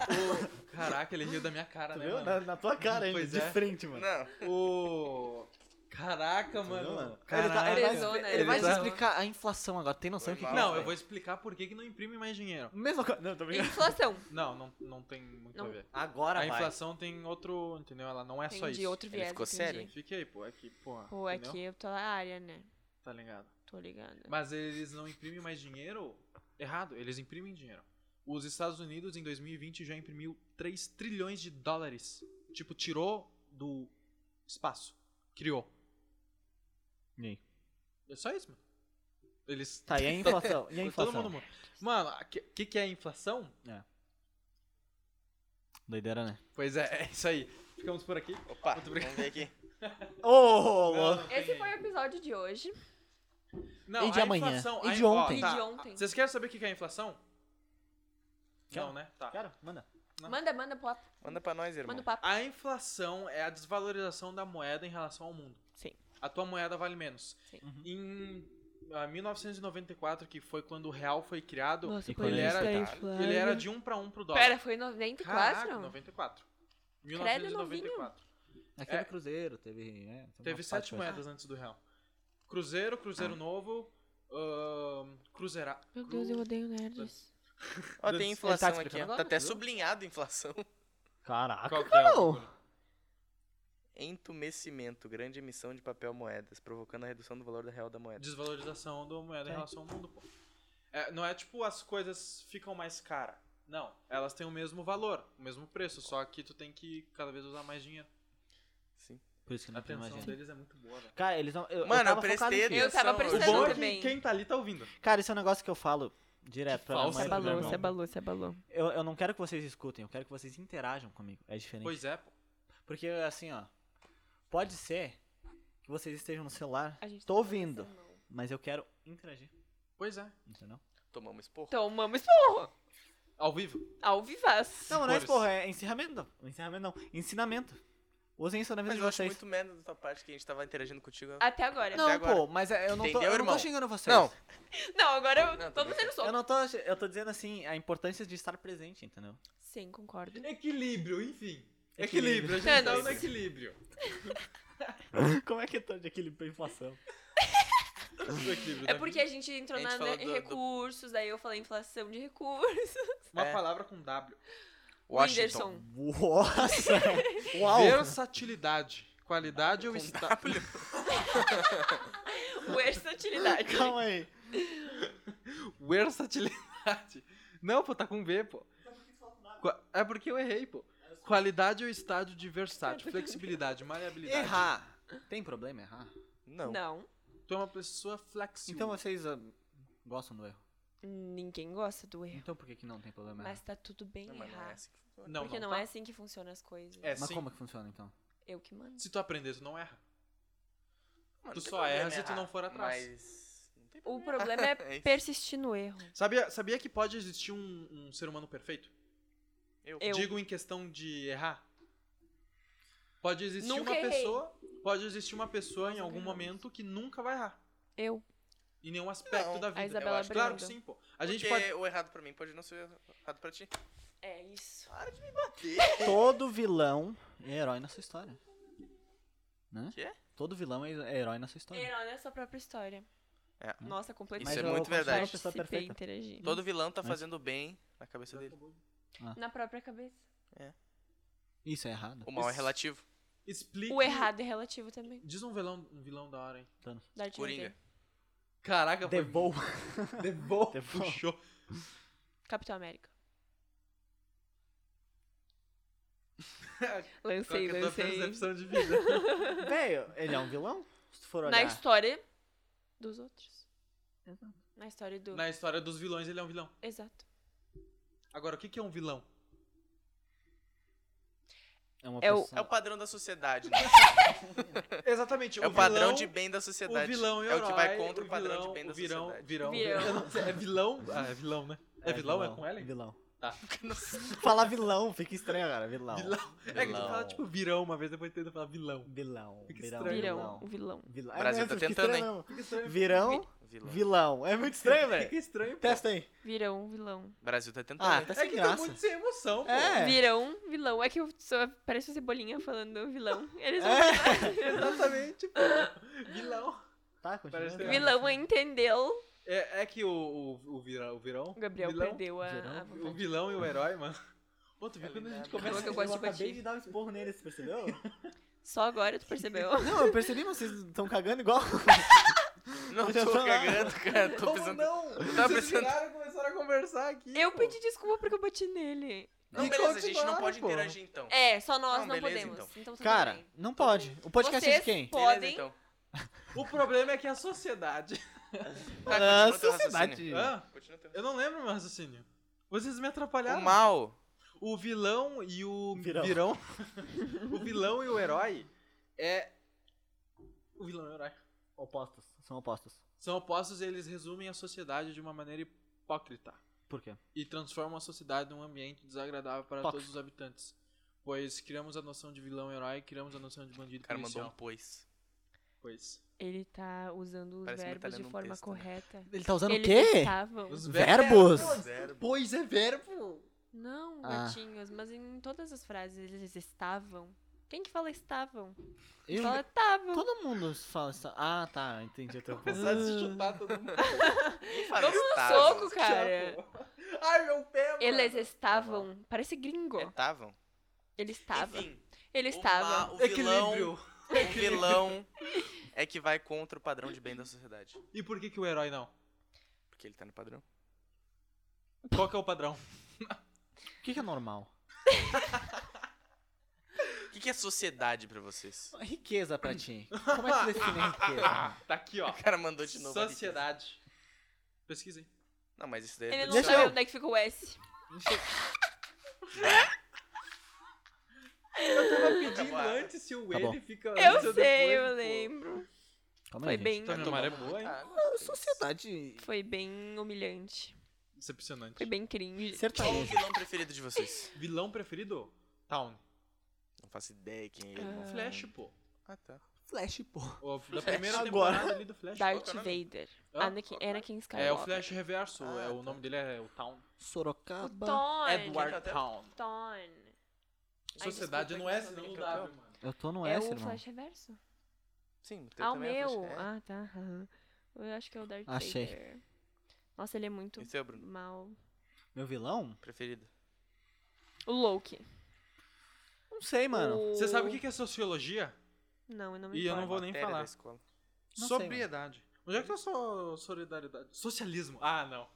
S3: O- Caraca, ele riu da minha cara, né, mano?
S4: tua cara
S3: Pois é.
S4: frente,
S1: Não,
S3: O... Caraca,
S4: Viu,
S3: mano.
S4: Ele, tá- ele vai,
S2: Pesou,
S4: ele
S2: né?
S4: ele vai
S3: Ele tá-
S4: te explicar a inflação agora. Tem noção do que, que
S1: Foi
S3: Não,
S1: mal,
S3: eu
S1: velho.
S3: vou explicar por que, que não imprime mais dinheiro.
S4: Mesma coisa. Não, tô brincando.
S2: Inflação.
S3: Não, não, não tem muito
S2: Não.
S3: a ver.
S4: Agora
S3: A
S4: vai.
S3: inflação tem outro, entendeu? Ela não é só
S2: Entendi,
S3: isso.
S2: outro viés.
S1: ficou
S2: entendi.
S1: sério, hein?
S3: Fica aí, pô. Aqui, pô.
S2: Pô, é
S3: entendeu?
S2: aqui eu tô na área, né?
S3: Tá ligado.
S2: Tô ligada.
S3: Mas eles não imprimem mais dinheiro? Errado, eles imprimem dinheiro. Os Estados Unidos em 2020 já imprimiu 3 trilhões de dólares. Tipo, tirou do espaço. Criou.
S4: E aí?
S3: É só isso, mano. Eles.
S4: Tá, e a inflação? E a
S3: Todo
S4: inflação?
S3: mundo muda. Mano, o que, que, que é inflação?
S4: Doideira, né?
S3: Pois é, é isso aí. Ficamos por aqui.
S1: opa,
S3: Muito obrigado.
S1: vamos ver aqui.
S4: Ô, ô, ô,
S3: Não,
S4: ô.
S3: não tem-
S2: Esse foi o episódio de hoje.
S3: Não,
S4: E de
S3: a
S4: amanhã?
S3: inflação-
S4: E
S3: a
S4: de
S3: in- ó,
S4: ontem?
S2: E
S3: tá.
S2: de ontem?
S3: Vocês querem saber o que que é inflação?
S4: Quero.
S3: Não, né? Tá.
S4: Cara, manda.
S3: Não.
S2: Manda, manda, pro papo.
S1: Manda pra nós, irmão.
S2: Manda o papo.
S3: A inflação é a desvalorização da moeda em relação ao mundo.
S2: Sim.
S3: A tua moeda vale menos.
S2: Sim.
S4: Uhum.
S3: Em ah, 1994, que foi quando o real foi criado,
S2: Nossa,
S4: E quando
S3: ele era-
S2: inflação.
S3: ele era de 1 pra 1 pro dólar.
S2: Pera, foi em 94?
S3: Caraca, 94.
S2: novinho.
S3: 1994.
S4: Aquele
S3: É.
S4: Cruzeiro teve. né, uma
S3: Teve
S4: parte
S3: sete
S4: foi-
S3: moedas antes do real. Cruzeiro, Cruzeiro Novo, ahn, Cruzeira...
S2: Meu Deus, eu odeio nerds.
S1: Ó,
S3: Ele tá
S1: tem inflação aqui,
S4: explicando
S1: ó.
S4: agora?
S1: Tá até sublinhado inflação.
S4: Caraca,
S3: Qual que é o
S4: não.
S3: bagulho?
S1: Entumecimento, grande emissão de papel moedas, provocando a redução do valor da real da moeda.
S3: Desvalorização da moeda em
S4: É.
S3: relação ao mundo, pô. É, não é tipo as coisas ficam mais caras. Não, elas têm o mesmo valor, o mesmo preço, só que tu tem que cada vez usar mais dinheiro.
S1: Sim.
S4: Por isso que
S3: A
S4: não tem mais
S3: atenção
S4: gente.
S3: deles é muito boa, velho.
S4: Cara, eles não. Eu,
S1: Mano, eu
S4: eu, tava
S1: prestei
S4: focado nisso.
S2: Eu tava
S1: atenção,
S3: O
S2: prestando
S3: bom é
S2: também.
S3: que quem tá ali tá ouvindo.
S4: Cara, esse é um negócio que eu falo direto pra minha
S3: falsa,
S4: mãe.
S3: né,
S4: pro meu
S3: velho?
S4: irmão.
S3: Você
S2: abalou, você abalou.
S4: Eu, eu não quero que vocês escutem, eu quero que vocês interajam comigo. É diferente.
S3: Pois é, pô.
S4: Porque assim, ó. Pode ser que vocês estejam no celular,
S2: A gente
S4: tô
S2: tá
S4: ouvindo,
S2: conversando.
S4: mas eu quero interagir.
S3: Pois é.
S4: Entendeu?
S1: Tomamos porra.
S2: Tomamos porra.
S3: Ao vivo.
S2: Ao vivaz.
S4: Não, mas não é
S3: Foda-se.
S4: porra, é encerramento. Encerramento não. Ensinamento. Usem isso na vida
S1: Mas
S4: de
S1: eu acho
S4: vocês.
S1: muito merda da tua parte que a gente tava interagindo contigo.
S2: Até agora.
S4: Não,
S1: agora.
S4: pô, mas é- eu não, tô,
S1: Entendeu,
S4: eu não
S1: irmão?
S4: tô xingando vocês.
S1: Não.
S2: Não, agora eu
S1: Não,
S2: tô
S1: tudo
S2: fazendo
S4: Eu
S2: soco.
S4: não tô. Eu tô dizendo assim, a importância de estar presente, entendeu?
S2: Sim, concordo.
S3: Equilíbrio, enfim. Equilíbrio, a gente
S2: Equilíbrio.
S3: tava no equilíbrio.
S4: Como é que tá de equilíbrio pra inflação?
S3: No equilíbrio
S2: É
S3: né?
S2: porque a gente entrou
S1: A gente
S2: na
S1: falou
S2: né,
S1: do- do-
S2: recursos, daí eu falei inflação de recursos.
S3: Uma
S1: É.
S3: palavra com W.
S1: Washington.
S2: Whindersson.
S4: Nossa! Uau!
S3: Versatilidade. Qualidade ou
S1: Com
S3: estado.
S2: Versatilidade.
S4: Calma aí.
S3: Versatilidade. Não, pô, tá com V, pô. Qua- É porque eu errei, pô. Qualidade ou estádio de versátil, flexibilidade, maleabilidade.
S4: Errar. Tem problema errar?
S1: Não.
S2: Não.
S3: Tu é uma pessoa flexível.
S4: Então vocês ah, gostam do erro.
S2: Ninguém gosta do erro.
S4: Então por que, que não tem problema errar?
S2: Mas tá tudo bem
S1: Não, mas não é
S2: errar.
S1: assim que funciona.
S3: não,
S2: porque não,
S3: tá.
S2: é assim que funcionam as coisas.
S3: É,
S4: Mas
S3: sim.
S4: como que funciona então?
S2: Eu que mando.
S3: Se tu aprender, tu não erra.
S1: Mano,
S3: Tu
S1: não tem
S3: só
S1: problema
S3: erra se tu
S1: errar,
S3: não for atrás.
S1: Mas. não tem
S2: O problema é
S1: É isso.
S2: persistir no erro.
S3: Sabia, sabia que pode existir um, um ser humano perfeito?
S2: Eu.
S3: Digo em questão de errar. Pode existir
S2: Nunca
S3: uma
S2: errei.
S3: pessoa. Pode existir uma pessoa em
S2: Nós
S3: algum
S2: erramos.
S3: momento que nunca vai errar.
S2: Eu.
S3: Em nenhum aspecto
S1: Não,
S3: da
S1: a
S3: vida.
S2: Isabela
S3: eu acho. Claro que
S2: Brando.
S3: sim, pô. A gente
S1: Porque
S3: pode.
S1: o errado pra mim pode não ser errado pra ti.
S2: É isso.
S4: Todo vilão é herói na sua história. Né?
S1: Quê?
S4: Todo vilão é é herói na sua história.
S2: Herói é a sua própria história.
S1: É.
S2: Nossa, completamente.
S1: Isso é
S4: eu
S1: muito
S4: considero
S1: verdade.
S4: uma pessoa
S2: Participei,
S4: perfeita.
S2: interagi.
S1: Todo vilão tá
S4: Mas-
S1: fazendo bem na cabeça dele.
S4: é
S2: Na própria cabeça.
S4: Isso é errado.
S1: O mal é
S3: Isso.
S1: relativo.
S3: Explique.
S2: O errado é relativo também.
S3: Diz um vilão, um vilão da hora, hein?
S2: Darth Vader.
S1: Coringa.
S3: Caraca, foi.
S4: Devol.
S3: Devol.
S4: Devol.
S3: Puxou.
S2: Capitão América.
S3: Qual que
S2: Lancei,
S3: é a tua
S2: lancei.
S3: percepção de vida.
S4: Velho, ele é um vilão? Se tu for olhar.
S2: Na história dos outros. Na história do.
S3: Na história dos vilões, ele é um vilão.
S2: Exato.
S3: Agora, o que, que é um vilão?
S4: É, uma
S2: É o-
S4: pessoa-
S1: É o padrão da sociedade. né?
S3: Exatamente.
S1: É o padrão de bem da sociedade.
S3: O vilão e
S1: é o que vai
S3: herói,
S1: contra o padrão
S3: vilão-
S1: de bem
S3: o
S1: da
S3: virão,
S1: sociedade.
S3: Virão,
S2: Virão.
S3: Eu não sei, é vilão? Ah, é vilão, né? É, vilão, É com L?
S4: Vilão.
S3: Tá.
S4: Falar vilão fica estranho agora. Vilão.
S3: Vilão. É que tu fala, tipo, virão uma vez, depois tenta falar vilão.
S4: Vilão.
S3: Fica
S4: Vilão.
S3: estranho.
S2: Virão, o
S4: Vilão.
S2: vilão.
S4: Vilão.
S1: O Brasil
S4: É,
S1: tá
S4: fica
S1: tentando,
S4: estranho mesmo.
S3: Fica estranho.
S4: Virão,
S1: Vilão.
S4: vilão. É muito estranho,
S3: Fica
S4: velho.
S3: estranho, pô.
S4: Testa aí.
S2: Virão, vilão.
S1: O Brasil tá tentando.
S4: Ah,
S1: né?
S4: tá
S3: É
S4: sem
S3: que tá
S4: graça.
S3: muito sem emoção, pô.
S4: É.
S2: Virão, vilão. É que eu sou, parece o Cebolinha falando vilão. Eles vão
S4: É.
S3: Exatamente, pô. Vilão.
S4: Tá,
S3: Parece
S4: continua.
S3: que-
S2: Vilão entendeu.
S3: É, é que o, o, o virão... O virão?
S2: O Gabriel
S3: vilão,
S2: perdeu a,
S4: Virão,
S2: a
S3: O
S2: vontade.
S3: vilão e o herói, mano. Pô, tu viu quando a gente começa...
S2: Falou que eu gosto de
S4: acabei
S2: patinho.
S4: de dar um esporro nele, você percebeu?
S2: Só agora tu percebeu.
S4: Não, eu percebi, mas vocês estão cagando igual.
S1: Não
S4: Deixa eu
S1: tô
S4: falar.
S1: cagando, cara. Tô
S3: Como
S1: pensando.
S3: não?
S1: tava
S3: Vocês
S1: pensando-
S3: viraram e começaram a conversar aqui,
S2: Eu
S3: pô.
S2: pedi desculpa porque eu bati nele.
S1: Não,
S3: E
S1: beleza, a gente não
S3: continuaram,
S1: pode
S3: pô.
S1: interagir então.
S2: É, só nós
S3: Ah,
S1: Não,
S2: não,
S1: beleza,
S2: podemos.
S1: então.
S2: Então tudo
S4: Cara,
S2: bem.
S4: não pode. O podcast é
S2: Vocês
S4: de quem?
S1: Beleza,
S2: podem.
S1: então.
S3: O problema é que a sociedade...
S1: Tá,
S4: Ah,
S1: continua teu raciocínio.
S4: sociedade.
S3: Hã?
S1: Continua teu
S3: Eu não lembro meu raciocínio. Vocês me
S1: raciocínio.
S3: atrapalharam.
S1: O mal.
S3: O vilão e o virão.
S4: Virão.
S3: o vilão e o herói é. O vilão e o herói.
S4: Ah, Opostos. São opostos.
S3: São opostos e eles resumem a sociedade de uma maneira hipócrita.
S4: Por quê?
S3: E transformam a sociedade num ambiente desagradável para
S4: Tóxico.
S3: todos os habitantes. Pois criamos a noção de vilão e herói, criamos a noção de bandido
S1: O cara mandou
S3: policial.
S1: um pois.
S3: Pois.
S2: Ele tá usando os
S1: Parece que ele tá
S2: verbos de
S1: lendo um
S2: forma
S1: texto, né?
S2: correta.
S4: Ele tá usando
S2: Eles
S4: o quê?
S2: estavam.
S3: Os
S4: Verbos.
S1: Zero.
S3: Pois é verbo.
S2: Não,
S4: Ah.
S2: gatinhos, mas em todas as frases eles estavam. Quem que fala estavam?
S4: Eu-
S2: Fala estavam.
S4: Todo mundo fala isso. Ah, tá. Entendi o teu ponto.
S3: Apesar de chutar todo mundo.
S1: Quem fala
S2: Vamos no
S1: estável?
S2: um soco, cara.
S3: Ai, meu pé, mano.
S2: Eles estavam. Parece gringo.
S3: É.
S1: Estavam.
S2: Ele estava.
S1: Enfim,
S2: Ele
S1: o
S2: estava.
S1: ma- o vilão
S3: Equilíbrio.
S1: O vilão é que vai contra o padrão de bem da sociedade.
S3: E por que, que o herói não?
S1: Porque ele tá no padrão.
S3: Qual que é o padrão?
S4: O que, que é normal?
S1: O que, que é sociedade pra vocês?
S4: Riqueza pra ti. Como é que tu define a riqueza?
S3: Tá aqui, ó.
S1: O cara mandou de novo. ali.
S3: Sociedade. Pesquisem.
S1: Não, mas isso daí
S2: Ele
S1: é
S2: não
S4: Deixa
S2: sabe
S4: eu-
S2: onde é que fica o S.
S3: Eu tava Tá pedindo
S1: Acabou. Ah,
S3: antes se o
S4: Tá
S3: ele
S4: bom.
S3: fica.
S2: Eu
S3: antes ou
S2: sei,
S3: depois,
S2: eu
S3: pô.
S2: lembro.
S4: Calma
S2: Foi bem,
S4: Tá
S3: Tua memória é boa, hein?
S1: Ah,
S4: A sociedade
S2: foi bem humilhante.
S3: Decepcionante.
S2: Foi bem cringe.
S1: Qual o
S4: sertaneja.
S1: vilão preferido de vocês?
S3: Vilão preferido? Town.
S1: Não faço ideia quem é ele.
S2: Ah.
S3: Flash, pô.
S1: Ah, tá.
S4: Flash, pô.
S3: O- da primeira
S4: Agora.
S3: temporada ali do Flash. Qual
S2: Darth
S3: que é o nome?
S2: Vader.
S3: Hã?
S2: Anakin, Anakin Skywalker.
S3: É o Flash Reverso.
S1: Ah,
S3: é, o
S1: tá.
S3: nome dele é o Town.
S2: O
S4: Sorocaba.
S2: Ton.
S3: Edward
S1: Quem que é o
S3: Town.
S2: Ton.
S3: sociedade
S1: desculpa,
S3: no S,
S1: eu
S3: não é assim,
S1: falei,
S3: no W,
S1: campeão.
S3: mano.
S4: Eu tô no
S2: é
S4: S,
S2: o
S4: irmão.
S2: Flash Reverso.
S1: Sim,
S2: Ah, o
S1: também é
S2: meu.
S1: flash- é.
S2: Ah, tá. aham. Eu acho que é o Darth
S4: Achei.
S2: Vader. Nossa, ele é muito
S1: E seu, Bruno?
S2: mal.
S4: Meu vilão?
S1: Preferido.
S2: O Loki.
S4: Não sei, mano.
S3: Você sabe o que que é sociologia?
S2: Não, eu não me
S3: E eu não
S2: importo.
S3: vou nem
S1: Matéria da
S3: falar.
S1: escola.
S4: Não sei,
S3: Sobriedade. Onde é que tá sua solidariedade? Socialismo. Ah, não.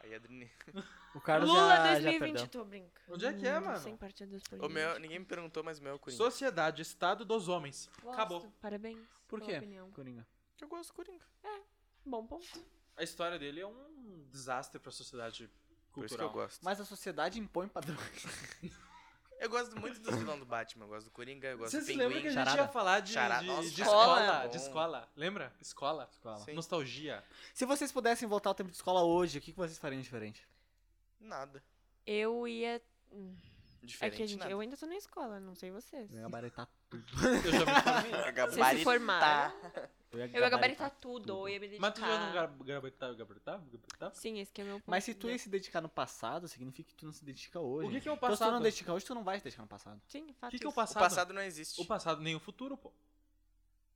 S1: Aí, Adriane.
S4: O Carlos
S2: Lula
S4: já, já
S2: 2020,
S4: perdeu.
S2: tô brincando.
S3: Onde é que é, mano?
S2: Sem partido dos
S1: O
S2: políticos.
S1: meu, ninguém me perguntou, mas o meu é o Coringa.
S3: Sociedade, Estado dos Homens.
S2: Gosto.
S3: Acabou.
S2: Parabéns.
S4: Por
S2: pela
S4: quê?
S2: opinião.
S4: Coringa.
S1: Eu gosto do Coringa.
S2: Bom ponto.
S3: A história dele é um desastre pra sociedade
S1: Por isso que eu
S3: cultural.
S1: gosto.
S4: Mas a sociedade impõe padrões.
S1: Eu gosto muito dos vilões do Batman. Eu gosto do Coringa, eu gosto
S3: Você
S1: do
S3: se lembra que a
S1: Pinguim.
S3: gente
S4: Charada.
S3: ia falar de,
S1: Charada.
S3: de-
S1: Nossa, é
S3: de
S2: Escola.
S3: escola?
S1: Bom.
S3: De escola. Lembra? Escola.
S4: Escola.
S1: Sim.
S3: Nostalgia.
S4: Se vocês pudessem voltar ao tempo de escola hoje, o que que vocês fariam diferente?
S1: Nada.
S2: Eu ia... hum, É
S1: Diferente,
S2: que, gente,
S1: nada.
S3: né?
S2: eu ainda tô na escola, não sei vocês.
S3: É.
S4: Eu ia gabaritar tudo.
S3: Eu já me formei.
S2: Vocês se
S1: tá
S2: formaram. Eu ia gabaritar tudo,
S4: tudo.
S2: eu ia me dedicar.
S3: Mas tu
S4: Tá.
S3: já não gra- gabaritava, gabaritava, gabaritava?
S2: Sim, esse que é o meu ponto.
S4: Mas se tu ia se dedicar no passado, significa que tu não se dedica hoje.
S3: O que que é o
S4: Então, se tu
S3: passado?
S4: não dedicar hoje, tu não vai se dedicar no passado.
S2: Sim,
S3: O
S2: fato
S3: que que é o
S2: isso.
S1: O
S3: passado?
S1: passado não existe.
S3: O passado, nem o futuro, pô.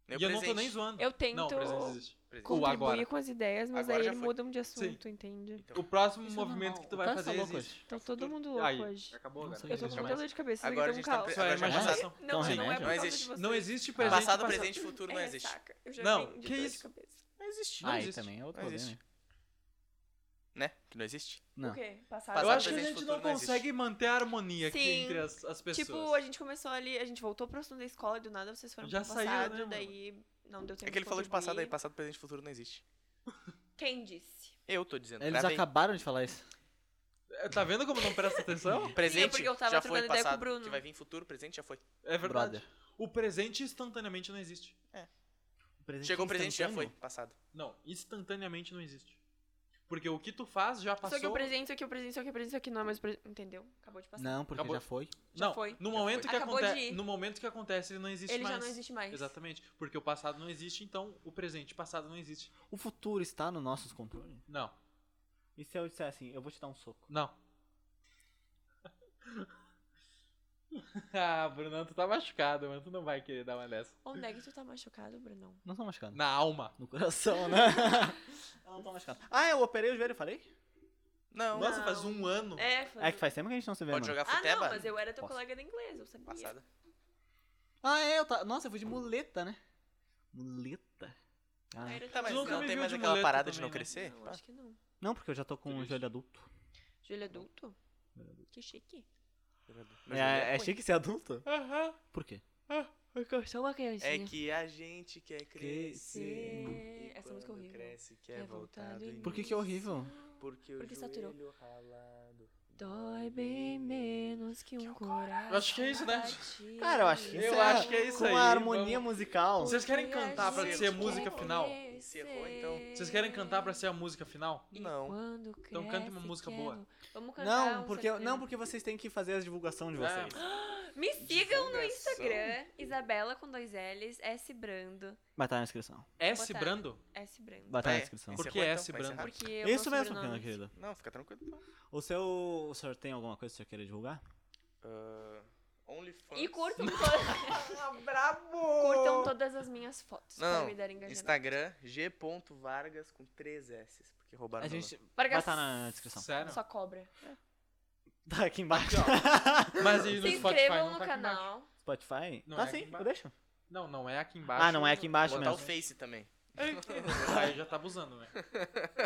S1: Nem o
S3: e eu não tô
S1: presente.
S3: nem zoando.
S2: Eu tento
S3: Não, o presente existe.
S1: Presente.
S3: Ou agora.
S2: contribuir com as ideias, mas
S1: Agora
S2: aí
S1: já
S2: ele
S1: foi.
S2: mudam de assunto, entende?
S1: Então,
S3: O próximo
S4: Isso é
S3: movimento
S4: normal.
S3: que tu
S4: O
S3: vai
S4: cara tá
S3: fazer
S4: louco
S3: existe.
S2: Tá todo mundo louco
S3: Aí,
S2: hoje.
S3: acabou
S4: Não
S3: agora.
S4: sei,
S2: Eu tô
S4: gente.
S2: com muita dor de cabeça,
S1: Agora a
S2: então
S1: gente tá
S2: calma.
S3: Isso é
S1: agora a gente tá-
S3: imaginação.
S2: Não,
S4: Então,
S2: não, é
S4: remédio?
S2: por
S1: Não
S2: causa de
S1: existe.
S2: vocês.
S3: Não existe presente
S1: Passado,
S3: passado.
S1: presente e futuro não
S2: É,
S1: existe.
S2: saca, Eu já
S3: Não,
S2: vim de
S3: que
S2: dor
S3: isso?
S2: de cabeça.
S1: Não existe.
S3: Não
S4: ah,
S3: existe.
S4: aí também é outro
S1: Não
S4: problema.
S1: existe. Né? Que não existe?
S4: Não.
S2: O quê? Passado.
S3: Eu
S1: Passado,
S3: acho que a
S1: presente e
S3: gente
S1: futuro
S3: não
S1: não existe.
S3: consegue manter a harmonia aqui
S2: Sim.
S3: entre as, as pessoas.
S2: Tipo, a gente começou ali, a gente voltou pro assunto da escola e do nada vocês foram
S3: Já
S2: pro
S3: saiu,
S2: passado,
S3: né, mano?
S2: daí não deu tempo
S1: É que ele falou de passado aí.
S2: contribuir.
S1: Passado, presente e futuro não existe.
S2: Quem disse?
S1: Eu tô dizendo.
S4: Eles
S1: Gravei.
S4: acabaram de falar isso.
S3: É, Tá vendo como não presta atenção?
S1: Presente
S2: é porque eu tava
S1: já foi
S2: trocando ideia com o
S1: passado.
S2: Bruno.
S1: Que vai vir futuro, presente já foi.
S3: É verdade.
S4: Brother.
S3: O presente instantaneamente não existe.
S1: Chegou o presente já foi.
S4: instantâneo?
S1: Passado.
S3: Não, instantaneamente não existe. Porque o que tu faz já
S2: Só
S3: passou.
S2: que o presente, só que o presente, só que o presente, só que não é mais o presente. Entendeu? Acabou de passar.
S4: Não, porque
S3: Acabou.
S4: já foi.
S2: já
S3: não,
S2: foi.
S3: No
S1: Já
S3: momento,
S1: foi.
S3: Que
S2: Acabou
S3: aconte-
S2: de ir.
S3: no momento que acontece, ele não existe
S2: ele
S3: mais.
S2: já não existe mais.
S3: Exatamente. Porque o passado não existe, então o presente passado não existe.
S4: O futuro está nos nossos controles.
S3: Não,
S4: E se eu disser assim, eu vou te dar um soco?
S3: não. ah, Brunão, tu tá machucado, mano. Tu não vai querer dar uma dessa.
S2: Onde é que tu tá machucado, Brunão?
S4: Não tô machucado.
S3: Na alma.
S4: No coração, né? eu não tô machucado. Ah, eu operei o joelho, falei?
S1: Não.
S3: Nossa, faz um ano.
S2: É, foi.
S4: É que faz tempo que a gente não se vê,
S1: Pode
S4: mano.
S1: jogar
S2: Ah, não,
S1: futeba?
S2: mas eu era teu
S4: Posso.
S2: colega de inglês, eu sabia.
S1: Passada.
S4: Ah, é, eu tá... Nossa, eu fui de muleta, né? Muleta. Ah,
S2: Eu era
S1: Tá,
S2: teu
S1: mas
S3: Tu nunca
S1: não
S3: me
S1: tem
S3: viu
S1: mais
S3: de
S1: aquela
S3: muleta
S1: parada de
S3: também,
S1: não
S3: né?
S1: crescer?
S2: Não,
S1: Pá.
S2: acho que não.
S4: Não, porque eu já tô com um
S3: Triste.
S4: joelho adulto.
S2: Joelho adulto? Que chique.
S1: Meu joelho
S4: É, é
S1: ruim.
S4: chique ser adulto?
S3: Aham.
S4: Por quê?
S2: Porque eu sou uma criancinha.
S1: É que a gente quer crescer.
S2: Crescer.
S1: e
S2: Essa música é
S1: quando
S2: horrível.
S1: Cresce, quer voltar do
S2: início.
S4: Por que que é horrível?
S1: Porque o
S2: Porque saturou.
S1: joelho ralado
S2: Dói bem menos que um coração.
S3: Eu acho que é isso, né?
S2: batido.
S4: Cara, eu acho que
S3: Eu
S4: isso é,
S3: acho que é isso
S4: com
S3: aí,
S4: a harmonia
S3: vamos.
S4: musical.
S3: Vocês querem
S2: Porque a
S3: cantar pra
S2: gente
S3: ser a
S2: quer
S3: música final?
S2: crescer.
S1: Encerrou, então.
S3: Vocês querem cantar pra ser a música final?
S2: E
S1: Não.
S2: quando
S3: Então canta uma
S2: cresce,
S3: música
S2: quero-
S3: boa.
S2: Vamos cantar
S4: Não,
S2: um
S4: porque,
S2: sertanejo.
S4: não, porque vocês têm que fazer a divulgação de
S3: É.
S4: vocês.
S2: Me sigam no
S1: Divulgação.
S2: Instagram, Isabela com dois L's, S Brando,
S4: Vai tá na descrição.
S3: É S.
S2: Botar.
S3: Brando?
S2: S Brando.
S4: Vai tá na
S1: É,
S4: descrição.
S3: Por
S1: encerrou,
S3: que
S1: então?
S3: esse
S1: Vai
S3: branco?
S1: encerrar?
S2: Porque eu
S4: Isso
S2: meu
S4: mesmo, Fernanda, querida.
S1: Não, fica tranquilo. então.
S4: O seu. O senhor tem alguma coisa que o senhor queira divulgar?
S1: Ah, OnlyFans.
S2: E curtam todas, curtam todas as minhas fotos
S1: Não,
S2: pra me darem engajamento.
S1: Instagram, g.vargas com 3 S. Porque roubaram
S4: A
S1: meu
S4: gente.
S2: Para
S4: Vai tá na descrição.
S3: Sério?
S2: Sua cobra.
S4: Tá aqui embaixo.
S3: Mas e no
S2: Se
S3: Spotify
S2: inscrevam
S3: não
S2: no
S3: tá aqui embaixo?
S2: canal.
S4: Spotify?
S3: Não,
S4: ah,
S3: é aqui
S4: sim,
S3: embaixo.
S4: eu deixo.
S3: Não, não é aqui embaixo.
S4: Ah, não é aqui
S1: nome.
S4: embaixo
S1: Botar o
S4: mesmo.
S1: Face também.
S3: Aí já tá abusando, né?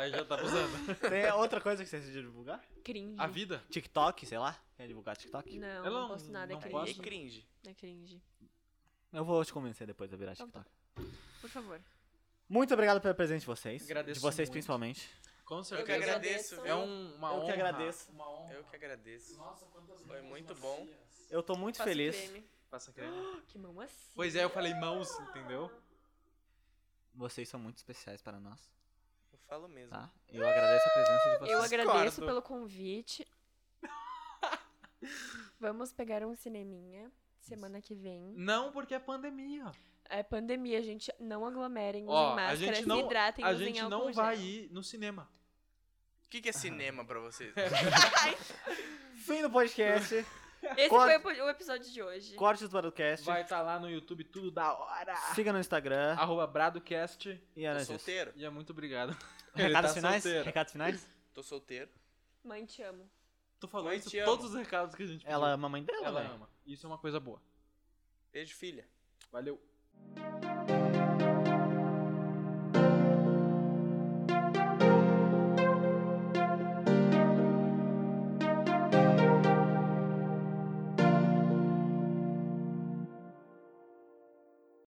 S3: Aí já tá abusando.
S4: Tem outra coisa que vocês querem divulgar?
S2: Cringe.
S3: A vida?
S4: TikTok, sei lá. Quer divulgar TikTok?
S2: Não,
S3: Ela
S2: não
S3: não-
S2: posto nada, é
S3: não
S2: cringe.
S3: posta?
S1: E cringe.
S2: É cringe.
S4: Eu vou te convencer depois a virar
S2: Então
S4: TikTok.
S2: Por favor.
S4: Muito obrigado pelo presente de vocês.
S3: Agradeço
S4: de vocês
S3: muito.
S4: principalmente.
S3: Com
S1: Eu que
S3: certeza.
S1: agradeço.
S2: agradeço.
S3: É um, uma
S4: Eu que
S3: honra.
S4: agradeço.
S3: Uma honra.
S1: Eu que agradeço.
S3: Nossa, quantas
S1: Foi
S3: mãos
S1: muito bom.
S3: macias.
S4: Eu tô muito
S2: Faço
S4: feliz.
S2: creme.
S3: Passa creme.
S2: Que mão assim.
S3: Pois é, eu falei mãos, entendeu?
S4: Vocês são muito especiais para nós,
S1: Eu falo mesmo.
S4: tá? Eu agradeço a presença de vocês.
S2: Eu agradeço
S3: discordo.
S2: pelo convite. Vamos pegar um cineminha semana que vem.
S3: Não, porque é pandemia.
S2: É pandemia, gente. Não aglomerem, usem
S3: Ó, a
S2: máscara,
S3: gente
S2: se
S3: não,
S2: hidratem,
S3: a
S2: usem
S3: gente
S2: álcool
S3: não
S2: gel.
S3: vai ir no cinema.
S1: O que, que é cinema pra vocês?
S4: Fim do podcast.
S2: Esse
S4: Corta.
S2: foi o, o episódio de hoje.
S4: Cortes do Barocast.
S3: Vai Ah, estar lá no YouTube tudo da hora.
S4: Siga no Instagram.
S3: Arroba Bradocast.
S4: E Ana
S1: Tô
S4: Jesus.
S1: solteiro.
S3: E é muito obrigado. Ele
S4: Recados
S3: tá
S4: finais?
S3: solteiro.
S4: Recados finais?
S1: Tô solteiro.
S2: Mãe, te amo.
S3: Tu falou
S1: Mãe,
S3: isso
S1: te amo.
S3: todos os recados que a gente pediu.
S4: Ela é a mamãe dela,
S3: Ela
S4: velho.
S3: ama. Isso é uma coisa boa.
S1: Beijo, filha.
S3: Valeu.